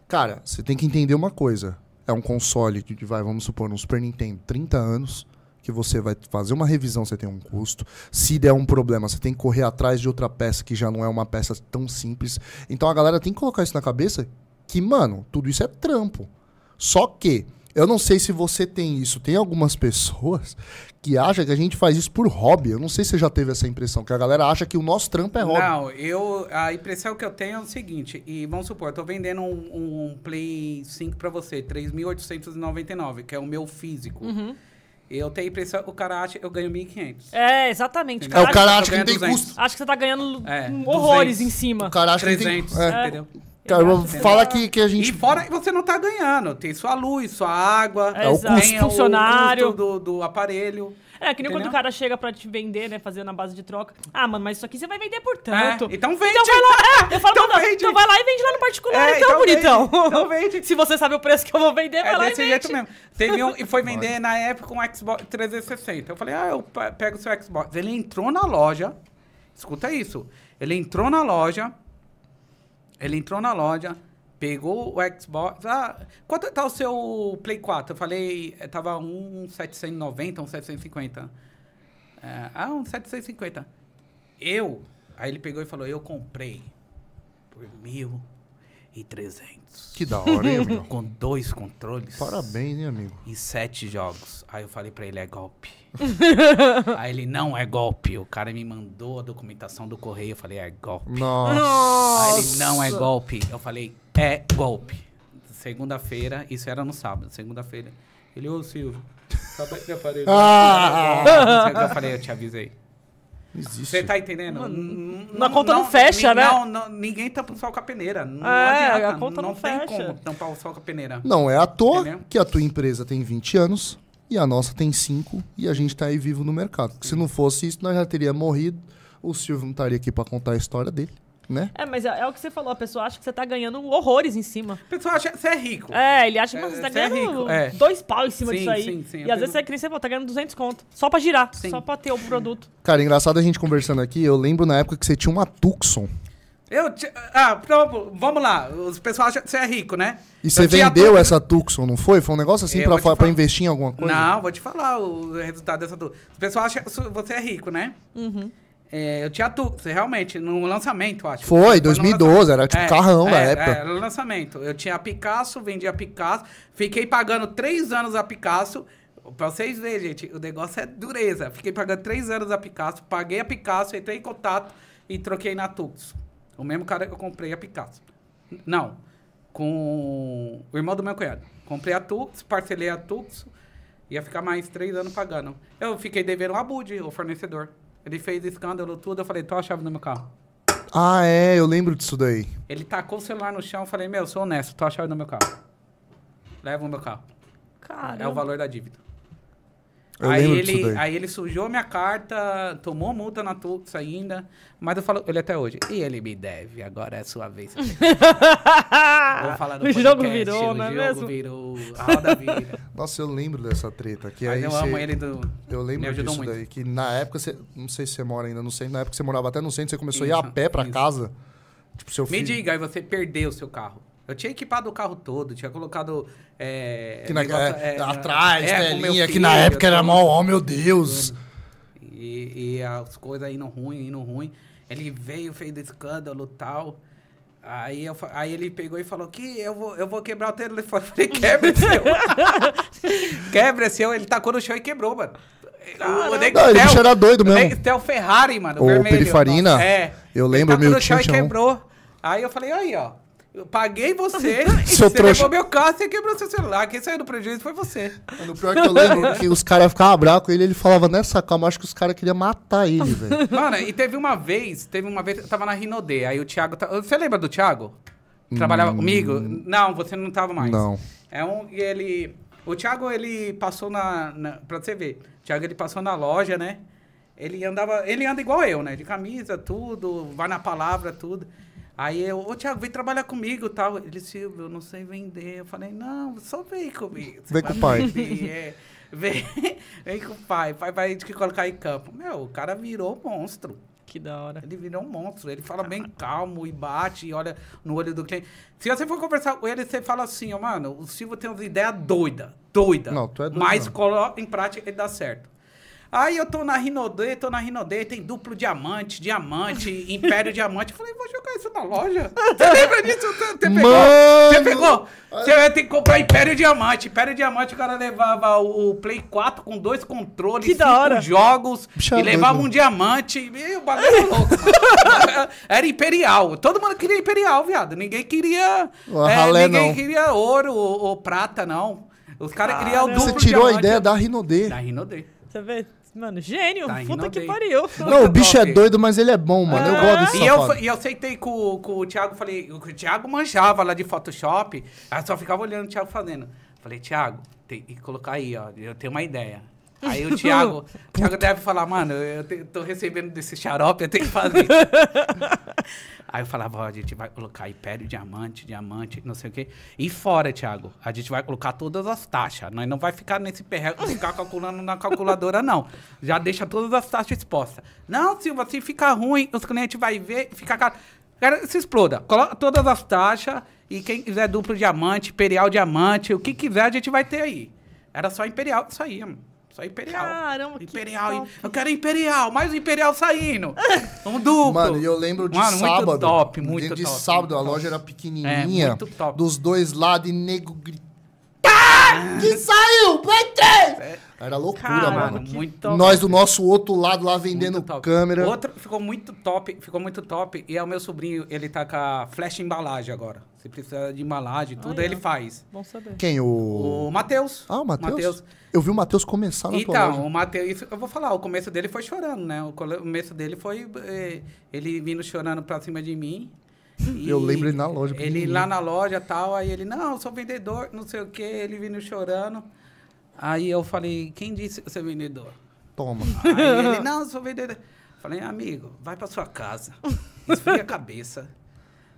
A: Cara, você tem que entender uma coisa. É um console que vai, vamos supor, um Super Nintendo, 30 anos, que você vai fazer uma revisão, você tem um custo. Se der um problema, você tem que correr atrás de outra peça que já não é uma peça tão simples. Então a galera tem que colocar isso na cabeça que, mano, tudo isso é trampo. Só que, eu não sei se você tem isso. Tem algumas pessoas que acham que a gente faz isso por hobby. Eu não sei se você já teve essa impressão, que a galera acha que o nosso trampo é hobby.
B: Não, eu. A impressão que eu tenho é o seguinte, e vamos supor, eu tô vendendo um, um Play 5 pra você, 3.899, que é o meu físico.
C: Uhum.
B: Eu tenho a impressão que o cara acha que eu ganho 1.500.
C: É, exatamente.
A: É, o cara
B: eu
A: acha que não tem
B: ganho 200.
A: custo.
C: Acha que você tá ganhando
B: É,
C: horrores
B: 200.
C: em cima.
A: O cara acha que tem...
B: 300,
A: É.
B: entendeu?
A: Cara,
C: Eu
A: eu-
C: acho,
A: fala que, que a gente...
B: E fora que você não tá ganhando. Tem sua luz, sua água,
C: É, o
B: tem
C: custo. Funcionário.
B: custo do, do aparelho.
C: É, que nem quando
B: Entendeu?
C: o cara chega pra te vender, né? Fazer na base de troca. Ah, mano, mas isso aqui você vai vender por
B: É,
C: tanto.
B: então vende.
C: Então vai lá, é, eu falo,
B: Então
C: então, mano,
B: vende.
C: então vai lá e vende lá no particular,
B: É,
C: então,
B: então
C: bonitão.
B: vende, então vende.
C: Se você sabe o preço que eu vou vender, vai
B: É
C: lá e
B: desse
C: vende.
B: jeito mesmo. Teve um e foi vender na época um Xbox 360. Eu falei, ah, eu pe- pego o seu Xbox. Ele entrou na loja. Escuta isso. Ele entrou na loja. Ele entrou na loja. Pegou o Xbox. Ah, quanto tá o seu Play 4? Eu falei, eh, tava um 790, um 750. É, ah, um 750. Eu. Aí ele pegou e falou, eu comprei por 1.300.
A: Que da hora, hein, amigo?
B: Com dois controles.
A: Parabéns, hein, amigo?
B: E sete jogos. Aí eu falei pra ele, é golpe. Aí ele, não é golpe. O cara me mandou a documentação do correio. Eu falei, é golpe.
A: Nossa.
B: Aí ele, não é golpe. Eu falei, é golpe. Segunda-feira, isso era no sábado, segunda-feira. Ele, ô Silvio, tá acabei de aparelho.
A: Ah!
B: Eu falei, eu te avisei.
A: Não existe.
B: Você tá entendendo?
C: a conta não fecha,
B: ni-
C: né?
B: Não, não, ninguém tampa o sol com a peneira. Não
C: É,
B: adianta.
C: a conta
B: não,
C: não
B: tem
C: fecha.
B: como tampar o sol com a peneira.
A: Não é à toa
B: Entendeu?
A: que a tua empresa tem 20 anos e a nossa tem 5 e a gente tá aí vivo no mercado. Porque se não fosse isso, nós já teríamos morrido. O Silvio não estaria aqui pra contar a história dele, né?
C: É, mas é, é o que você falou, a pessoa acha que você tá ganhando horrores em cima.
B: O pessoal acha que você é rico.
C: É, ele acha que
B: É,
C: você tá
B: você é
C: ganhando
B: rico, é.
C: dois pau em cima
B: Sim,
C: disso aí.
B: sim, sim,
C: e
B: eu
C: às
B: tenho-
C: vezes você é criança e fala, tá ganhando 200 conto. Só pra girar,
B: Sim.
C: só pra ter o produto.
A: Cara, é engraçado a gente conversando aqui. Eu lembro na época que você tinha uma Tucson.
B: Eu ti- Ah, pronto, vamos lá. Os pessoal acham que você é rico, né?
A: E você
B: Eu tinha
A: vendeu
B: tudo-
A: essa Tucson, não foi? Foi um negócio assim
B: Eu
A: pra,
B: vou te
A: fa- pra
B: falar.
A: investir em alguma coisa?
B: Não, vou te falar o resultado dessa tu. Os pessoal acham que su- você é rico, né?
C: Uhum.
B: É, eu tinha tu, você realmente, no lançamento, acho.
A: Foi,
B: no
A: 2012, era tipo carrão da
B: é,
A: época.
B: É, era no lançamento. Eu tinha a Picasso, vendi a Picasso, fiquei pagando três anos a Picasso. Pra vocês verem, gente, o negócio é dureza. Fiquei pagando três anos a Picasso, paguei a Picasso, entrei em contato e troquei na Tux. O mesmo cara que eu comprei a Picasso. Não, com o irmão do meu cunhado. Comprei a Tux, parcelei a Tux, ia ficar mais três anos pagando. Eu fiquei devendo um abude, o fornecedor. Ele fez escândalo, tudo. Eu falei, tô a chave no meu carro.
A: Ah, é, eu lembro disso daí.
B: Ele tacou o celular no chão, eu falei, meu, sou honesto, tô a chave do meu carro. Leva o meu carro.
C: Cara.
B: É o valor da dívida.
A: Eu
B: aí,
A: lembro disso
B: ele,
A: daí.
B: aí ele sujou minha carta, tomou multa na Tux ainda, mas eu falo, ele até hoje, e ele me deve, agora é sua vez. Vou falar no
C: o jogo
B: podcast,
C: virou, não é
B: O jogo
C: mesmo?
B: virou, a roda vira.
A: Nossa, eu lembro dessa treta. Que
B: mas
A: aí
B: eu
A: você-
B: amo ele do...
A: Eu
B: Me
A: lembro
B: ajudou
A: disso
B: muito.
A: daí, que na época você. Não sei se você mora ainda no centro, na época você morava até no centro, você começou a ir a
B: Isso,
A: pé pra
B: isso.
A: casa. Tipo, seu filho.
B: Me diga, aí você perdeu o seu carro. Eu tinha equipado o carro todo, tinha colocado... É,
A: Que na-
B: negócio-
A: é,
B: é,
A: atrás,
B: é, com meu
A: telinha, que na
B: filho,
A: época era
B: tudo.
A: mal, oh meu Deus.
B: E, e as coisas indo ruim, indo ruim. Ele veio, fez escândalo e tal. Aí, eu fa- aí ele pegou e falou que eu vou, eu vou quebrar o telefone. Eu falei, quebra esse seu. quebra esse seu. Ele tacou no chão e quebrou, mano. O Nego
A: Não, ele
B: Tel-
A: bicho era doido
B: o Nego
A: mesmo.
B: Tel Ferrari, mano.
A: Ô,
B: vermelho.
A: Perifarina,
B: Nossa, É.
A: eu
B: Ele
A: lembro,
B: tacou
A: meu
B: no chão e
A: tio tinha um.
B: quebrou. Aí eu falei, aí, ó. Eu paguei você, e
A: Seu
B: você
A: trouxa.
B: levou meu carro, você quebrou seu celular. Quem saiu do prejuízo foi você.
A: Mano, o pior é que eu lembro que os caras ficavam bravos com ele, ele falava, nessa calma, acho que os caras queriam matar ele, velho.
B: Mano, e teve uma vez, teve uma vez, eu tava na Rinodê, aí o Thiago. ta- Você lembra do Thiago? Que Trabalhava comigo? Não, você não tava mais.
A: Não.
B: É um. e Ele. O Thiago, ele passou na, na. Pra você ver. O Thiago, ele passou na loja, né? Ele andava. Ele anda igual eu, né? De camisa, tudo, vai na palavra, tudo. Aí eu, ô Thiago, vem trabalhar comigo e tal. Ele, Silvio, eu não sei vender. Eu falei, não, só vem comigo. Você
A: Vem com o
B: vai
A: pai.
B: vender, é. Vem, vem com o pai. Pai vai te colocar em campo. Meu, o cara virou monstro.
C: Que da hora.
B: Ele virou um monstro. Ele fala bem calmo e bate e olha no olho do cliente. Se você for conversar com ele, você fala assim, ó, mano, o Silvio tem umas ideias doida, doida.
A: Não, tu é doido,
B: Mas
A: não.
B: coloca em prática ele dá certo. Aí eu tô na Rinodê, tô na Rinodê, tem duplo diamante, diamante, império diamante. Eu falei, vou jogar isso na loja. Você lembra disso? Você pegou? Você
A: Mano!
B: pegou? Você vai ter que comprar império diamante. Império diamante, o cara levava o o Play 4 com dois controles,
C: Que da
B: cinco
C: hora.
B: jogos,
A: Bicho é
B: e levava
A: doido.
B: um diamante. E o bagulho era louco. era imperial. Todo mundo queria imperial, viado. Ninguém queria.
A: O
B: é,
A: ralé,
B: ninguém
A: não.
B: queria ouro ou, ou prata, não. Os caras queriam É o duplo
A: Você tirou a
B: diamante.
A: ideia da Rinodê.
B: Da Rinodê.
C: Você vê? Mano, gênio.
B: Tá,
C: Puta que
B: inodei.
C: pariu.
A: Não, o bicho é
B: top. Ah,
A: doido, mas ele é bom, mano. Eu gosto desse
B: E eu,
A: safado.
B: e eu sentei com, com o Thiago, falei, o Thiago manjava lá de Photoshop, aí eu só ficava olhando o Thiago fazendo. Falei, Thiago, tem que colocar aí, ó, eu tenho uma ideia. Aí o Thiago, o Thiago deve falar, mano, eu te- tô recebendo desse xarope, eu tenho que fazer. aí eu falava, ó, a gente vai colocar império, diamante, diamante, não sei o quê. E fora, Thiago, a gente vai colocar todas as taxas. Nós não vai ficar nesse perreco, ficar calculando na calculadora, não. Já deixa todas as taxas expostas. Não, Silva, se ficar ruim, os clientes vão ver, fica caro. Cara, se exploda. Coloca todas as taxas e quem quiser duplo diamante, imperial diamante, o que quiser a gente vai ter aí. Era só imperial, isso aí, mano. Só imperial.
C: Caramba, que
B: Imperial.
C: top.
B: Eu quero imperial, mais um imperial saindo. Um duplo.
A: Mano, e eu lembro de
B: Mano,
A: sábado.
B: Muito top,
A: eu
B: muito
A: lembro de
B: top,
A: sábado,
B: muito
A: a
B: top.
A: loja era pequenininha.
B: É, muito top.
A: Dos dois lados e nego gritar.
B: Ah!
A: Que saiu! Play 3! Era loucura,
C: Caralho,
A: mano.
C: que
B: É. Muito
C: top.
A: Nós do nosso outro lado lá
B: Muito
A: vendendo
B: top.
A: câmera.
B: Outra que ficou muito top, ficou muito top. E é o meu sobrinho, ele tá com a flash embalagem agora. Se precisa de embalagem, tudo
C: Aí,
B: ele
C: ó.
B: faz.
C: Bom saber.
A: Quem? O.
B: O Matheus.
A: Ah, o Matheus? Eu vi o Matheus começar na tua
B: Então,
A: loja.
B: o Matheus, isso eu vou falar, o começo dele foi chorando, né? O cole- o começo dele foi eh, ele vindo chorando pra cima de mim. E
A: Eu lembro ele na loja,
B: Ele
A: pequenininho.
B: lá na loja e tal, aí ele, não, eu sou vendedor, não sei o quê, ele vindo chorando. Aí eu falei, quem disse que você é vendedor?
A: Toma.
B: Aí ele, não, eu sou vendedor. Falei, amigo, vai pra sua casa, esfria a cabeça.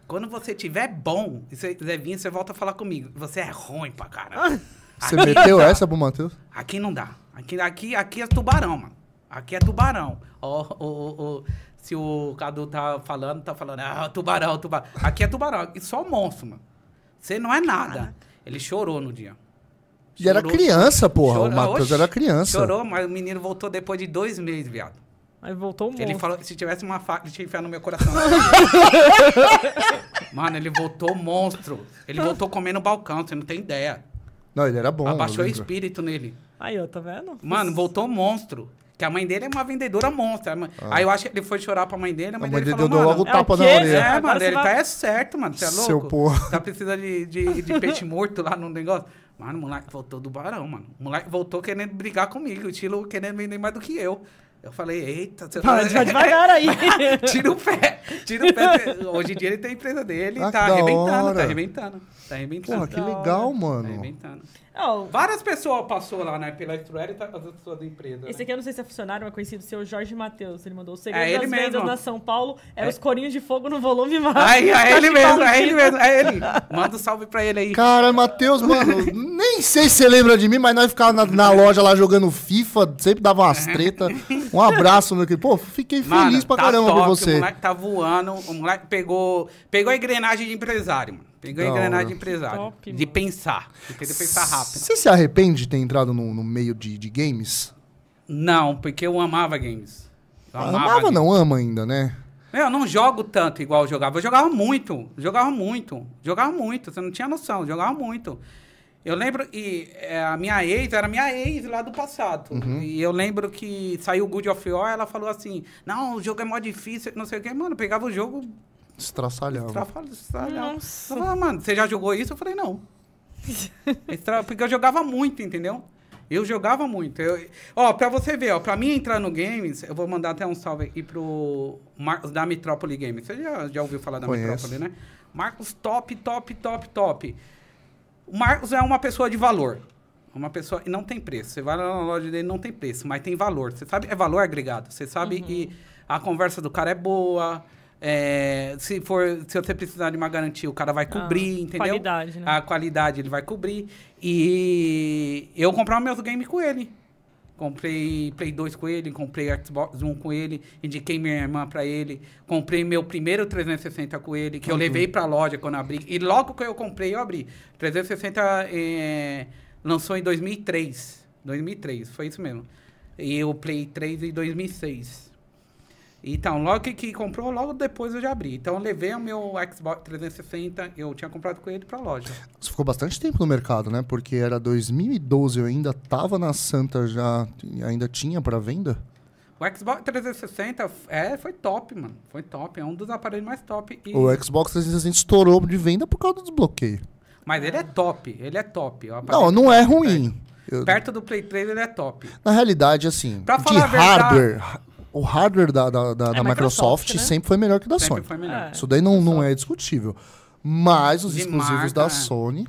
B: Quando você tiver bom, e você quiser vir, você volta a falar comigo. Você é ruim pra caralho.
A: Você
B: Aqui
A: meteu
B: tá.
A: essa pro Matheus?
B: Aqui não dá. Aqui, aqui, aqui é tubarão, mano. Aqui é tubarão. Ó, o- o- o- se o Cadu tá falando, tá falando, ah, tubarão, tubarão. Aqui é tubarão. E só monstro, mano. Você não é nada. Ele chorou no dia.
A: E era
B: Chorou.
A: criança, porra. O
B: Chorou.
A: Matheus
B: Oxi,
A: era criança.
B: Chorou, mas o menino voltou depois de dois meses, viado.
C: Aí voltou um monte.
B: Ele falou, se tivesse uma faca, ele tinha enfiado no meu coração. Mano, ele voltou monstro. Ele voltou comendo balcão, você não tem ideia.
A: Não, ele era bom. Ah, eu
B: Abaixou o
A: lembro.
B: espírito nele.
C: Aí, ó, tá vendo?
B: Mano, voltou um monstro. Que a mãe dele é uma vendedora monstro. A mãe- Aí eu acho que ele foi chorar pra mãe dele. A mãe,
A: Ah. A mãe dele
B: dele falou,
A: deu
B: mano,
A: logo o
C: é o
A: tapa na
C: quê?
A: orelha.
B: é,
C: Agora
B: mano,
C: você
B: ele
C: vai-
B: tá é certo, mano. Você é louco?
A: Seu porra.
B: Tá precisando de, de, de peixe morto lá no negócio. Mano, o moleque voltou do barão, mano. O moleque voltou querendo brigar comigo. O Tilo querendo vender mais do que eu. Eu falei, eita, você tá
C: Vai, vai devagar aí.
B: tira o pé, tira o pé. Hoje em dia ele tem a empresa dele,
A: Ah,
B: tá
A: que da
B: arrebentando,
A: hora.
B: tá arrebentando, tá arrebentando.
A: Porra, que
B: tá
A: legal, mano.
B: arrebentando.
C: Ó,
B: Várias pessoas passou lá, né? Pela Estruera e tá- as pessoas da empresa.
C: Esse
B: né?
C: aqui eu não sei se é funcionário, mas conhecido seu Jorge Matheus. Ele mandou o segredo
B: É ele
C: das vendas
B: mesmo.
C: na São Paulo é,
B: É.
C: os corinhos de fogo no volume máximo.
B: Ai, é ele
C: Acho que
B: mesmo,
C: fala
B: é ele
C: que-
B: mesmo, é ele. Manda um salve pra ele aí.
A: Cara, Matheus, mano, nem sei se você lembra de mim, mas nós ficávamos na, na loja lá jogando FIFA, sempre dava umas treta. Um abraço, meu querido. Pô, fiquei
B: Mano,
A: feliz pra
B: tá
A: caramba
B: top,
A: por você.
B: O moleque tá voando, o moleque pegou, pegou a engrenagem de empresário, mano. Pegou
A: Da
B: a engrenagem
A: hora.
B: de empresário.
C: Top,
B: de
C: mano.
B: pensar, de poder pensar rápido.
A: Você se arrepende de ter entrado no, no meio de, de games?
B: Não, porque eu amava games. Eu
A: Ah, amava
B: games.
A: não, ama ainda, né?
B: Meu, É, eu não jogo tanto igual eu jogava. Eu jogava muito, jogava muito, jogava muito. Você não tinha noção, eu jogava muito. Eu lembro e é, a minha ex era minha ex lá do passado. E eu lembro que saiu o Good of War, ela falou assim: "Não, o jogo é mó difícil, não sei o quê". Mano, eu pegava o jogo,
A: Estraçalhava.
B: estrafava, estrafava.
C: Nossa.
B: Ela falou, "Ah, mano, você já jogou isso? Eu falei: "Não". Estra- Porque eu jogava muito, entendeu? Eu jogava muito. Eu... Ó, pra você ver, ó, pra mim entrar no games, eu vou mandar até um salve aqui pro Marcos da Metrópole Games. Você já, já ouviu falar da
A: Conheço.
B: Metrópole, né? Marcos top, top, top, top. O Marcos é uma pessoa de valor. É Uma pessoa. E não tem preço. Você vai lá na loja dele, não tem preço, mas tem valor. Você sabe, é valor agregado. Você
C: Uhum.
B: sabe que a conversa do cara é boa. é, se, for, se você precisar de uma garantia, o cara vai cobrir, entendeu?
C: qualidade, né?
B: A qualidade ele vai cobrir. E eu comprava meus games com ele. Comprei Play 2 com ele, comprei Xbox One com ele, indiquei minha irmã pra ele, comprei meu primeiro 360 com ele, que eu levei pra loja quando abri. E logo que eu comprei, eu abri. 360 eh, lançou em 2003. 2003, foi isso mesmo. E o Play 3 em 2006. Então, logo que, que comprou, logo depois eu já abri. Então, eu levei o meu Xbox 360, eu tinha comprado com ele pra loja.
A: Você ficou bastante tempo no mercado, né? Porque era 2012, eu ainda tava na Santa já, e ainda tinha pra venda.
B: O Xbox 360 f- é, foi top, mano. Foi top. É um dos aparelhos mais top. E...
A: O Xbox 360 estourou de venda por causa do desbloqueio.
B: Mas ele é top. Ele é top. O aparelho-
A: Não, não é ruim. Eu-
B: Perto do Play 3 ele é top.
A: na realidade, assim,
B: Pra
A: de
B: falar a verdade- É
A: hardware, ha- o hardware da, da, da- da Microsoft,
C: Microsoft, né?
A: sempre foi melhor que o da
B: Sempre
A: Sony.
B: foi melhor.
C: É.
A: Isso daí não, não é discutível. Mas os
B: De
A: exclusivos
B: marca,
A: da
B: é.
A: Sony.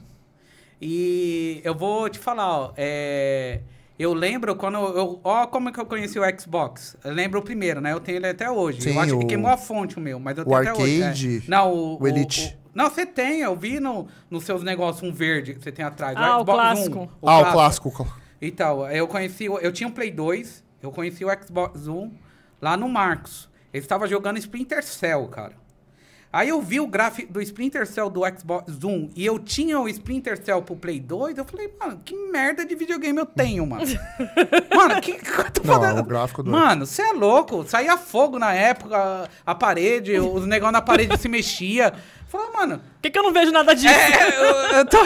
B: E eu vou te falar, ó. é, Eu lembro quando eu. Ó, como que eu conheci o Xbox. Eu lembro o primeiro, né? Eu tenho ele até hoje.
A: Sim,
B: eu acho
A: o-
B: que queimou a fonte o meu, mas eu
A: o
B: tenho até hoje.
A: arcade,
B: é. Não, o,
A: o Elite.
B: o- não, você tem, eu vi no, nos seus negócios um verde que você tem atrás.
C: Ah, o
B: Xbox um, One,
C: clássico.
A: ah, o clássico. cl-
B: Então, eu conheci, o- eu tinha um Play 2, eu conheci o Xbox One lá no Marcos. Ele estava jogando Splinter Cell, cara. Aí eu vi o gráfico do Splinter Cell do Xbox One e eu tinha o Splinter Cell pro Play 2, eu falei, mano, que merda de videogame eu tenho, mano. mano, que, que eu tô
A: Não,
B: falando?
A: o gráfico do-
B: Mano, você é louco. Saía fogo na época, a, a parede, os negócios na parede se mexia. Eu Falei, mano,
C: Por que, que eu não vejo nada disso?
B: é, eu, eu tô,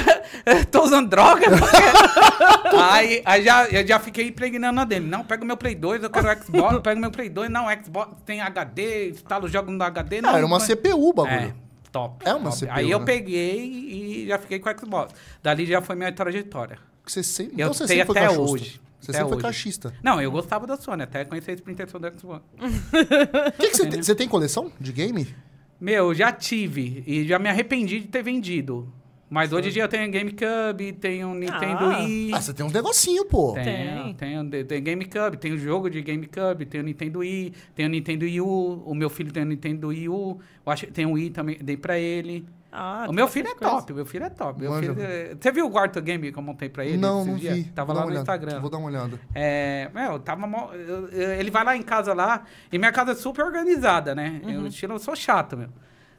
B: eu tô usando droga. porque- aí aí já, eu já fiquei impregnando a dele. Não, pega o meu Play 2, eu quero o Xbox, pega o meu Play 2. Não, Xbox tem HD, instala os jogos no HD. Não,
A: Ah, era uma
B: mas-
A: CPU o bagulho.
B: É, top.
A: É uma
B: top.
A: CPU,
B: Aí eu
A: né?
B: peguei e já fiquei com o Xbox. Dali já foi minha trajetória.
A: Que você sempre,
B: Eu
A: então você
B: sei
A: sempre foi
B: até
A: caixista.
B: hoje.
A: Você
B: Até
A: sempre foi
B: hoje.
A: caixista.
B: Não, eu gostava da Sony, até conheci a Splinter Cell do Xbox.
A: O que, que você, tem, você tem coleção de game?
B: Meu, eu já tive e já me arrependi de ter vendido. Mas hoje em dia eu tenho GameCube, tenho Nintendo
C: Ah.
B: Wii.
A: Ah, você tem uns negocinho, pô.
B: Tem,
C: Tem.
B: tem, tem, GameCube, tem o jogo de GameCube, tem o Nintendo Wii, tem o Nintendo Wii U, o meu filho tem o Nintendo Wii U, eu acho que tem o Wii também, dei pra ele.
C: Ah,
B: o meu
C: tem
B: filho é
C: bastante coisa.
B: top, o meu filho é top. Meu
A: Manja.
B: filho é- Você viu o quarto game que eu montei pra ele?
A: não,
B: esses
A: não
B: dias?
A: vi.
B: Tava
A: Vou dar uma
B: lá no
A: olhada.
B: Instagram.
A: Vou dar uma olhada.
B: É, meu, tava mó- eu- eu- Ele vai lá em casa lá, e minha casa é super organizada, né? Eu, estilo, eu sou chato, meu.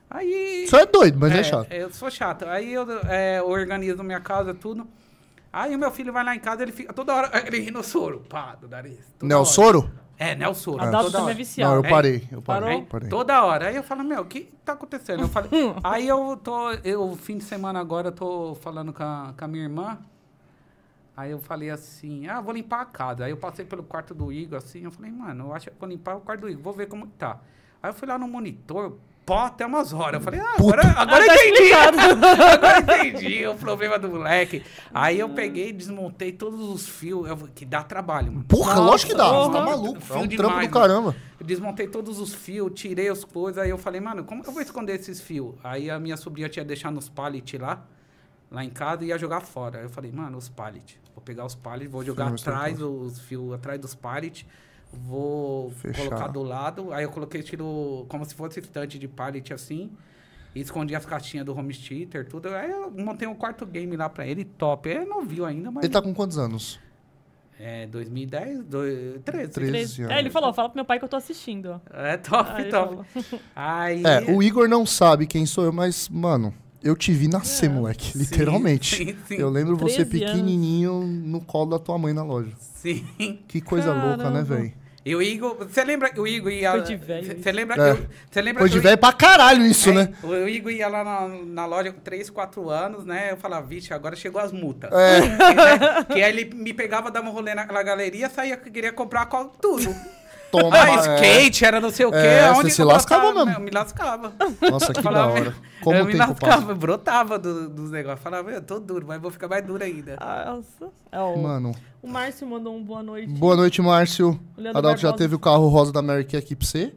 B: Aí.
A: Isso é doido, mas é, chato.
B: Eu sou chato. Aí eu é, organizo minha casa, tudo. Aí o meu filho vai lá em casa, ele fica toda hora. Ele rindo soro, pá, do nariz. toda
A: Não,
B: hora.
A: Né, soro?
B: É, Nelsoro.
C: A
B: toda
C: Dado também é
B: hora.
A: Não,
C: viciado.
A: eu
B: É.
A: parei. Eu parei.
C: Parou?
A: parei.
B: Toda hora. Aí eu falo, meu, o que tá acontecendo? Eu falo, aí eu tô. Eu, fim de semana agora, eu tô falando com a, com a minha irmã. Aí eu falei assim, ah, vou limpar a casa. Aí eu passei pelo quarto do Igor, assim, eu falei, mano, eu acho que vou limpar o quarto do Igor, vou ver como que tá. Aí eu fui lá no monitor, pó até umas horas. Eu falei, ah, agora, agora
C: Ah,
B: eu
C: tá
B: entendi.
C: explicado.
B: Agora eu entendi o problema do moleque. Aí
A: Uhum.
B: eu peguei, desmontei todos os fios, eu, que dá trabalho, mano.
A: Porra, lógico que dá. Você tá
C: porra.
A: maluco. É
B: Fio
A: um
B: demais, né?
A: trampo do
B: mano.
A: caramba.
B: Eu desmontei todos os fios, tirei as coisas, aí eu falei, mano, como que eu vou esconder esses fios? Aí a minha sobrinha tinha deixado nos pallet lá, lá em casa, e ia jogar fora. Aí eu falei, mano, os pallet. Vou pegar os pallet, vou jogar
A: Filme,
B: atrás, os fios atrás dos pallet, vou
A: Fechar.
B: colocar do lado. Aí eu coloquei estilo, como se fosse estante de pallet assim. E escondi as caixinhas do home theater, tudo. Aí eu montei um quarto game lá pra ele, top. Ele não viu ainda, mas.
A: Ele tá com quantos anos?
B: É, 2010, 2013.
A: Treze.
C: É, ele falou, fala pro meu pai que eu tô assistindo. ó.
B: É top,
C: Aí ele
B: top.
C: falou.
B: Aí.
A: É, o Igor não sabe quem sou eu, mas, mano, eu te vi nascer, moleque. Literalmente.
B: É. sim, sim.
A: Eu lembro você
C: 13 anos.
A: pequenininho no colo da tua mãe na loja.
B: Sim.
A: Que coisa louca, né, velho?
B: E o Igor, você lembra que o Igor ia.
C: Coisa de velho,
B: Você
C: isso.
B: lembra
A: É.
B: que. Você lembra
A: Foi de
B: que o-
A: velho pra caralho isso,
B: é,
A: né?
B: O Igor ia lá na, na loja com 3, 4 anos, né? Eu falava, vixe, agora chegou as multas.
A: É.
B: Que, aí ele me pegava, dava um rolê naquela galeria, saía, queria comprar qual- tudo.
A: Toma.
B: Ah,
A: é.
B: skate, era não sei o quê.
A: É,
B: aonde
A: você
B: que
A: se
B: eu
A: lascava
B: brotava?
A: mesmo.
B: Eu me lascava.
A: Nossa, que
B: Eu falava,
A: da hora. Como
B: eu
A: o
B: me
A: tempo
B: lascava,
A: passa.
B: eu brotava do- dos negócios. Falava, eu tô duro, mas vou ficar mais duro ainda.
C: Nossa. É, o,
A: Mano.
C: o Márcio mandou um boa noite.
A: Boa noite, Márcio.
C: O Leandro
A: Adalto já
C: Barbosa.
A: teve o carro rosa da Mary Kay aqui pra você.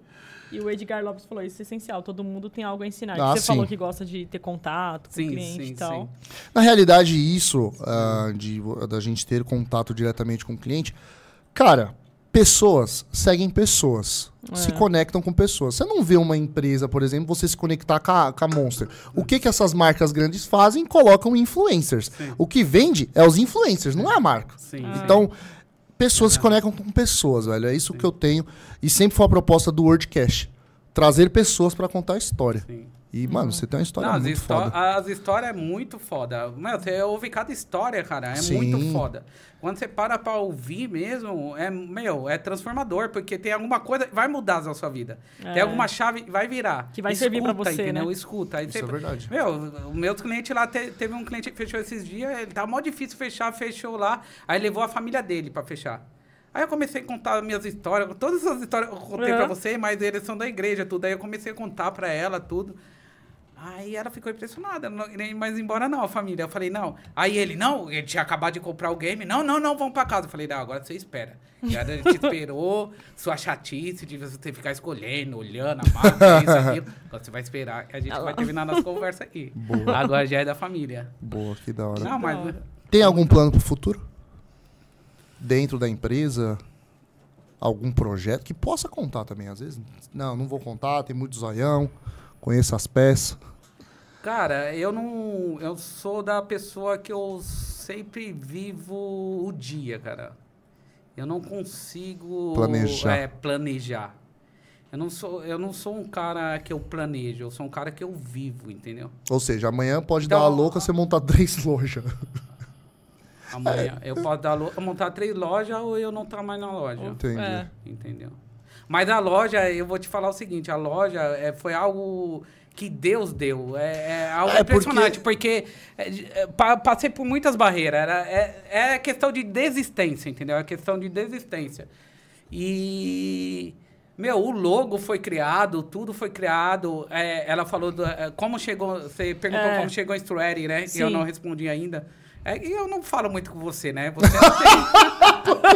C: E o Edgar Lopes falou: Isso é essencial, todo mundo tem algo a ensinar.
A: Ah,
C: Você
A: sim.
C: falou que gosta de ter contato com o
B: Sim,
C: cliente
B: sim,
C: e tal.
B: sim.
A: Na realidade, isso, ah, de, vo- da gente ter contato diretamente com o cliente, cara, pessoas seguem pessoas, se conectam com pessoas. Você não vê uma empresa, por exemplo, você se conectar com a, com a Monster. O que, que essas marcas grandes fazem? Colocam influencers. O que vende é os influencers, não é a marca.
B: Sim.
C: Ah.
A: Então, pessoas se conectam com pessoas, velho. É isso que eu tenho. E sempre foi a proposta do WordCast. Trazer pessoas pra contar a história.
B: Sim.
A: E, mano, você tem uma história
B: Uhum. Não, as,
A: muito
B: histó-
A: foda.
B: as histórias é muito foda. Mano, você ouve cada história, cara. É
A: Sim.
B: muito foda. Quando você para pra ouvir mesmo, é, meu, é transformador, porque tem alguma coisa que vai mudar na sua vida. Tem alguma chave que vai virar.
C: É. Que vai servir pra você,
B: entendeu?
C: né?
B: Escuta. Aí
A: Isso
B: você-
A: é verdade.
B: Meu, o meu cliente lá, te- teve um cliente que fechou esses dias, ele tava mó difícil fechar, fechou lá, aí levou a família dele pra fechar. Aí eu comecei a contar minhas histórias, todas essas histórias que eu contei
C: Aham.
B: pra você, mas eles são da igreja, tudo. Aí eu comecei a contar pra ela, tudo. Aí ela ficou impressionada, não queria ir mais embora não, a família. Eu falei, não. Aí ele, não, ele tinha acabado de comprar o game. Não, não, não, vamos pra casa. Eu falei, não, agora você espera. E aí ele te esperou, sua chatice de você ficar escolhendo, olhando, a marca, isso, aquilo. Agora você vai esperar, a gente vai terminar nossa conversa aqui. Agora já é da família.
A: Boa, que da hora.
B: Não, mas...
A: Tem algum plano pro futuro? Dentro da empresa? Algum projeto que possa contar também, às vezes? Não, não vou contar, tem muito zoião, conheço as peças.
B: Cara, eu não. Eu sou da pessoa que eu sempre vivo o dia, cara. Eu não consigo
A: Planejar.
B: é, planejar. Eu não, sou, eu não sou um cara que eu planejo, eu sou um cara que eu vivo, entendeu?
A: Ou seja, amanhã pode
B: Então,
A: dar uma louca você montar três lojas.
B: Amanhã eu posso dar lo- montar três lojas ou eu não estar mais na loja.
A: Entendi.
C: É.
B: Entendeu? Mas a loja, eu vou te falar o seguinte, a loja é, foi algo que Deus deu. É, é algo
A: É,
B: impressionante, porque, é, de- é, pa- passei por muitas barreiras. Era, é, é questão de desistência, entendeu? É questão de desistência. E, meu, o logo foi criado, tudo foi criado. É, ela falou do- é, como chegou. Você perguntou
C: É.
B: como chegou a Struery, né? E eu
C: Sim.
B: não respondi ainda. É, e eu não falo muito com você, né? Você não tem.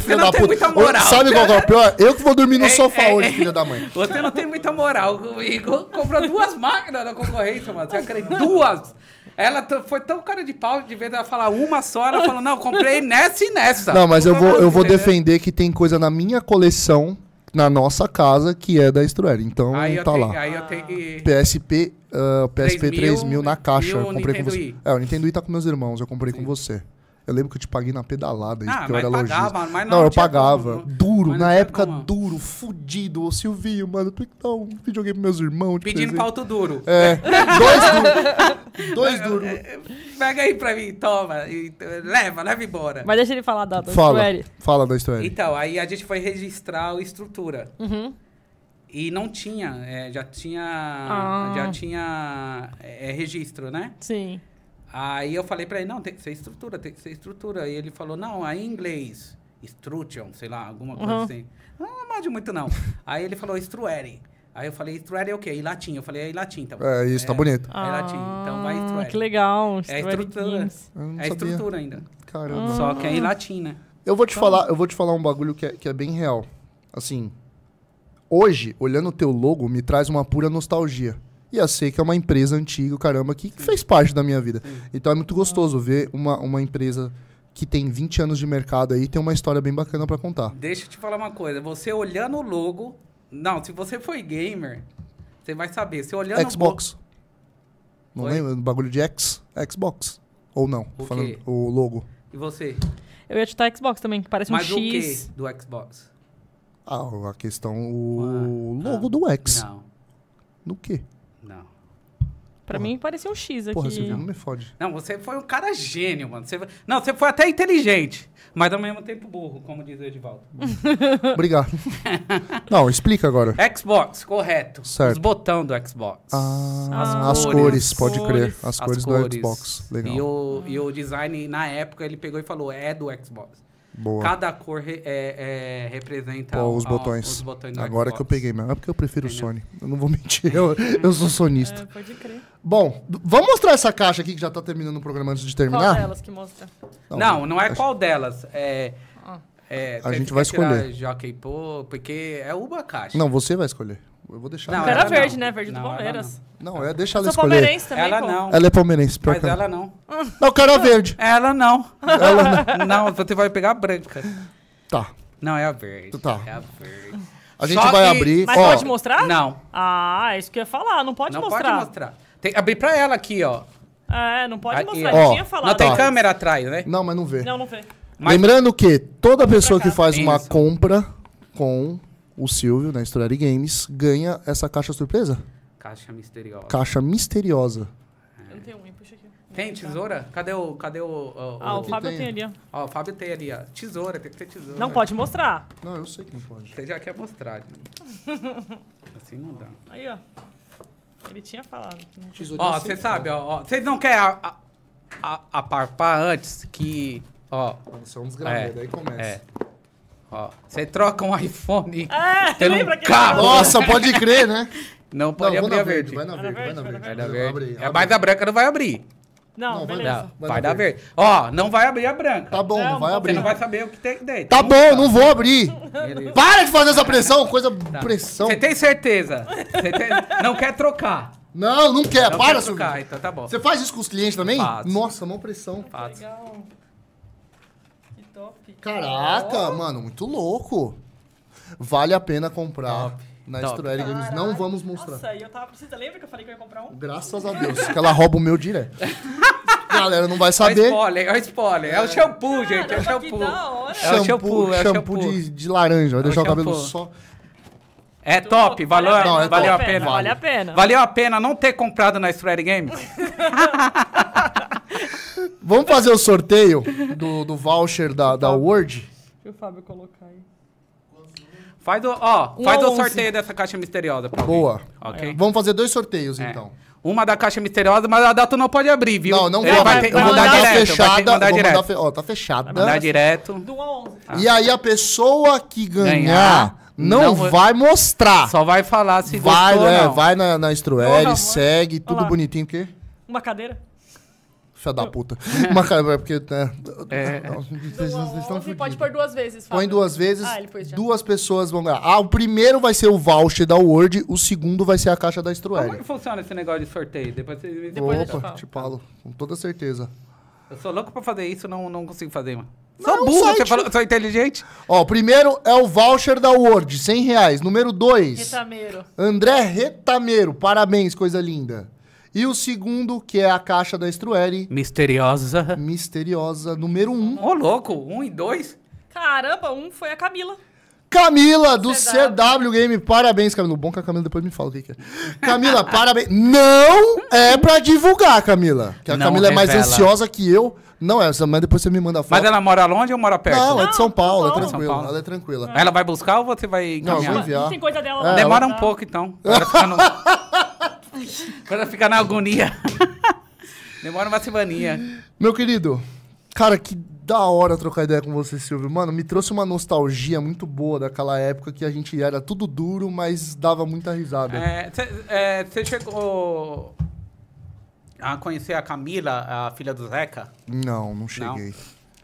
A: Filha
B: não tem muita moral.
A: Sabe qual que é o pior? Eu que vou dormir no
B: É,
A: sofá
B: é,
A: hoje,
B: é.
A: filha da mãe.
B: Você não tem muita moral comigo. Comprou duas máquinas na concorrência, mano. Você acredita? Duas! Ela t- foi tão cara de pau, de vez ela falar uma só, ela falou, não, comprei nessa e nessa.
A: Não, mas eu vou, eu vou
B: Entendeu?
A: defender que tem coisa na minha coleção, na nossa casa, que é da Struer. Então
B: Aí eu
A: tá
B: tenho,
A: lá.
B: Aí eu tenho que...
A: PSP, ah, PSP
B: 3000,
A: 3000 na caixa.
B: e o
A: Eu comprei com
B: Nintendo
A: você.
B: Wii.
A: É, o Nintendo Wii tá com meus irmãos, eu comprei com você. Eu lembro que eu te paguei na pedalada, isso
B: Ah,
A: porque eu
B: mas
A: era lojista.
B: pagava, mas
A: não,
B: não
A: eu
B: tinha
A: pagava.
B: como, não.
A: Duro,
B: Mas não
A: na
B: tinha
A: época,
B: como.
A: duro, fudido. Ô, Silvinho, mano, tu que dá um videogame pros meus irmãos. tipo, de
B: Pedindo
A: presente.
B: pauto duro.
A: É, dois duro.
B: é,
A: Dois duro.
B: Pega aí pra mim, toma. e- leva, leva embora.
C: Mas deixa ele falar
B: é,
C: da da
A: Fala,
C: Sueli.
A: fala da história.
B: Então, aí a gente foi registrar a estrutura.
C: Uhum.
B: E não tinha, é, já tinha,
C: Ah.
B: já tinha é, é, registro, né?
C: Sim.
B: Aí eu falei pra ele, não, tem que ser estrutura, tem que ser estrutura. E ele falou, não, aí em inglês, struction, sei lá, alguma coisa
C: Uhum.
B: assim. Não, não mande muito não. aí ele falou, struere. Aí eu falei, struere é o quê? Em latim. Eu falei, é em latim, então.
A: É, isso, tá bonito.
B: É latim, então vai
C: Ah,
B: struere.
C: Que
B: É
C: legal.
B: a
C: Strawberry
B: estrutura.
C: Games.
A: Eu não
B: É a
A: sabia.
B: estrutura ainda.
A: Caramba.
B: Só que é em latim, né?
A: Eu vou te falar, eu vou te falar um bagulho que é, que é bem real. Assim, hoje, olhando o teu logo, me traz uma pura nostalgia. E eu sei que é uma empresa antiga, caramba, que fez parte da minha vida. Então é muito gostoso ver uma, uma empresa que tem 20 anos de mercado aí tem uma história bem bacana pra contar.
B: Deixa eu te falar uma coisa. Você olhando o logo... Não, se você foi gamer, você vai saber. Você olhando o
A: Xbox. Não
B: Oi?
A: lembra? do bagulho de X? Xbox. Ou não?
B: O
A: falando
B: quê?
A: o logo.
B: E você?
C: Eu ia chutar Xbox também, que parece um
B: Mas o quê
C: X.
B: do Xbox?
A: Ah, a
B: Ah, tá.
A: questão, o logo do X.
B: Não,
A: No quê?
B: não.
C: Pra mim parecia um X aqui.
A: Porra, Silvio, não me fode.
B: Não, você foi um cara gênio, mano. Você foi- Não, você foi até inteligente, mas ao mesmo tempo burro, como diz o Edivaldo.
A: Obrigado. não, explica agora.
B: Xbox, correto.
A: Certo.
B: Os botão do Xbox.
A: Ah,
C: As
A: as,
C: cores.
A: cores, pode crer. As,
C: Cores.
B: As
A: cores, do Xbox. Legal.
B: E o, e o design, na época, ele pegou e falou, é do Xbox.
A: Boa.
B: Cada cor re- é- é- representa
A: Pô, os
B: a-
A: botões.
B: os botões do
A: Agora
B: Xbox.
A: que eu peguei mesmo. É porque eu prefiro o Sony. Eu não vou mentir. Eu, eu sou sonista.
C: É, pode crer.
A: Bom, d- vamos mostrar essa caixa aqui que já tá terminando o programa antes de
C: Qual
A: terminar?
C: delas que mostra?
B: Não, não é qual delas. É,
C: Ah.
B: é,
A: A
B: você
A: gente vai
B: quer tirar
A: escolher.
B: Jockey Pô, porque é uma caixa.
A: Não, você vai escolher. Eu vou deixar.
B: Ah, Não,
A: ela.
C: Era
B: ela
C: verde,
B: não.
C: né? Verde do
B: Não, ela
C: Palmeiras.
A: Não, é deixar ela
C: Sou
A: escolher.
C: palmeirense também,
B: ela
C: pô.
B: não.
A: Ela é palmeirense, pior
B: então. Mas
A: que ela.
B: ela não.
A: Não, eu quero a verde.
B: Ela não.
A: Ela não.
B: Não, você vai pegar a branca.
A: Tá.
B: Não, é a verde.
A: Tá.
B: É a verde.
A: A gente
B: Só
A: vai
B: que-
A: abrir.
C: Mas
A: ó,
C: pode mostrar?
B: Não,
C: Ah, é isso que eu ia falar. Não pode
B: não
C: mostrar.
B: pode mostrar. Tem que abrir pra ela aqui, ó.
C: É, não pode
B: Aí,
C: mostrar.
A: ó.
C: Eu tinha falado.
B: Não tem
A: Tá.
B: câmera atrás, né?
A: Não, mas não vê.
C: Não, não vê.
B: Mas-
A: Lembrando que toda pessoa que faz uma
B: Isso.
A: compra com o Silvio na Story Games ganha essa caixa surpresa.
B: Caixa misteriosa.
A: Caixa misteriosa.
C: Eu não tenho unha, puxa aqui.
B: Tem um. tesoura? Cadê o. Cadê o. o-
C: Ah, o
B: o-
C: Fábio
A: tem.
C: tem ali, ó.
B: Ó, o Fábio tem ali, ó. Tesoura, tem que ter tesoura.
C: Não pode mostrar.
A: Não, eu sei que não pode.
B: Você já quer mostrar. né? Assim não dá.
C: Aí, ó. Ele tinha falado.
B: Ó, você sabe, ó, ó. Vocês não querem a- a- a- aparpar antes que. Ó.
A: São uns
B: É,
A: gravedos, um aí começa.
B: é. Ó. Você troca um iPhone.
C: É,
B: Tem um
C: lembra que ele
B: carro.
C: falou?
A: Nossa, pode crer, né?
B: Não pode
A: vou
B: abrir
A: na
B: a verde.
A: vai na
C: Vai
A: verde, vai na
C: na
A: verde.
B: Vai dar
A: Abre,
B: verde.
A: abre.
B: É, mas a branca não vai abrir.
C: Não,
A: Não, vai
C: beleza.
B: Não,
A: Vai
B: vai,
A: na
B: dar
A: verde.
B: verde. Ó, não vai abrir a branca.
A: Tá bom,
C: Não,
A: não vai
C: você
B: Você
A: abrir.
B: não vai saber o que tem dentro.
A: Tá bom, não vou abrir.
B: Beleza.
A: Para de fazer essa pressão, coisa
B: Tá.
A: pressão.
B: Você tem certeza? Você tem- Não quer trocar?
A: Não, não quer,
B: Não
A: para,
B: quer
A: Silvio.
B: trocar, então tá bom.
A: Você faz isso com os clientes também?
B: Faço.
A: Nossa, mão pressão.
B: Fato.
C: Legal. Que top.
A: Caraca, mano, muito louco. Vale a pena comprar
B: Top,
A: na
B: top.
A: Estruelli Games. Não vamos mostrar.
C: Nossa, e eu tava precisando. Lembra que eu falei que eu ia comprar um?
A: Graças a Deus, que ela rouba o meu direto. Galera, não vai
B: É o
A: saber.
B: spoiler, é o spoiler. É o shampoo, gente. É o
C: Caramba, que
B: shampoo.
C: da hora.
B: É o shampoo, é o
A: shampoo
B: shampoo.
A: de, de laranja. Vai deixar o cabelo
B: shampoo.
A: só.
B: É top, valeu,
C: Vale a
A: Não, é
B: valeu
A: top.
B: a pena.
C: Vale a pena.
B: Valeu a pena não ter comprado na Stray Games?
A: Vamos fazer o sorteio do, do voucher da, da Word?
C: Deixa o Fábio colocar aí.
B: Faz o, ó,
C: Um
B: faz
C: ao
B: o
C: onze.
B: sorteio dessa caixa misteriosa. pra alguém.
A: Boa.
B: Ok?
A: Vamos fazer dois sorteios,
B: É.
A: então.
B: Uma da caixa misteriosa, mas a data não pode abrir, viu?
A: Não, não
B: Ele
A: vou
B: vai
A: abrir.
B: ter-
A: Eu vou
B: mandar
A: mandar
B: direto, vai ter
A: fechada.
B: que mandar
A: vou mandar
B: direto.
A: fe- Ó, tá fechada.
B: Mandar direto.
C: Do 1 a 11.
A: E aí a pessoa que ganhar,
B: Ganhar,
A: não,
B: não vou-
A: vai mostrar.
B: Só vai falar se
A: Vai,
B: gostou
A: é,
B: ou não.
A: vai na, na
C: Porra,
A: Struel,
C: mano.
A: segue, tudo
C: Olha lá.
A: bonitinho, porque.
C: Uma cadeira?
A: Filha da puta. Uma cara, porque. Né,
B: É.
A: não, vocês,
C: um
A: vocês estão
D: Você pode
A: fudidos.
D: pôr duas vezes, Fábio.
A: Põe duas vezes,
D: Ah, ele pôs já.
A: duas pessoas vão ganhar. Ah, o primeiro vai ser o voucher da Word, o segundo vai ser a caixa da
B: Como que
A: Struel.
B: funciona esse negócio de sorteio? Depois vocês me
D: Depois eu te
A: Opa,
D: falo.
A: te falo, com toda certeza.
B: Eu sou louco pra fazer isso, não, não consigo fazer, mano.
A: Não, um
B: Sou burro,
A: site.
B: você falou, sou inteligente.
A: Ó, o primeiro é o voucher da Word, 100 reais. Número 2,
D: Retameiro.
A: André Retameiro, parabéns, coisa linda. E o segundo, que é a caixa da Strueri,
B: Misteriosa.
A: misteriosa, número 1. Um,
B: Ô, louco, um e dois?
C: Caramba, um foi a Camila.
A: Camila do CW.
D: CW.
A: Game, parabéns, Camila. O Bom que a Camila depois me fala o que, que é. Camila, parabéns. Não é pra divulgar, Camila. Que a
B: Não
A: Camila é mais
B: revela.
A: ansiosa que eu. Não é, mas depois você me manda a foto.
B: Mas ela mora longe ou mora perto?
A: Não, é de São
C: Não,
A: Paulo, é
C: São Paulo.
A: tranquila.
B: São Paulo.
A: Ela é tranquila.
B: Ela vai buscar ou você vai
A: Não, eu
B: caminhar?
A: vou enviar.
C: Não tem coisa dela.
A: É,
C: não.
B: Demora
C: Tá.
B: um pouco, então. Pra ela ficar, no... pra ela ficar na agonia. Demora uma semaninha.
A: Meu querido, cara, que da hora trocar ideia com você, Silvio. Mano, me trouxe uma nostalgia muito boa daquela época que a gente era tudo duro, mas dava muita risada.
B: É, Você chegou a conhecer a Camila, a filha do Zeca?
A: Não, não cheguei.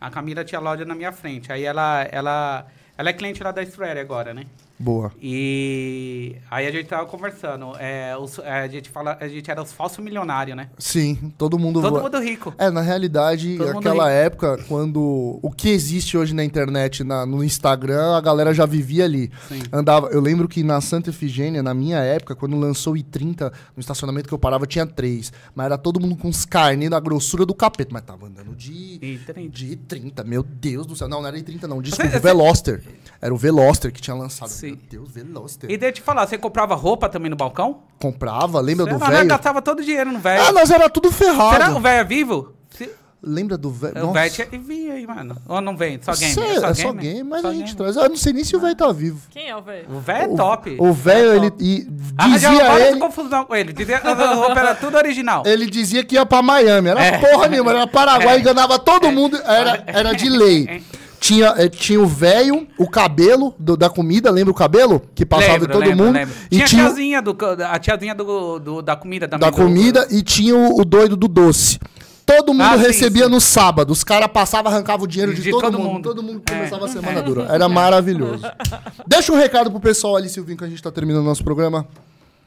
B: A Camila tinha loja na minha frente. Aí ela, ela, ela é cliente lá da Estrela agora, né?
A: Boa.
B: E aí a gente tava conversando. É, os- é, a, gente fala, a gente era os falsos milionários, né?
A: Sim, todo mundo.
B: Todo
A: voa-
B: mundo rico.
A: É, na realidade,
B: Todo mundo
A: aquela
B: rico.
A: época, quando o que existe hoje na internet, na- no Instagram, a galera já vivia ali.
B: Sim.
A: Andava, eu lembro que na Santa Efigênia, na minha época, quando lançou o I30, no estacionamento que eu parava tinha três. Mas era todo mundo com uns carnes da grossura do capeta. Mas tava andando de.
B: E tem-
A: De 30, meu Deus do céu. Não, não era I30, não. Desculpa,
B: Você- é-
A: o Veloster. Era o Veloster que tinha lançado.
B: Sim.
A: Meu Deus, Veloster.
B: E deixa eu te falar, você comprava roupa também no balcão?
A: Comprava, lembra do
B: Sei lá, nós
A: velho?
B: gastava todo o dinheiro no velho.
A: Ah, nós era tudo ferrado.
B: Será que o velho é vivo? Se-
A: Lembra do velho?
B: O
A: Nossa.
B: velho tinha- e vinha aí, mano. Ou não vem? Só game.
A: Cê-
B: é só,
A: é
B: game,
A: só
B: né?
A: game, mas
B: Só
A: a gente
B: game.
A: traz. Eu não sei nem se o velho tá vivo.
C: Quem é o velho?
B: O velho
A: O-
B: é top.
A: O velho, ele e
B: Ah, já
A: dizia
B: para de
A: ele,
B: confusão com ele. Dizia, a roupa era tudo original.
A: ele dizia que ia pra Miami. Era
B: É.
A: porra nenhuma, era Paraguai, enganava todo mundo, era, era de lei.
B: É.
A: Tinha, eh, tinha o velho, o cabelo do- da comida, lembra o cabelo? Que passava em todo mundo. E tinha,
B: Tinha, a tiazinha, do, a tiazinha do, do- da comida também.
A: da
B: do-
A: comida e tinha o, o doido do doce. Todo mundo
B: né? Ah, sim,
A: recebia
B: sim.
A: no sábado. Os caras passavam, arrancavam o dinheiro de, todo, mundo. Todo mundo
B: É.
A: começava a semana dura. Era maravilhoso. Deixa um recado pro pessoal ali, Silvinho, que a gente tá terminando o nosso programa.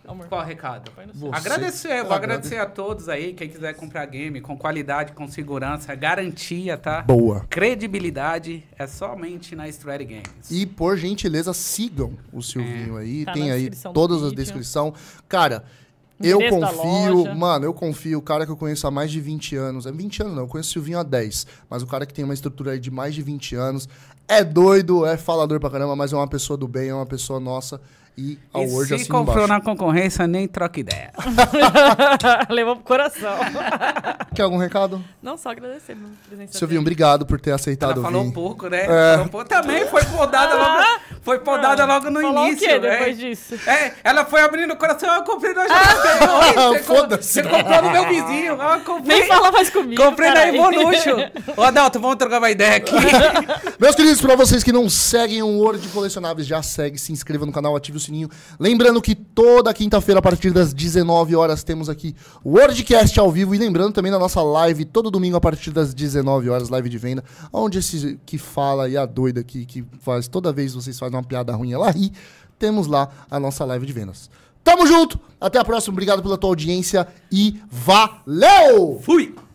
C: Amor.
B: Qual é o recado?
A: Você-
B: Agradecer, vou
A: Agrade-
B: agradecer a todos aí, quem quiser comprar game com qualidade, com segurança, garantia, tá?
A: Boa.
B: Credibilidade é somente na Strad Games.
A: E, por gentileza, sigam o Silvinho
B: É.
A: aí.
C: Tá
A: Tem
C: na
A: aí
C: descrição do
A: todas as
C: vídeo.
A: descrições. Cara, eu
C: endereço da
A: confio,
C: loja.
A: mano, eu confio. O cara que eu conheço há mais de 20 anos. É 20 anos não, eu conheço o Silvinho há 10. Mas o cara que tem uma estrutura aí de mais de 20 anos. É doido, é falador pra caramba, mas é uma pessoa do bem, é uma pessoa nossa. E a
B: E
A: Word
B: se
A: assim
B: comprou
A: embaixo.
B: na concorrência, nem troca ideia.
C: Levou pro coração.
A: Quer algum recado?
C: Não só agradecer pela presença
A: Silvinho,
C: dele.
A: obrigado por ter
B: Ela
A: aceitado
B: falou
A: vir.
B: pouco, né? Falou pouco. Também foi podada logo, foi podada logo no
C: Falar
B: início.
C: Ah! o quê
B: né?
C: depois disso? Ah!
B: É, ela foi abrindo o coração, "Ah, eu comprei na Jabotei. Oi, você comprou-
A: Foda-se.
B: Você comprou no meu vizinho, "Ah, eu comprei.
C: Nem fala mais comigo.
B: Comprei na
C: caralho.
B: Evolution. Ô, Adalto, vamos trocar uma ideia aqui.
A: Meus queridos, pra vocês que não seguem o Ouro de Colecionáveis, já segue, se inscreva no canal, ative o sininho. Lembrando que toda quinta-feira, a partir das 19 horas, temos aqui o WordCast ao vivo. E lembrando também da nossa live, todo domingo, a partir das 19 horas, live de venda, onde esse que fala e a doida que, que faz, toda vez vocês fazem uma piada ruim, ela ri. Temos lá a nossa live de vendas. Tamo junto, até a próxima, obrigado pela tua audiência e valeu!
B: Fui.